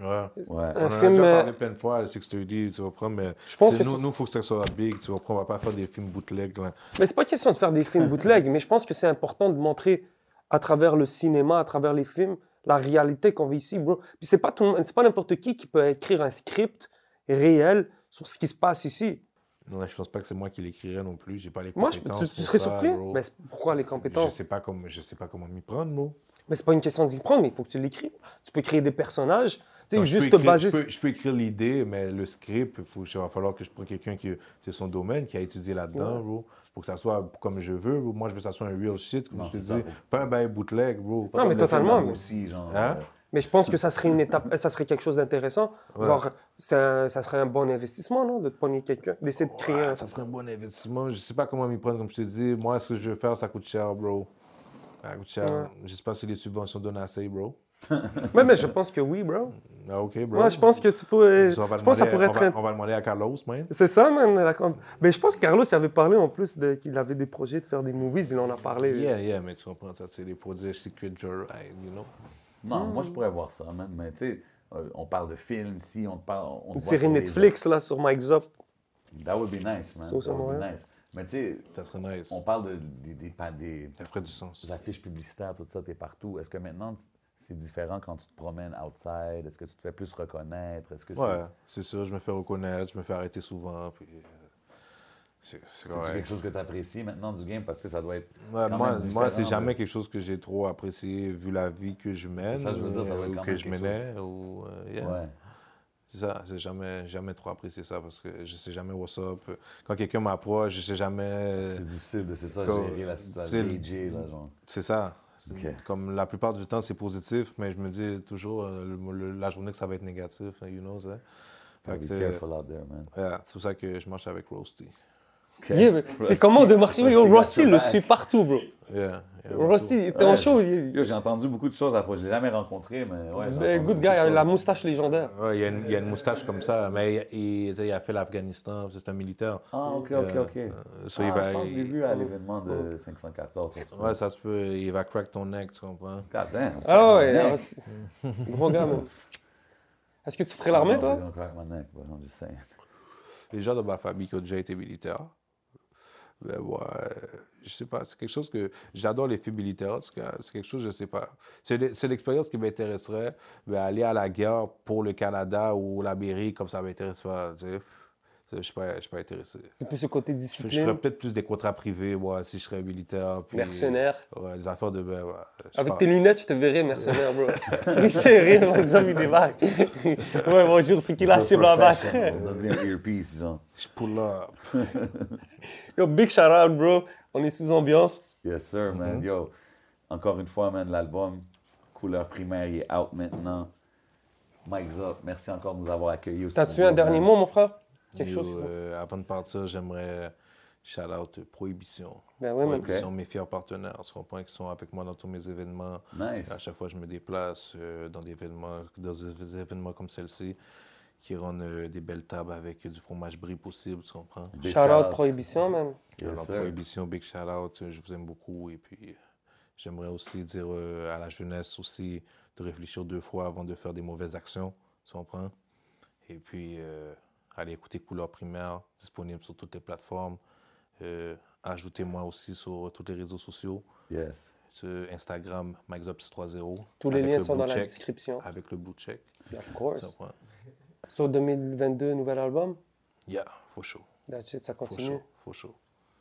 [SPEAKER 3] Ouais.
[SPEAKER 1] Ouais.
[SPEAKER 2] Un
[SPEAKER 3] On en a
[SPEAKER 2] film.
[SPEAKER 3] déjà
[SPEAKER 2] euh,
[SPEAKER 3] parlé plein de fois, le 630, tu comprends, mais
[SPEAKER 2] Je pense
[SPEAKER 3] c'est-
[SPEAKER 2] que
[SPEAKER 3] nous,
[SPEAKER 2] c'est-
[SPEAKER 3] nous, faut que ça soit big, tu comprends, on va pas faire des films bootleg. là.
[SPEAKER 2] Mais c'est pas question de faire des films bootleg, mais je pense que c'est important de montrer à travers le cinéma, à travers les films, la réalité qu'on vit ici, bro. Puis c'est pas tout le monde- c'est pas n'importe qui qui peut écrire un script réel sur ce qui se passe ici.
[SPEAKER 3] Non, je pense pas que c'est moi qui l'écrirais non plus, j'ai pas les
[SPEAKER 2] Moi,
[SPEAKER 3] compétences
[SPEAKER 2] je- tu, tu
[SPEAKER 3] pour
[SPEAKER 2] serais
[SPEAKER 3] ça,
[SPEAKER 2] surpris.
[SPEAKER 3] bro.
[SPEAKER 2] Mais c'est- pourquoi les
[SPEAKER 3] Je
[SPEAKER 2] compétences
[SPEAKER 3] sais pas comme je sais pas comment m'y prendre, bro.
[SPEAKER 2] Mais c'est pas une question d'y prendre, mais il faut que tu l'écris. Tu peux créer des personnages, tu
[SPEAKER 3] Non,
[SPEAKER 2] sais,
[SPEAKER 3] je peux
[SPEAKER 2] juste te
[SPEAKER 3] écrire-
[SPEAKER 2] baser.
[SPEAKER 3] Je peux, je peux écrire l'idée, mais le script, faut, il va falloir que je prenne quelqu'un qui c'est son domaine, qui a étudié là-dedans, bro, pour que ça soit comme je veux. bro. Moi, je veux que ça soit un real shit, comme
[SPEAKER 1] Non,
[SPEAKER 3] je te
[SPEAKER 1] c'est ça,
[SPEAKER 3] dis,
[SPEAKER 1] bro.
[SPEAKER 3] pas un bail bootleg, bro.
[SPEAKER 2] Non, mais
[SPEAKER 1] Comme le film
[SPEAKER 2] totalement,
[SPEAKER 1] Rambo
[SPEAKER 2] mais-
[SPEAKER 1] aussi, genre.
[SPEAKER 3] Hein?
[SPEAKER 1] euh,
[SPEAKER 2] Mais je pense que ça serait une étape, ça serait quelque chose d'intéressant.
[SPEAKER 3] Ouais.
[SPEAKER 2] Genre, c'est un- ça serait un bon investissement, non, de te pogner quelqu'un, d'essayer de créer.
[SPEAKER 3] Ouais,
[SPEAKER 2] un...
[SPEAKER 3] Ah, ça serait un bon investissement. Je sais pas comment m'y prendre, comme je te dis. Moi, ce que je veux faire, ça coûte cher, bro. Ça coûte cher.
[SPEAKER 2] Ouais.
[SPEAKER 3] Je sais pas si les subventions donnent assez, bro.
[SPEAKER 2] Ouais, mais je pense que oui, bro.
[SPEAKER 3] Ah, ok, bro.
[SPEAKER 2] Moi, je pense que tu pourrais.
[SPEAKER 3] On
[SPEAKER 2] Je
[SPEAKER 3] va
[SPEAKER 2] pense que ça
[SPEAKER 3] demander-
[SPEAKER 2] pourrait
[SPEAKER 3] on
[SPEAKER 2] être.
[SPEAKER 3] va-
[SPEAKER 2] un-
[SPEAKER 3] on va demander à Carlos, man.
[SPEAKER 2] C'est ça, man. la com- Mais je pense que Carlos avait parlé en plus de- qu'il avait des projets de faire des movies. Il en a parlé.
[SPEAKER 3] Yeah, yeah, mais tu comprends ça, c'est les produits Secret Joyride, you know.
[SPEAKER 1] Non, moi, je pourrais voir ça, man. Mais tu sais, euh, on parle de films, si, on parle. On
[SPEAKER 2] Une
[SPEAKER 1] te voit sur
[SPEAKER 2] série
[SPEAKER 1] les-
[SPEAKER 2] Netflix, là, sur Mike Zop.
[SPEAKER 1] That would be nice, man.
[SPEAKER 2] Ça, ça
[SPEAKER 1] That would be
[SPEAKER 2] m'aurait-
[SPEAKER 1] nice. Mais tu sais,
[SPEAKER 3] Ça serait nice.
[SPEAKER 1] on parle de, des, des, pa- des-
[SPEAKER 3] Ça ferait du sens.
[SPEAKER 1] des affiches publicitaires, tout ça, t'es partout. Est-ce que maintenant, t- c'est différent quand tu te promènes outside? Est-ce que tu te fais plus reconnaître? Est-ce que c'est-
[SPEAKER 3] Ouais, c'est sûr, je me fais reconnaître, je me fais arrêter souvent, puis... euh, C'est c'est
[SPEAKER 1] c'est-tu
[SPEAKER 3] correct.
[SPEAKER 1] quelque chose que tu apprécies maintenant du game? Parce que tu sais, ça doit être.
[SPEAKER 3] Ouais,
[SPEAKER 1] quand
[SPEAKER 3] moi,
[SPEAKER 1] même
[SPEAKER 3] moi, c'est
[SPEAKER 1] différent,
[SPEAKER 3] jamais
[SPEAKER 1] mais-
[SPEAKER 3] quelque chose que j'ai trop apprécié, vu la vie que je mène,
[SPEAKER 1] ça, je veux dire, ça
[SPEAKER 3] euh,
[SPEAKER 1] doit être
[SPEAKER 3] ou
[SPEAKER 1] quand
[SPEAKER 3] que
[SPEAKER 1] même
[SPEAKER 3] je
[SPEAKER 1] quelque
[SPEAKER 3] menais, ou... euh, yeah.
[SPEAKER 1] Ouais.
[SPEAKER 3] C'est ça, j'ai jamais, jamais trop apprécié ça, parce que je sais jamais what's up. Quand quelqu'un m'approche, je sais jamais... euh,
[SPEAKER 1] C'est difficile de, c'est ça,
[SPEAKER 3] comme-
[SPEAKER 1] gérer la situation.
[SPEAKER 3] c'est le-
[SPEAKER 1] DJ, là, genre.
[SPEAKER 3] C'est ça.
[SPEAKER 1] Ok.
[SPEAKER 3] Comme la plupart du temps, c'est positif, mais je me dis toujours euh, le- le- la journée que ça va être négatif, you know, ça.
[SPEAKER 1] Gotta
[SPEAKER 3] Fait
[SPEAKER 1] Be
[SPEAKER 3] que, euh,
[SPEAKER 1] careful out there, man.
[SPEAKER 3] yeah, c'est pour ça que je marche avec Roasty.
[SPEAKER 2] Yeah, mais c'est
[SPEAKER 1] Rusty.
[SPEAKER 2] comment de marcher. Yo,
[SPEAKER 1] Rusty
[SPEAKER 2] Rusty le
[SPEAKER 1] Gotcha
[SPEAKER 2] suit partout, bro.
[SPEAKER 3] Yeah, yeah.
[SPEAKER 2] Rusty, t'es en
[SPEAKER 1] Ouais.
[SPEAKER 2] show. il-
[SPEAKER 1] Yo, J'ai entendu beaucoup de choses à propos. Je l'ai jamais rencontré, mais ouais. j'ai
[SPEAKER 2] Ben,
[SPEAKER 1] entendu
[SPEAKER 2] Good
[SPEAKER 1] beaucoup
[SPEAKER 2] guy,
[SPEAKER 1] de
[SPEAKER 2] avec
[SPEAKER 1] choses.
[SPEAKER 2] la moustache légendaire.
[SPEAKER 3] Ouais, il y, a une- il y a une moustache comme ça, mais il, il- tu sais, il a fait l'Afghanistan, c'est un militaire.
[SPEAKER 1] Ah, ok, ok, ok.
[SPEAKER 3] Euh, so,
[SPEAKER 1] Ah,
[SPEAKER 3] il va-
[SPEAKER 1] je pense que je l'ai vu à
[SPEAKER 3] il-
[SPEAKER 1] l'événement de 514. ça se peut.
[SPEAKER 3] Ouais, ça se peut, il va crack ton neck, tu comprends?
[SPEAKER 1] God damn.
[SPEAKER 2] Ah ouais,
[SPEAKER 1] Neck.
[SPEAKER 2] Rusty. Gros gars, man. Est-ce que tu ferais l'armée,
[SPEAKER 1] Non,
[SPEAKER 2] toi
[SPEAKER 1] I don't crack my neck, but I'm just saying.
[SPEAKER 3] Les gens de ma famille qui ont déjà été militaires, ben moi, euh, je sais pas, c'est quelque chose que j'adore les filles militaires, en tout cas, c'est quelque chose, je sais pas. C'est l'e- c'est l'expérience qui m'intéresserait, mais aller à la guerre pour le Canada ou l'Amérique, comme ça m'intéresse pas, tu sais. Je suis pas, je suis pas intéressé.
[SPEAKER 2] C'est plus ce côté
[SPEAKER 3] Je je ferais
[SPEAKER 2] discipline,
[SPEAKER 3] peut-être plus des contrats privés, moi, si je serais militaire. puis-
[SPEAKER 2] mercenaire.
[SPEAKER 3] Ouais, les affaires de ben, voilà, je sais
[SPEAKER 2] Avec
[SPEAKER 3] pas.
[SPEAKER 2] tes lunettes, je te verrais mercenaire, bro. Il sait rire, mon exemple, il débarque. ouais, bonjour, c'est qui là, c'est Babac.
[SPEAKER 1] Professional. On a dit un earpiece, genre.
[SPEAKER 3] Je pull up.
[SPEAKER 2] Yo, big shout out, bro. On est sous ambiance.
[SPEAKER 1] Yes, sir,
[SPEAKER 2] Mm-hmm.
[SPEAKER 1] man. Yo, encore une fois, man, l'album Couleur primaire il est out maintenant. Mike's up. Merci encore de nous avoir accueillis. au
[SPEAKER 2] T'as-tu
[SPEAKER 1] studio,
[SPEAKER 2] un dernier
[SPEAKER 1] man.
[SPEAKER 2] mot, mon frère Quelque
[SPEAKER 3] Yo,
[SPEAKER 2] chose
[SPEAKER 3] euh, avant de partir, j'aimerais shout out Prohibition.
[SPEAKER 2] Ben ouais, man.
[SPEAKER 1] Ok.
[SPEAKER 3] Prohibition, mes fiers partenaires, tu comprends, qui sont avec moi dans tous mes événements. À
[SPEAKER 1] Nice.
[SPEAKER 3] chaque fois, je me déplace euh, dans, des événements, dans des événements comme celle-ci qui rendent euh, des belles tables avec du fromage brie possible, tu comprends?
[SPEAKER 1] Big
[SPEAKER 2] Shout out Prohibition, man.
[SPEAKER 1] Yes,
[SPEAKER 3] Alors,
[SPEAKER 1] sir.
[SPEAKER 3] Prohibition, big shout out, je vous aime beaucoup. Et puis, euh, j'aimerais aussi dire euh, à la jeunesse aussi de réfléchir deux fois avant de faire des mauvaises actions, tu comprends? Et puis, euh, allez écouter Couleur Primaire, disponible sur toutes les plateformes. Euh, Ajoutez-moi aussi sur euh, tous les réseaux sociaux,
[SPEAKER 1] Yes.
[SPEAKER 3] sur Instagram, MaxUps30.
[SPEAKER 2] Tous les
[SPEAKER 3] avec
[SPEAKER 2] liens
[SPEAKER 3] le
[SPEAKER 2] sont
[SPEAKER 3] blue
[SPEAKER 2] dans la
[SPEAKER 3] check,
[SPEAKER 2] description.
[SPEAKER 3] Avec le blue check,
[SPEAKER 2] Of
[SPEAKER 3] tu
[SPEAKER 2] course.
[SPEAKER 3] comprends?
[SPEAKER 2] Sur 2022, nouvel album.
[SPEAKER 3] Yeah, for sure,
[SPEAKER 2] That's it, ça
[SPEAKER 3] for
[SPEAKER 2] continue.
[SPEAKER 3] sure, for sure.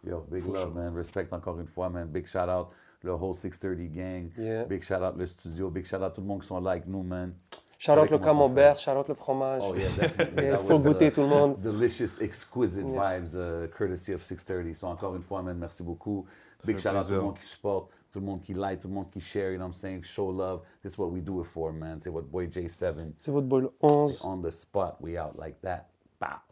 [SPEAKER 1] Yo, big love, man. Respect encore une fois, man. Big shout out le whole 630 gang.
[SPEAKER 2] Yeah.
[SPEAKER 1] Big shout out le studio. Big shout out tout le monde qui sont là avec nous, man.
[SPEAKER 2] Charlotte
[SPEAKER 1] Avec
[SPEAKER 2] le
[SPEAKER 1] mon enfant.
[SPEAKER 2] camembert, Charlotte le fromage.
[SPEAKER 1] Oh, yeah, definitely.
[SPEAKER 2] Il
[SPEAKER 1] That
[SPEAKER 2] faut
[SPEAKER 1] was,
[SPEAKER 2] goûter
[SPEAKER 1] uh,
[SPEAKER 2] tout le monde.
[SPEAKER 1] Delicious, exquisite vibes, uh, courtesy of 630. So, encore une fois, man, merci beaucoup. Big shout out tout le
[SPEAKER 7] plaisir.
[SPEAKER 1] monde qui supporte, tout le monde qui like, tout le monde qui share, you know what I'm saying? Show love. This is what we do it for, man. C'est what boy J7.
[SPEAKER 2] C'est votre bol
[SPEAKER 1] C'est
[SPEAKER 2] 11.
[SPEAKER 1] on the spot. We out like that. Pow.